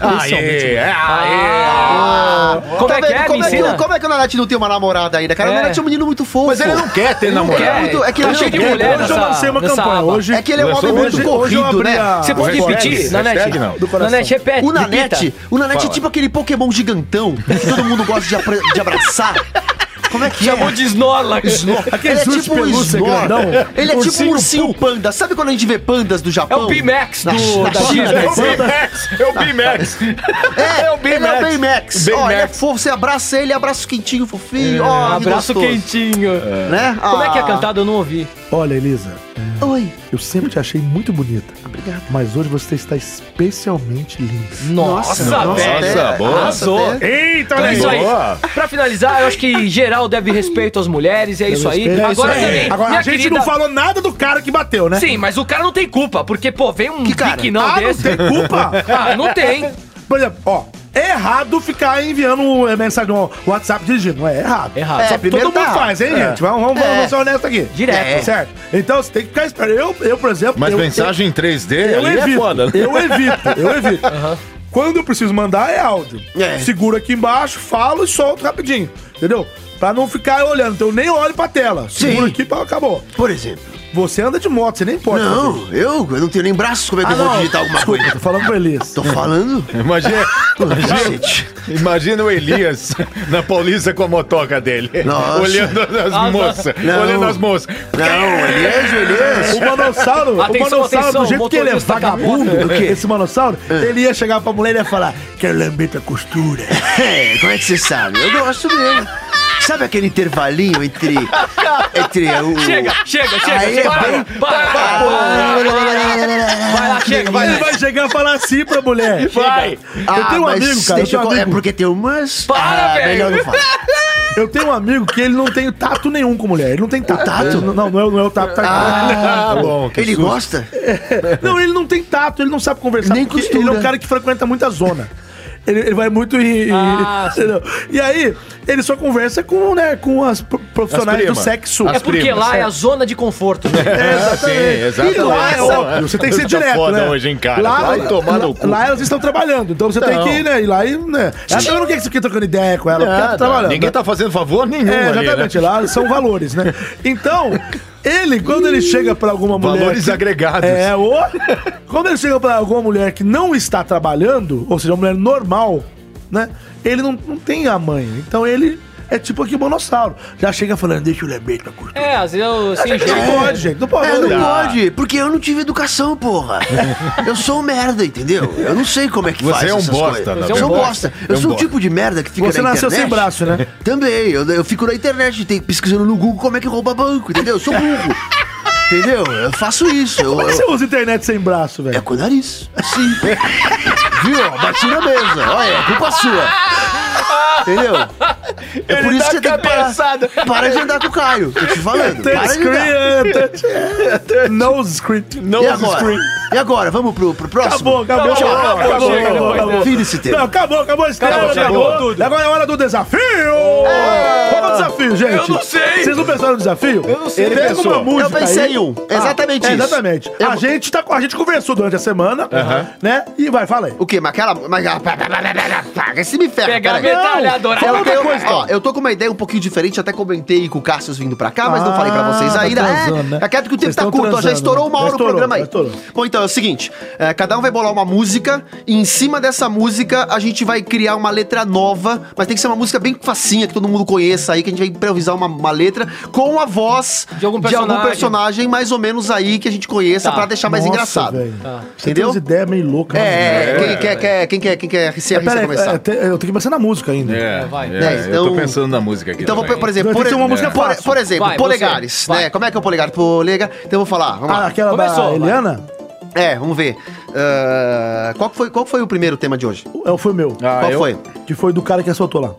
S2: Aê,
S5: Ah, como
S3: Tá
S5: é que
S3: vendo?
S5: é? Me
S3: Como, é
S5: ensina.
S3: que, como é que o Nanete não tem uma namorada ainda, cara?
S5: É.
S3: O Nanete é um menino muito fofo.
S2: Mas ele não quer ter
S5: Não quer.
S2: namorado.
S3: muito- é que eu
S5: Tá
S3: achei
S5: cheio de
S3: que
S5: mulher
S4: hoje eu
S5: nessa-
S4: lancei uma
S5: nessa
S4: campanha.
S5: aba.
S4: Hoje,
S3: É que ele é um homem muito
S4: hoje- hoje eu
S3: corrido,
S4: abri
S3: né?
S4: a-
S5: Você pode
S2: Hashtag-
S5: repetir, Nanete?
S2: hashtag não.
S4: Do coração.
S5: Nanete, repete.
S3: O
S5: repita.
S3: Nanete, o Nanete é tipo aquele Pokémon gigantão que todo mundo gosta de, apra- de abraçar. é Como é que é?
S5: Chamou de Snorlax.
S4: Aquele urso de pelúcia
S3: Snor.
S4: grandão.
S3: tipo um Ele é tipo um
S4: Ursinho
S3: ursinho panda. Sabe quando a gente vê pandas do
S5: É
S3: Japão?
S5: o Pimax
S3: Na-
S5: do,
S3: na
S5: da
S3: China,
S5: Disney.
S2: É o B-Max, é o B-Max.
S3: É,
S2: É o
S3: Ele é o
S2: B-Max.
S3: Baymax. Ó, ele é
S2: B-Max.
S3: fofo. Você abraça ele, abraço quentinho, fofinho. Ó, que
S5: Abraço
S3: gostoso.
S5: quentinho.
S3: Né?
S5: Como é que é
S3: Ah.
S5: cantado? Eu não ouvi.
S4: Olha, Elisa,
S3: Oi.
S4: eu sempre te achei muito bonita.
S3: Obrigado.
S4: Mas hoje você está especialmente lindo.
S5: Nossa, velho.
S2: Nossa, boa.
S5: Ah, Arrasou.
S3: até-
S4: Eita,
S5: É isso aí.
S2: Boa.
S5: Pra finalizar, eu acho que geral deve respeito às mulheres, e é isso aí.
S4: É isso
S5: Agora
S4: aí.
S5: também.
S4: Agora,
S5: minha
S4: a gente
S5: querida-
S4: não falou nada do cara que bateu, né?
S5: Sim, mas o cara não tem culpa, porque, pô, vem um
S3: Que cara?
S5: pique não
S4: ah,
S5: desse.
S4: não tem culpa?
S5: Ah, não tem.
S4: Por exemplo, ó, é errado ficar enviando eh, mensagem no WhatsApp dirigindo. Não é errado.
S5: Errado.
S4: Só
S3: É,
S4: que
S3: primeiro
S4: todo mundo
S3: tá.
S4: faz, hein, gente? Vamos, vamos,
S3: É.
S4: vamos ser honestos aqui.
S5: Direto.
S4: É. Certo? Então você tem que ficar esperto. Eu, eu por exemplo.
S2: Mas
S4: eu,
S2: mensagem em 3D
S4: eu, eu
S2: ali
S4: evito,
S2: é foda. né?
S4: Eu evito, eu evito. Quando eu preciso mandar, é áudio.
S3: É.
S4: Seguro aqui embaixo, falo e solto rapidinho. Entendeu? Pra não ficar olhando. Então eu nem olho pra tela. Seguro
S3: Sim.
S4: aqui, pá, acabou.
S3: Por exemplo.
S4: Você anda de moto, você nem pode. fazer isso.
S3: Não, eu, eu não tenho nem braços como é que
S4: Ah,
S3: eu vou digitar alguma
S4: Desculpa,
S3: coisa.
S4: tô falando pra Elias.
S3: Tô falando?
S2: Imagina,
S3: Cacete.
S2: imagina o Elias na Paulista com a motoca dele.
S3: Nossa.
S2: Olhando as moças.
S3: Não.
S2: Olhando as moças.
S3: Não, é Elias,
S4: O manossauro,
S5: Atenção,
S4: o manossauro
S5: atenção,
S4: do jeito que ele é
S5: motorista
S4: vagabundo,
S5: acabou.
S4: o quê? esse manossauro, ele ia chegar pra mulher e ia falar, quero lamber tua costura.
S3: É, como é que você sabe? Eu gosto mesmo. Sabe aquele intervalinho entre. Entre o. Ah,
S5: Chega, chega, chega.
S3: Aí
S5: chega.
S3: é
S5: Para,
S3: bem-
S5: para, para, para. Vai lá, chega, vai.
S4: Ele vai chegar e falar assim pra mulher.
S5: Vai.
S3: É. Ah,
S4: Eu tenho um
S3: mas
S4: amigo, cara,
S3: deixa
S4: eu tenho
S3: eu
S4: um
S3: co- É
S4: amigo,
S3: porque tem umas. Ah,
S5: Para, velho.
S3: Melhor não falar.
S4: eu tenho um amigo que ele não tem tato nenhum com mulher. Ele não tem tato.
S3: tato?
S4: Não, não, não é, o- não é o tato. tato. Tá
S2: Ah, bom. que
S3: Ele
S2: susto.
S3: gosta?
S4: Não, ele não tem tato, ele não sabe conversar.
S3: Nem
S4: porque
S3: costura.
S4: Ele é um cara que frequenta muita zona. Ele, ele vai muito em. em-
S5: Ah,
S4: entendeu? E aí, ele só conversa com, né, com as pro- profissionais
S2: As prima.
S4: do sexo.
S5: É
S2: As
S5: porque
S2: primas,
S5: lá é
S2: é.
S5: a zona de conforto. né?
S4: Ah,
S2: É, sim, exatamente.
S4: E lá é óbvio, você tem que ser
S2: Tá
S4: direto,
S2: foda
S4: né?
S2: hoje, hein, cara?
S4: Lá,
S2: Vai
S4: lá-
S2: tomar no
S4: lá-
S2: cu.
S4: lá elas estão trabalhando, então você tem
S2: Não.
S4: que ir, né? E lá e, né? Ela também não quer que você fique trocando ideia com ela, porque ela tá
S2: Nada.
S4: trabalhando.
S2: Ninguém
S4: né?
S2: tá fazendo favor nenhum
S4: É,
S2: ali,
S4: exatamente,
S2: né?
S4: lá são valores, né? Então, ele, quando ele chega pra alguma mulher...
S2: Valores
S4: que-
S2: agregados.
S4: É, o... Quando ele chega pra alguma mulher que não está trabalhando, ou seja, uma mulher normal, né? Ele não, não tem a mãe, então ele é tipo aqui o monossauro. Já chega falando, deixa o lebete pra curtir.
S5: É, às vezes eu sem jeito.
S4: Não pode, gente, não pode.
S3: É, não
S2: "Ah,
S3: pode, porque eu não tive educação, porra. Eu sou um merda, entendeu? Eu não sei como é que
S2: Você
S3: faz
S2: é um
S3: essas
S2: bosta,
S3: coisas.
S2: na
S3: Eu
S2: verdade.
S3: sou um bosta. Eu
S2: É um
S3: sou o
S2: bosta.
S3: tipo de merda que fica
S4: Você
S3: na
S4: nasceu
S3: internet.
S4: sem braço, né?
S3: Também, eu, eu fico na internet, tem, pesquisando no Google como é que rouba banco, entendeu? Eu sou burro. entendeu? Eu faço isso. Eu,
S4: Como é que
S3: eu-
S4: você usa internet sem braço, velho?
S3: É com o nariz. Assim. Viu? Ó, Bati na mesa. Olha, é culpa sua. Entendeu? É por isso que você tem que parar. Para de andar com o Caio. Tô te falando. Para de andar.
S4: Touchscreen, nose script.
S3: E agora? E agora? Vamos pro, pro próximo?
S4: Acabou, acabou,
S3: Tchau.
S4: acabou, acabou, acabou,
S5: chega,
S4: acabou,
S5: depois
S4: acabou.
S3: Fim desse tema.
S4: Não, acabou, acabou esse tema, acabou. Agora é hora do desafio! Qual é o desafio, gente? Eu não sei! Vocês não pensaram no desafio? Eu não sei. Ele pega uma música
S3: pensei
S4: aí-
S3: em um.
S4: Ah,
S3: Exatamente
S4: é,
S3: isso.
S4: Exatamente.
S3: Eu-
S4: A, gente tá, com- a gente conversou durante a semana, né? E vai, fala aí.
S3: O quê? Mas aquela. Mas... Esse me ferra.
S5: Pegar a
S3: peraí.
S5: metralhadora.
S4: É
S3: Ela
S5: Fala
S3: tem-
S5: outra coisa,
S3: ó, eu tô com uma ideia um pouquinho diferente, até comentei com o Cassius vindo pra cá, mas não
S4: Ah,
S3: falei pra vocês
S4: tá
S3: ainda.
S4: transando,
S3: é,
S4: né?
S3: acredito que o
S4: Vocês
S3: tempo tá
S4: tão
S3: curto, ó, já
S4: transando,
S3: estourou
S4: né?
S3: uma hora
S4: Já
S3: o
S4: estourou,
S3: programa aí.
S4: já estourou.
S3: Bom, então é o seguinte: é, cada um vai bolar uma música e em cima dessa música a gente vai criar uma letra nova, mas tem que ser uma música bem facinha, que todo mundo conheça aí, que a gente vai improvisar uma, uma letra com a voz
S5: De algum personagem.
S3: personagem mais ou menos aí que a gente conheça
S5: Tá.
S3: pra deixar mais
S4: Nossa,
S3: engraçado.
S4: velho. Você tem
S3: Entendeu?
S4: umas ideias meio loucas.
S3: É,
S4: né?
S3: é, Quem, quer, quer, quem quer, quem quer se arrisca a
S4: Peraí,
S3: começar?
S4: eu te- eu tenho que pensar na música ainda.
S2: É,
S5: vai.
S2: é,
S3: É,
S2: eu
S3: então-
S2: tô pensando na música aqui.
S3: Então, vou,
S2: também.
S3: por exemplo,
S4: Tem que ser uma música
S3: por,
S4: fácil.
S3: por exemplo,
S5: Vai,
S3: polegares,
S5: você, vai.
S3: né? Como é que é o polegar? Polegar. Então eu vou falar, vamos
S4: Ah,
S3: lá.
S4: aquela
S5: Começou,
S4: da
S5: vai.
S4: Eliana?
S3: É, vamos ver. Ah, qual, que foi, qual que foi o primeiro tema de hoje?
S4: É, Foi o meu.
S2: Ah,
S3: qual
S2: eu-
S3: foi?
S4: Que foi do cara que assaltou lá.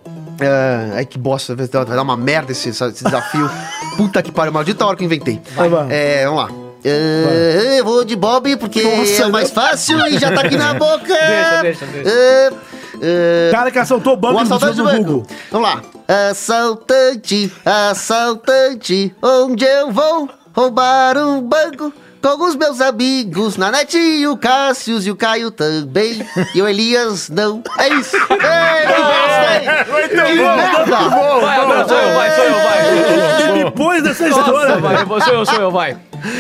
S3: Ah, ai, que bosta, vai dar vai dar uma merda esse, esse desafio. Puta que pariu, maldita hora que eu inventei.
S4: Vai, vai.
S3: É, vamos lá. Ah, eu vou de Bob porque
S4: Nossa,
S3: é mais fácil e já tá aqui na boca.
S5: Deixa, deixa, deixa.
S3: Ah, ah,
S4: O cara que assaltou o banco
S3: O
S4: e
S3: assaltante do
S4: no Google.
S3: banco. Vamos lá. Assaltante, assaltante, onde eu vou roubar um banco? Com os meus amigos, na net e o Cássio e o Caio também. E o Elias não. É isso. Ei, que bosta, hein? Que merda.
S5: Vai, agora sou eu, vai, sou eu, vai.
S4: Ele me pôs nessa
S5: Nossa,
S4: história.
S5: vai, eu vou- sou eu, sou eu, vai.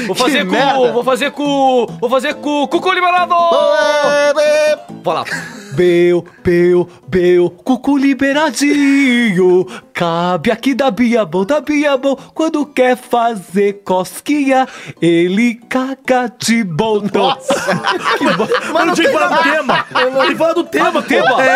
S5: Vou fazer com.
S3: merda.
S5: Vou fazer com. Vou fazer com. Cucu liberado! Vou lá.
S1: Beu, beu, beu, cucu liberadinho. Cabe aqui da Biabão, da Biabão. Quando quer fazer cosquinha, ele caga de botão.
S4: Mas não tinha que falar do tema. Tem que falar do tema, tema. É.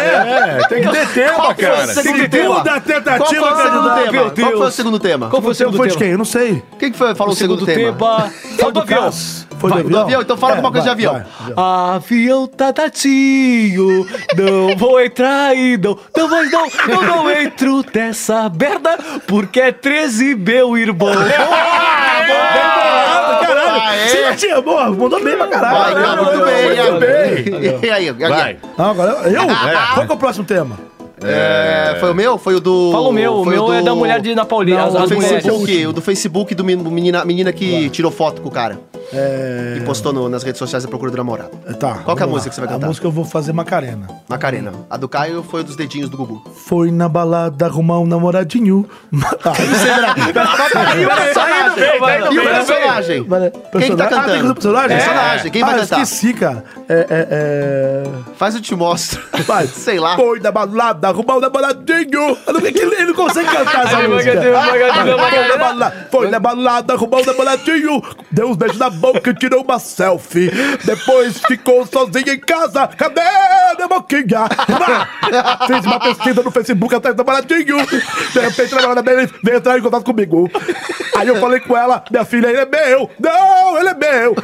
S2: É, tem que ter tema, cara.
S4: Tem que ter a tentativa,
S3: Qual foi o segundo tema?
S4: candidato.
S3: Qual foi o segundo tema?
S1: Qual foi o
S4: Você
S1: segundo
S4: foi de
S1: tema?
S4: quem? Eu não sei.
S3: Quem que foi, falou o segundo, tema?
S1: tema. Foi do
S4: do
S1: avião.
S4: Cássio. Foi
S3: Vai, do avião, então fala
S4: É,
S3: alguma coisa
S4: vai,
S3: de avião.
S4: vai.
S1: Avião tatatinho, não vou entrar e não, não vou, não, eu não entro nessa merda, porque é 13 meu irmão.
S4: Ah, caralho,
S3: Aê!
S4: você já tinha, boa, mandou bem pra
S3: é. Vai,
S5: Ah,
S4: caralho.
S3: tá,
S4: Mandou
S3: muito bem,
S4: Muito bem.
S3: Iago. E aí, Iago?
S2: Vai.
S4: Ah, agora eu? eu?
S2: É.
S4: Qual que é o próximo tema?
S3: É, Foi o meu? Foi o do.
S5: Fala o meu, o
S3: foi
S5: meu é da mulher de na Paulina.
S4: Não,
S5: as-
S3: O do
S5: as mulheres.
S3: Facebook, é o do Facebook do men- menina, menina que tirou foto com o cara.
S4: É.
S3: E postou no- nas redes sociais a procura do namorado.
S4: Tá.
S3: Qual que é a
S4: vamos
S3: música que você vai cantar?
S4: A música eu vou fazer Macarena.
S3: Macarena. A do Caio foi dos dedinhos do Gugu.
S4: Foi na balada arrumar um namoradinho. Ah,
S3: E o personagem? né? E o personagem? Quem que tá
S4: Ah, tem que
S3: cantando?
S4: do personagem?
S3: Personagem, quem vai
S4: ah, eu
S3: cantar?
S4: esqueci, cara. É, é,
S3: Faz eu te mostro.
S4: é... Vai.
S3: Sei lá.
S4: Foi na balada arrumar um namoradinho. Eu não- Ele ele não consegue cantar essa música. Tá Foi na balada, foi na balada, arrumou um namoradinho, deu uns beijos na boca e tirou uma selfie. Depois ficou sozinha em casa, cadê minha boquinha? Ah! Fiz uma pesquisa no Facebook atrás do namoradinho. De repente, a namorada dele veio entrar em contato comigo. Aí eu falei com ela, minha filha, ele é meu. Não, ele é meu.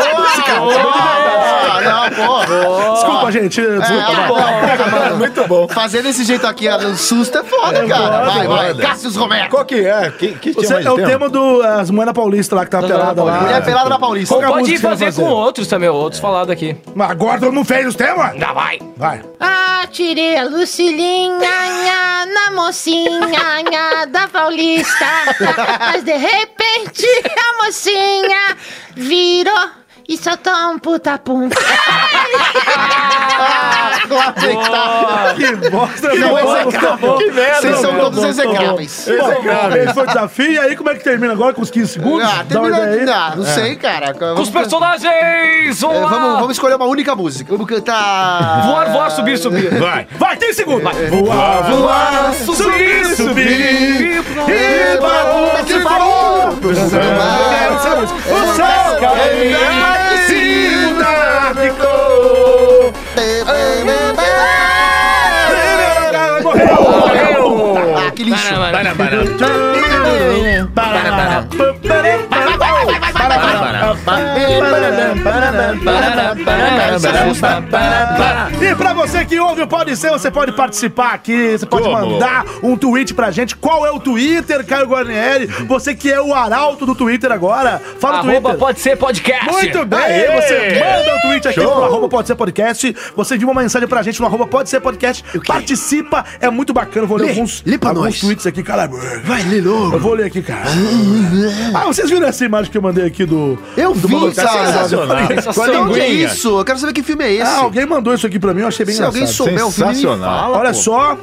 S4: é
S3: Ah, não, pô.
S4: Desculpa, gente. Desculpa.
S3: É,
S2: Mano, Muito bom.
S3: Fazer desse jeito aqui, ah, um susto é foda, cara. Vai, vai. Cássio Romero.
S2: Qual que é? Que, que
S4: Você-
S2: mais
S4: é o tema do As Moedas Paulista lá que tá pelada lá.
S3: Mulher pelada na Paulista.
S4: Qual que é a
S5: Pode ir
S4: música que você vai
S5: fazer com outros também, outros falados aqui.
S4: Mas agora todo mundo fez os temas? Já vai. Vai.
S7: Ah, tirei a Lucilinha nha, na mocinha nha, da Paulista. Mas de repente a mocinha virou e soltou um puta pum.
S4: Que tá bosta,
S3: Que
S4: acabou,
S3: coisa
S4: acabou.
S3: Que merda, é Vocês são
S4: meu.
S3: todos execráveis.
S4: Bom, Esse foi o desafio. E aí, como é que termina agora? Com os 15 segundos?
S3: Ah,
S4: Dá uma ideia aí. É.
S3: termina. Ah, não sei, cara.
S5: Os
S3: Vamos,
S5: personagens! Vamos
S3: é,
S5: lá!
S3: vamos, vamos escolher uma única música. Vamos cantar.
S5: Voar, voar, subir, subir.
S2: Vai.
S4: Vai, 15 segundos. Vai. Voar, voar, subir, subir. E barulho de barulho. O é céu é cair, piscina de cor. Morreu.
S3: Ah, que lixo.
S4: E pra você que ouve o Pode Ser, você pode participar aqui, você pode
S2: Como?
S4: mandar um tweet pra gente. Qual é o Twitter, Caio Guarnieri? Você que é o arauto do Twitter agora, fala o
S5: Arroba
S4: Twitter.
S5: pode ser podcast.
S4: Muito bem,
S2: Aê!
S4: você manda o tweet aqui
S2: Show.
S4: pro arroba pode ser podcast. Você envia uma mensagem pra gente no arroba pode ser podcast. Participa, é muito bacana. Eu Vou ler
S3: Lê,
S4: alguns,
S3: lê pra
S4: alguns
S3: nós.
S4: tweets aqui, cara.
S3: Vai, Lilo.
S4: Eu vou ler aqui, cara. Ah, vocês viram essa imagem que eu mandei aqui do.
S3: Eu
S4: do
S3: vi,
S4: maluco? Tá
S3: cara.
S4: sensacional.
S2: Com a
S5: Sensacional.
S3: Onde é
S2: linguinha.
S3: isso? Eu quero saber que filme é
S4: Ah,
S3: esse.
S4: alguém mandou isso aqui pra mim, eu achei bem
S3: Se alguém
S4: engraçado.
S3: souber o filme, me
S2: Sensacional.
S3: fala.
S4: Olha
S3: pô.
S4: só,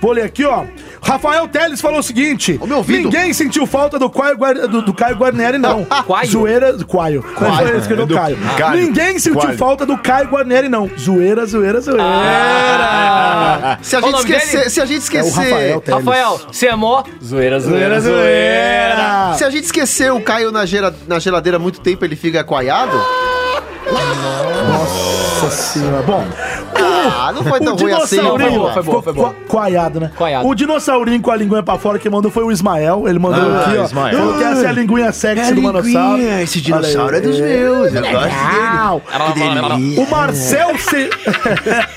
S4: vou ler aqui, ó. Rafael Teles falou o seguinte:
S3: Ô, meu ouvido.
S4: ninguém sentiu falta do Caio, Guar- do, do Caio Guarnieri, não.
S5: Quaio.
S4: Zoeira. Quaio. Mas foi ele que escreveu
S2: Do-
S4: Caio.
S2: Caio.
S4: Ninguém sentiu
S2: Quaio.
S4: falta do Caio Guarnieri, não. Zoeira, zoeira, zoeira.
S3: Se a
S5: Qual
S3: gente
S5: o nome
S3: esquecer,
S5: dele?
S3: se a gente
S4: É o Rafael
S3: esquecer,
S4: Teles.
S5: Rafael, você é mó. Zoeira, zoeira,
S4: Zoeira.
S3: se a gente esquecer o Caio na, gera- na geladeira há muito tempo, ele fica coaiado?
S4: Nossa senhora. assim, Bom,
S3: Ah, não foi tão
S4: o
S3: ruim assim.
S4: dinossaurinho.
S5: Não, foi boa, foi boa, foi boa.
S4: Ficou coaiado, né?
S5: Coaiado.
S4: O dinossaurinho com a linguinha pra fora que mandou foi o Ismael. Ele mandou
S2: Ah,
S4: aqui, ó.
S2: Ismael.
S4: Falou que essa é a linguinha sexy do Manossauro.
S3: esse dinossauro é dos meus. Eu gosto dele. Que delícia.
S4: O Marcel Se...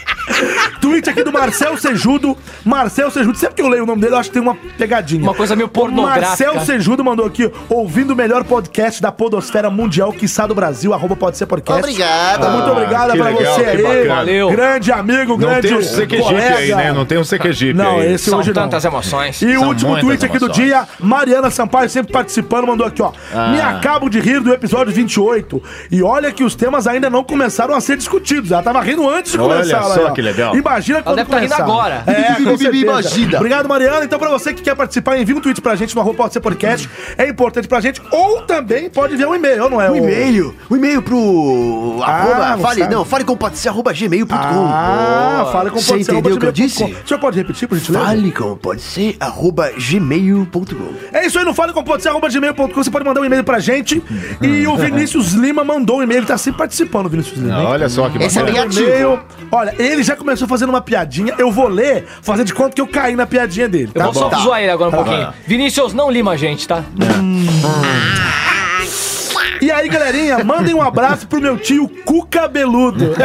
S4: Tweet aqui do Marcel Sejudo. Marcel Sejudo, sempre que eu leio o nome dele, eu acho que tem uma pegadinha.
S5: Uma coisa meio pornográfica.
S4: Marcel Sejudo mandou aqui, ouvindo o melhor podcast da Podosfera Mundial, quiçá do Brasil, arroba pode ser podcast.
S3: Obrigado.
S4: Tá, Muito obrigado
S2: Ah, que
S4: pra
S2: legal,
S4: você
S2: que
S4: aí.
S2: bacana.
S5: Valeu.
S4: Grande amigo,
S2: Não
S4: grande
S2: tem um CQGP aí, né? Não tem um CQGP
S4: Não,
S2: aí.
S4: esse
S5: São
S4: hoje não.
S5: tantas emoções.
S4: E o
S2: São
S4: último
S2: muitas
S4: tweet aqui do
S2: emoções. Ah.
S4: dia, Mariana Sampaio, sempre participando, mandou aqui, ó. Me acabo de rir do episódio 28. E olha que os temas ainda não começaram a ser discutidos. Ela tava rindo antes de
S2: Olha
S4: começar.
S2: só
S4: olha lá.
S2: que legal.
S4: Imagina quando
S5: deve tá rindo
S4: começar.
S5: agora.
S4: É, com certeza.
S3: Imagina.
S4: Obrigado, Mariana. Então, pra você que quer participar, envia um tweet pra gente no arroba pode ser podcast. É importante pra gente. Ou também pode enviar um e-mail, não é?
S3: Um e-mail, um e-mail pro Ah, arroba,
S4: não
S3: fale,
S4: Ah, sabe.
S3: não, fale com patrícia, arroba gmail.com.
S4: Ah, fala com
S3: Você entendeu o que eu disse?
S4: O senhor pode repetir, por gentileza?
S3: Fale com pode ser arroba gmail.com.
S4: É isso aí, não fale com pode ser arroba gmail.com, você pode mandar um e-mail pra gente. E o Vinícius Lima mandou um e-mail, ele tá sempre participando, o Vinícius Lima.
S2: Ah,
S4: hein?
S2: Olha só que
S3: Esse é
S2: bacana.
S3: bem
S4: Mandou um
S3: ativo.
S4: e-mail. Olha, ele já começou fazendo uma piadinha, eu vou ler, fazer de conta que eu caí na piadinha dele.
S5: Eu
S4: tá?
S5: vou só
S3: Tá.
S5: zoar ele agora um pouquinho. Vinícius, não lima a gente, tá?
S4: E E aí, galerinha, mandem um abraço pro meu tio Cu Cabeludo.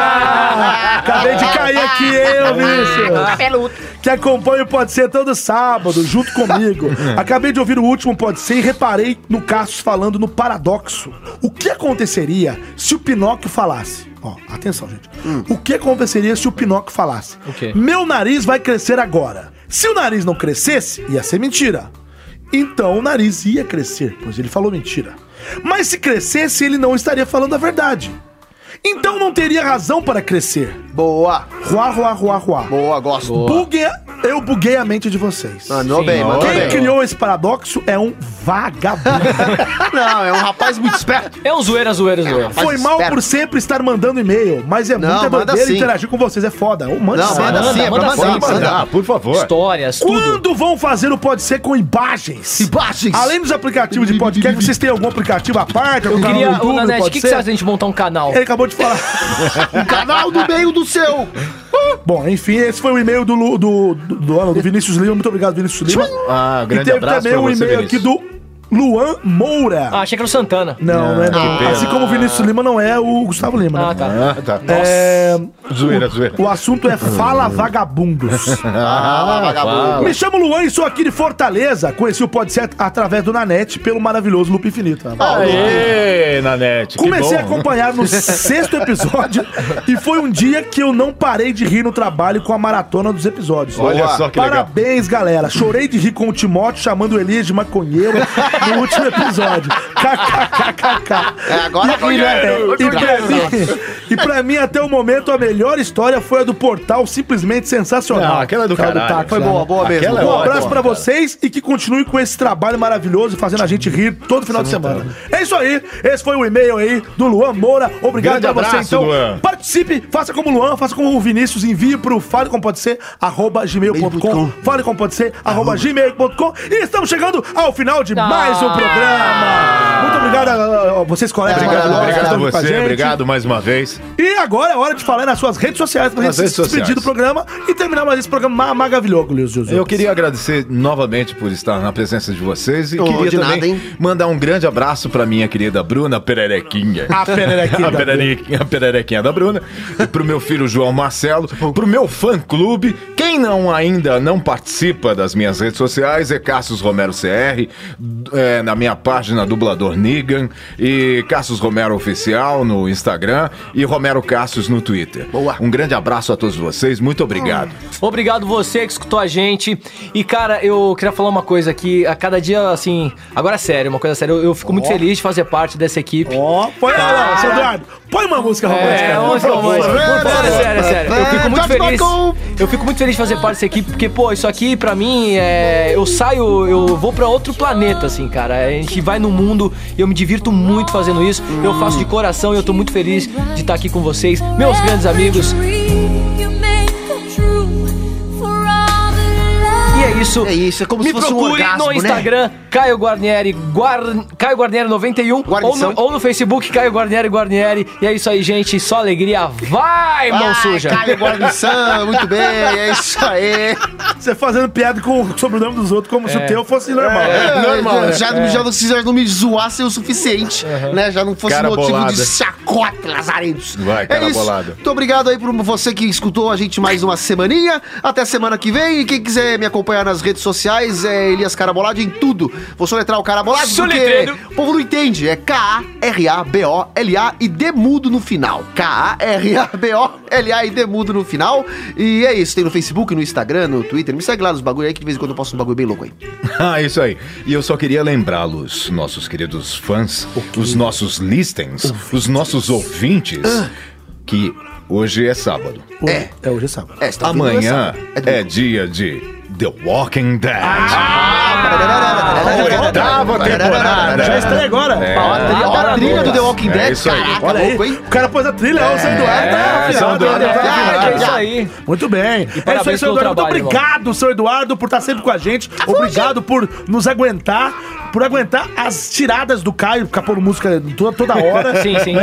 S4: Ah, acabei de cair aqui, hein, ô bicho?
S8: Cabeludo.
S4: Que acompanha o Pode Ser todo sábado, junto comigo.
S5: É.
S4: Acabei de ouvir o último Pode Ser e reparei no Cassius falando no paradoxo. O que aconteceria se o Pinóquio falasse? Ó, atenção, gente. O que aconteceria se o Pinóquio falasse?
S5: Hum. O quê?
S4: Meu nariz vai crescer agora. Se o nariz não crescesse, ia ser mentira. Então o nariz ia crescer, pois ele falou mentira. Mas se crescesse, ele não estaria falando a verdade. Então não teria razão para crescer.
S3: Boa,
S4: Ruá, ruá, ruá, ruá.
S3: boa, gosto.
S4: Bugue... Eu buguei a mente de vocês.
S3: Mandou bem, mandou
S4: Quem
S3: bem.
S4: criou esse paradoxo é um vagabundo.
S3: Não, é um rapaz muito esperto.
S5: É um zoeira, zoeira, zoeira.
S3: Mas
S4: Foi mal
S3: espera.
S4: por sempre estar mandando e-mail, mas é
S3: Não,
S4: muita
S3: manda
S4: bandeira
S3: sim.
S4: interagir com vocês, é foda. Ô, manda
S3: Não,
S4: sim.
S3: manda sim, é pra
S5: manda
S3: mandar,
S5: sim,
S2: Pode
S3: mandar.
S2: mandar, Tá, por favor.
S5: Histórias, tudo.
S4: Quando vão fazer o Pode Ser com imagens?
S3: Imagens.
S4: Além dos aplicativos de podcast, vocês têm algum aplicativo à parte?
S5: Eu
S4: Algum canal
S5: queria,
S4: no
S5: ô
S4: YouTube,
S5: Nanete, o
S4: Pode
S5: que, que
S4: Ser? É.
S5: você acha da gente montar um canal?
S4: Ele acabou de falar.
S3: Um canal do meio do seu.
S4: Bom, enfim, esse foi o e-mail do, Lu- do, do, do, ano, do Vinícius Lima. Muito obrigado, Vinícius Lima.
S2: Ah,
S4: E
S2: grande
S4: teve
S2: abraço
S4: também
S2: pra
S4: um
S2: você,
S4: e-mail aqui
S2: Vinícius.
S4: do Luan Moura.
S5: Ah, achei que era o Santana.
S4: Não, não é não.
S2: pena.
S4: Assim como o Vinícius Lima não é o Gustavo Lima, né?
S5: Ah, tá.
S2: Ah, tá.
S4: É,
S2: Zoeira, zoeira.
S4: o assunto é Fala Vagabundos.
S3: Ah, vagabundo.
S4: Me chamo Luan e sou aqui de Fortaleza. Conheci o Podset através do Nanete pelo maravilhoso Loop Infinito.
S2: Aê, Nanete. que
S4: Comecei a
S2: bom.
S4: acompanhar no sexto episódio e foi um dia que eu não parei de rir no trabalho com a maratona dos episódios.
S2: Olha
S4: Boa.
S2: só que legal.
S4: Parabéns, galera. Chorei de rir com o Timóteo chamando o Elias de maconheiro no último episódio. KKKKK.
S3: É, agora ri, né?
S4: E pra, mim, e pra mim, até o momento, a melhor história foi a do portal, simplesmente sensacional.
S2: Não, aquela é do
S4: cara.
S2: caralho.
S4: Foi
S3: Boa,
S4: boa, boa.
S3: boa mesmo.
S2: Aquela é
S4: Um
S2: ótima.
S4: abraço pra vocês e que continue com esse trabalho maravilhoso, fazendo a gente rir todo final de semana.
S2: tá, né?
S4: É isso aí, esse foi o e-mail aí do Luan Moura. Obrigado
S2: Grande
S4: pra você,
S2: abraço,
S4: então.
S2: Luan.
S4: Participe, faça como o Luan, faça como o Vinícius, envie pro falecompodec@gmail.com, falecompodec@gmail.com. E estamos chegando ao final de mais um programa. Muito obrigado a, a vocês, colegas.
S3: Obrigado,
S4: maravilhosos, que
S2: Obrigado a
S4: estavam com a
S2: você,
S4: gente.
S2: obrigado mais uma vez.
S4: E agora é hora de falar nas suas redes sociais pra
S2: Nas
S4: gente
S2: redes
S4: se despedir
S2: sociais.
S4: do programa e terminar mais esse programa ma- maravilhoso, Luzio.
S2: Eu queria agradecer novamente por estar na presença de vocês e
S3: Oh,
S2: queria
S3: de nada,
S2: também
S3: hein?
S2: mandar um grande abraço para minha querida Bruna Pererequinha.
S4: A pererequinha
S2: A
S4: da
S2: pererequinha, a pererequinha da Bruna, e pro meu filho João Marcelo, pro meu fã clube. Quem não ainda não participa das minhas redes sociais é Cassius Romero CR, é, na minha página dublador Nigan e Cassius Romero Oficial no Instagram e Romero Cassius no Twitter.
S3: Boa. Ah.
S2: Um grande abraço a todos vocês, muito obrigado.
S5: Obrigado você que escutou a gente. E, cara, eu queria falar uma coisa aqui. A cada dia, assim. Agora é sério, uma coisa séria. Eu, eu fico muito feliz de fazer parte dessa equipe.
S4: Ó, põe lá, lá, seu Eduardo. Põe uma música romântica.
S5: É,
S4: por
S5: hoje não,
S4: favor.
S5: hoje. Sério, sério, sério. Eu fico muito
S3: George
S5: feliz.
S3: Michael.
S5: Eu fico muito feliz de fazer parte dessa equipe, porque, pô, isso aqui pra mim é. Eu saio, eu vou pra outro planeta, assim, cara. A gente vai no mundo e eu me divirto muito fazendo isso. Eu faço de coração e eu tô muito feliz de estar aqui com vocês, meus grandes amigos. E é isso.
S3: É isso, é como
S5: Me
S3: se fosse um
S5: procure
S3: orgasmo,
S5: no
S3: né?
S5: Instagram, Caio Guarnieri, Guar... Caio Guarnieri 91, ou
S3: Guarnição.
S5: no, ou no Facebook, Caio Guarnieri Guarnieri. E é isso aí, gente. Só alegria. Vai, mão suja.
S3: Caio Guarnição, muito bem, é isso aí.
S4: Você fazendo piada com o sobrenome dos outros como se o teu fosse normal.
S3: É,
S2: né?
S3: já, já não- se já não me zoassem o suficiente, né? Já não fosse
S2: Cara
S3: motivo
S2: bolada.
S3: de chacota, lazarentos. É
S2: Vai, cara bolada.
S3: Muito obrigado aí por você que escutou a gente mais uma semaninha. Até semana que vem. E quem quiser me acompanhar nas redes sociais é Elias Carabolade em tudo. Vou soletrar o Carabolade porque
S5: Soletrando.
S3: o povo não entende. É K-A-R-A-B-O-L-A e demudo no final. K-A-R-A-B-O-L-A e demudo no final. E é isso. Tem no Facebook, no Instagram, no Twitter. Me segue lá nos bagulho aí que de vez em quando eu posto um bagulho bem louco aí.
S2: Ah, isso aí. E eu só queria lembrá-los, nossos queridos fãs, os nossos listens, os nossos ouvintes, que hoje é sábado.
S3: É.
S4: É, hoje é sábado.
S3: É, você tá ouvindo
S2: Amanhã
S3: essa?
S2: é dia de The Walking Dead.
S3: Oitava temporada.
S4: Já estreia é agora.
S3: Olha a trilha do The Walking
S2: É
S3: Dead,
S2: isso aí.
S3: caraca,
S4: Olha
S3: Tá
S4: aí.
S3: louco, hein?
S4: O cara pôs a trilha, ó, o São Eduardo tá
S2: é,
S4: afinado,
S2: São Eduardo
S4: olha,
S2: tá
S4: tá
S2: afinado.
S4: afinado.
S5: É isso aí.
S4: Muito bem. É isso aí,
S5: parabéns
S4: seu
S5: pelo
S4: Eduardo. Muito
S5: trabalho, irmão.
S4: obrigado, seu Eduardo, por estar sempre com a gente. Obrigado por nos aguentar. por aguentar as tiradas do Caio, ficar pondo música toda, toda hora.
S5: Sim, sim.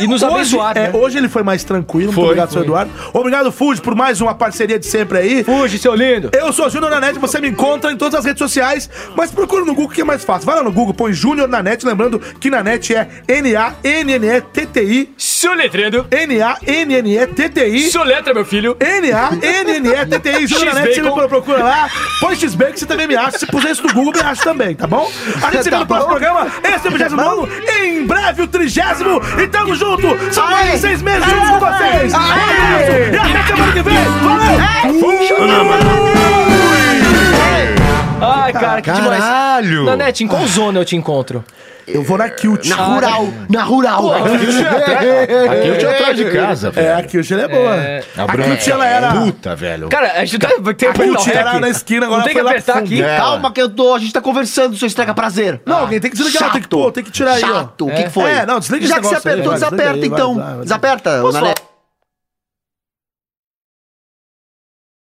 S4: E,
S5: E nos
S4: hoje,
S5: abençoar,
S4: é,
S5: né?
S4: Hoje ele foi mais tranquilo. Muito obrigado, seu Eduardo. Obrigado, Fuji, por mais uma parceria de sempre aí.
S5: Fuge, seu lindo.
S4: Eu sou Júnior Nanete, você me encontra em todas as redes sociais, mas procura no Google que é mais fácil. Vai lá no Google, põe Júnior Nanete, lembrando que Nanete é N-A-N-N-E-T-T-I,
S5: Seu letreiro.
S4: N-A-N-N-E-T-T-I,
S5: Seu letra, meu filho.
S4: N-A-N-N-E-T-T-I, Júnior Nanete, você me
S5: X-Bacon.
S4: procura lá, põe X-Bacon, você também me acha, se puser isso no Google, me acha também, tá bom? A gente se vê
S3: Tá
S4: no próximo
S3: bom.
S4: programa, esse é o 29, em breve o 30 e tamo junto, são mais de seis meses juntos com vocês, e até semana que vem, valeu!
S5: Ai, cara, que demais.
S2: Caralho!
S5: Nanete, em qual zona eu te encontro?
S4: Eu vou na Cute.
S3: Na rural, na rural.
S2: Aqui eu tinha atrás de casa,
S4: É,
S2: velho.
S4: a Kilt ela é boa.
S2: A
S4: A
S2: Bruna
S4: Kilt ela era.
S2: Puta, velho.
S5: Cara, a gente tá, tem que
S4: Puta,
S5: apertar o
S4: era
S5: rec.
S4: na esquina, agora
S5: Não tem que
S4: foi lá
S5: apertar
S4: pro
S5: aqui.
S2: É.
S3: Calma que eu tô, a gente tá conversando, seu estraga prazer.
S4: Não, alguém tem que desligar,
S3: Chato.
S4: tem que pôr, tem que tirar aí, ó.
S3: Chato, o que,
S5: É.
S3: que foi?
S4: É, não, desliga esse
S3: Já que você
S4: negócio aí,
S3: apertou,
S4: vai,
S3: desaperta
S4: desliga aí,
S3: então.
S4: vai, vai, vai.
S3: Desaperta,
S5: Posso falar
S3: Nanete.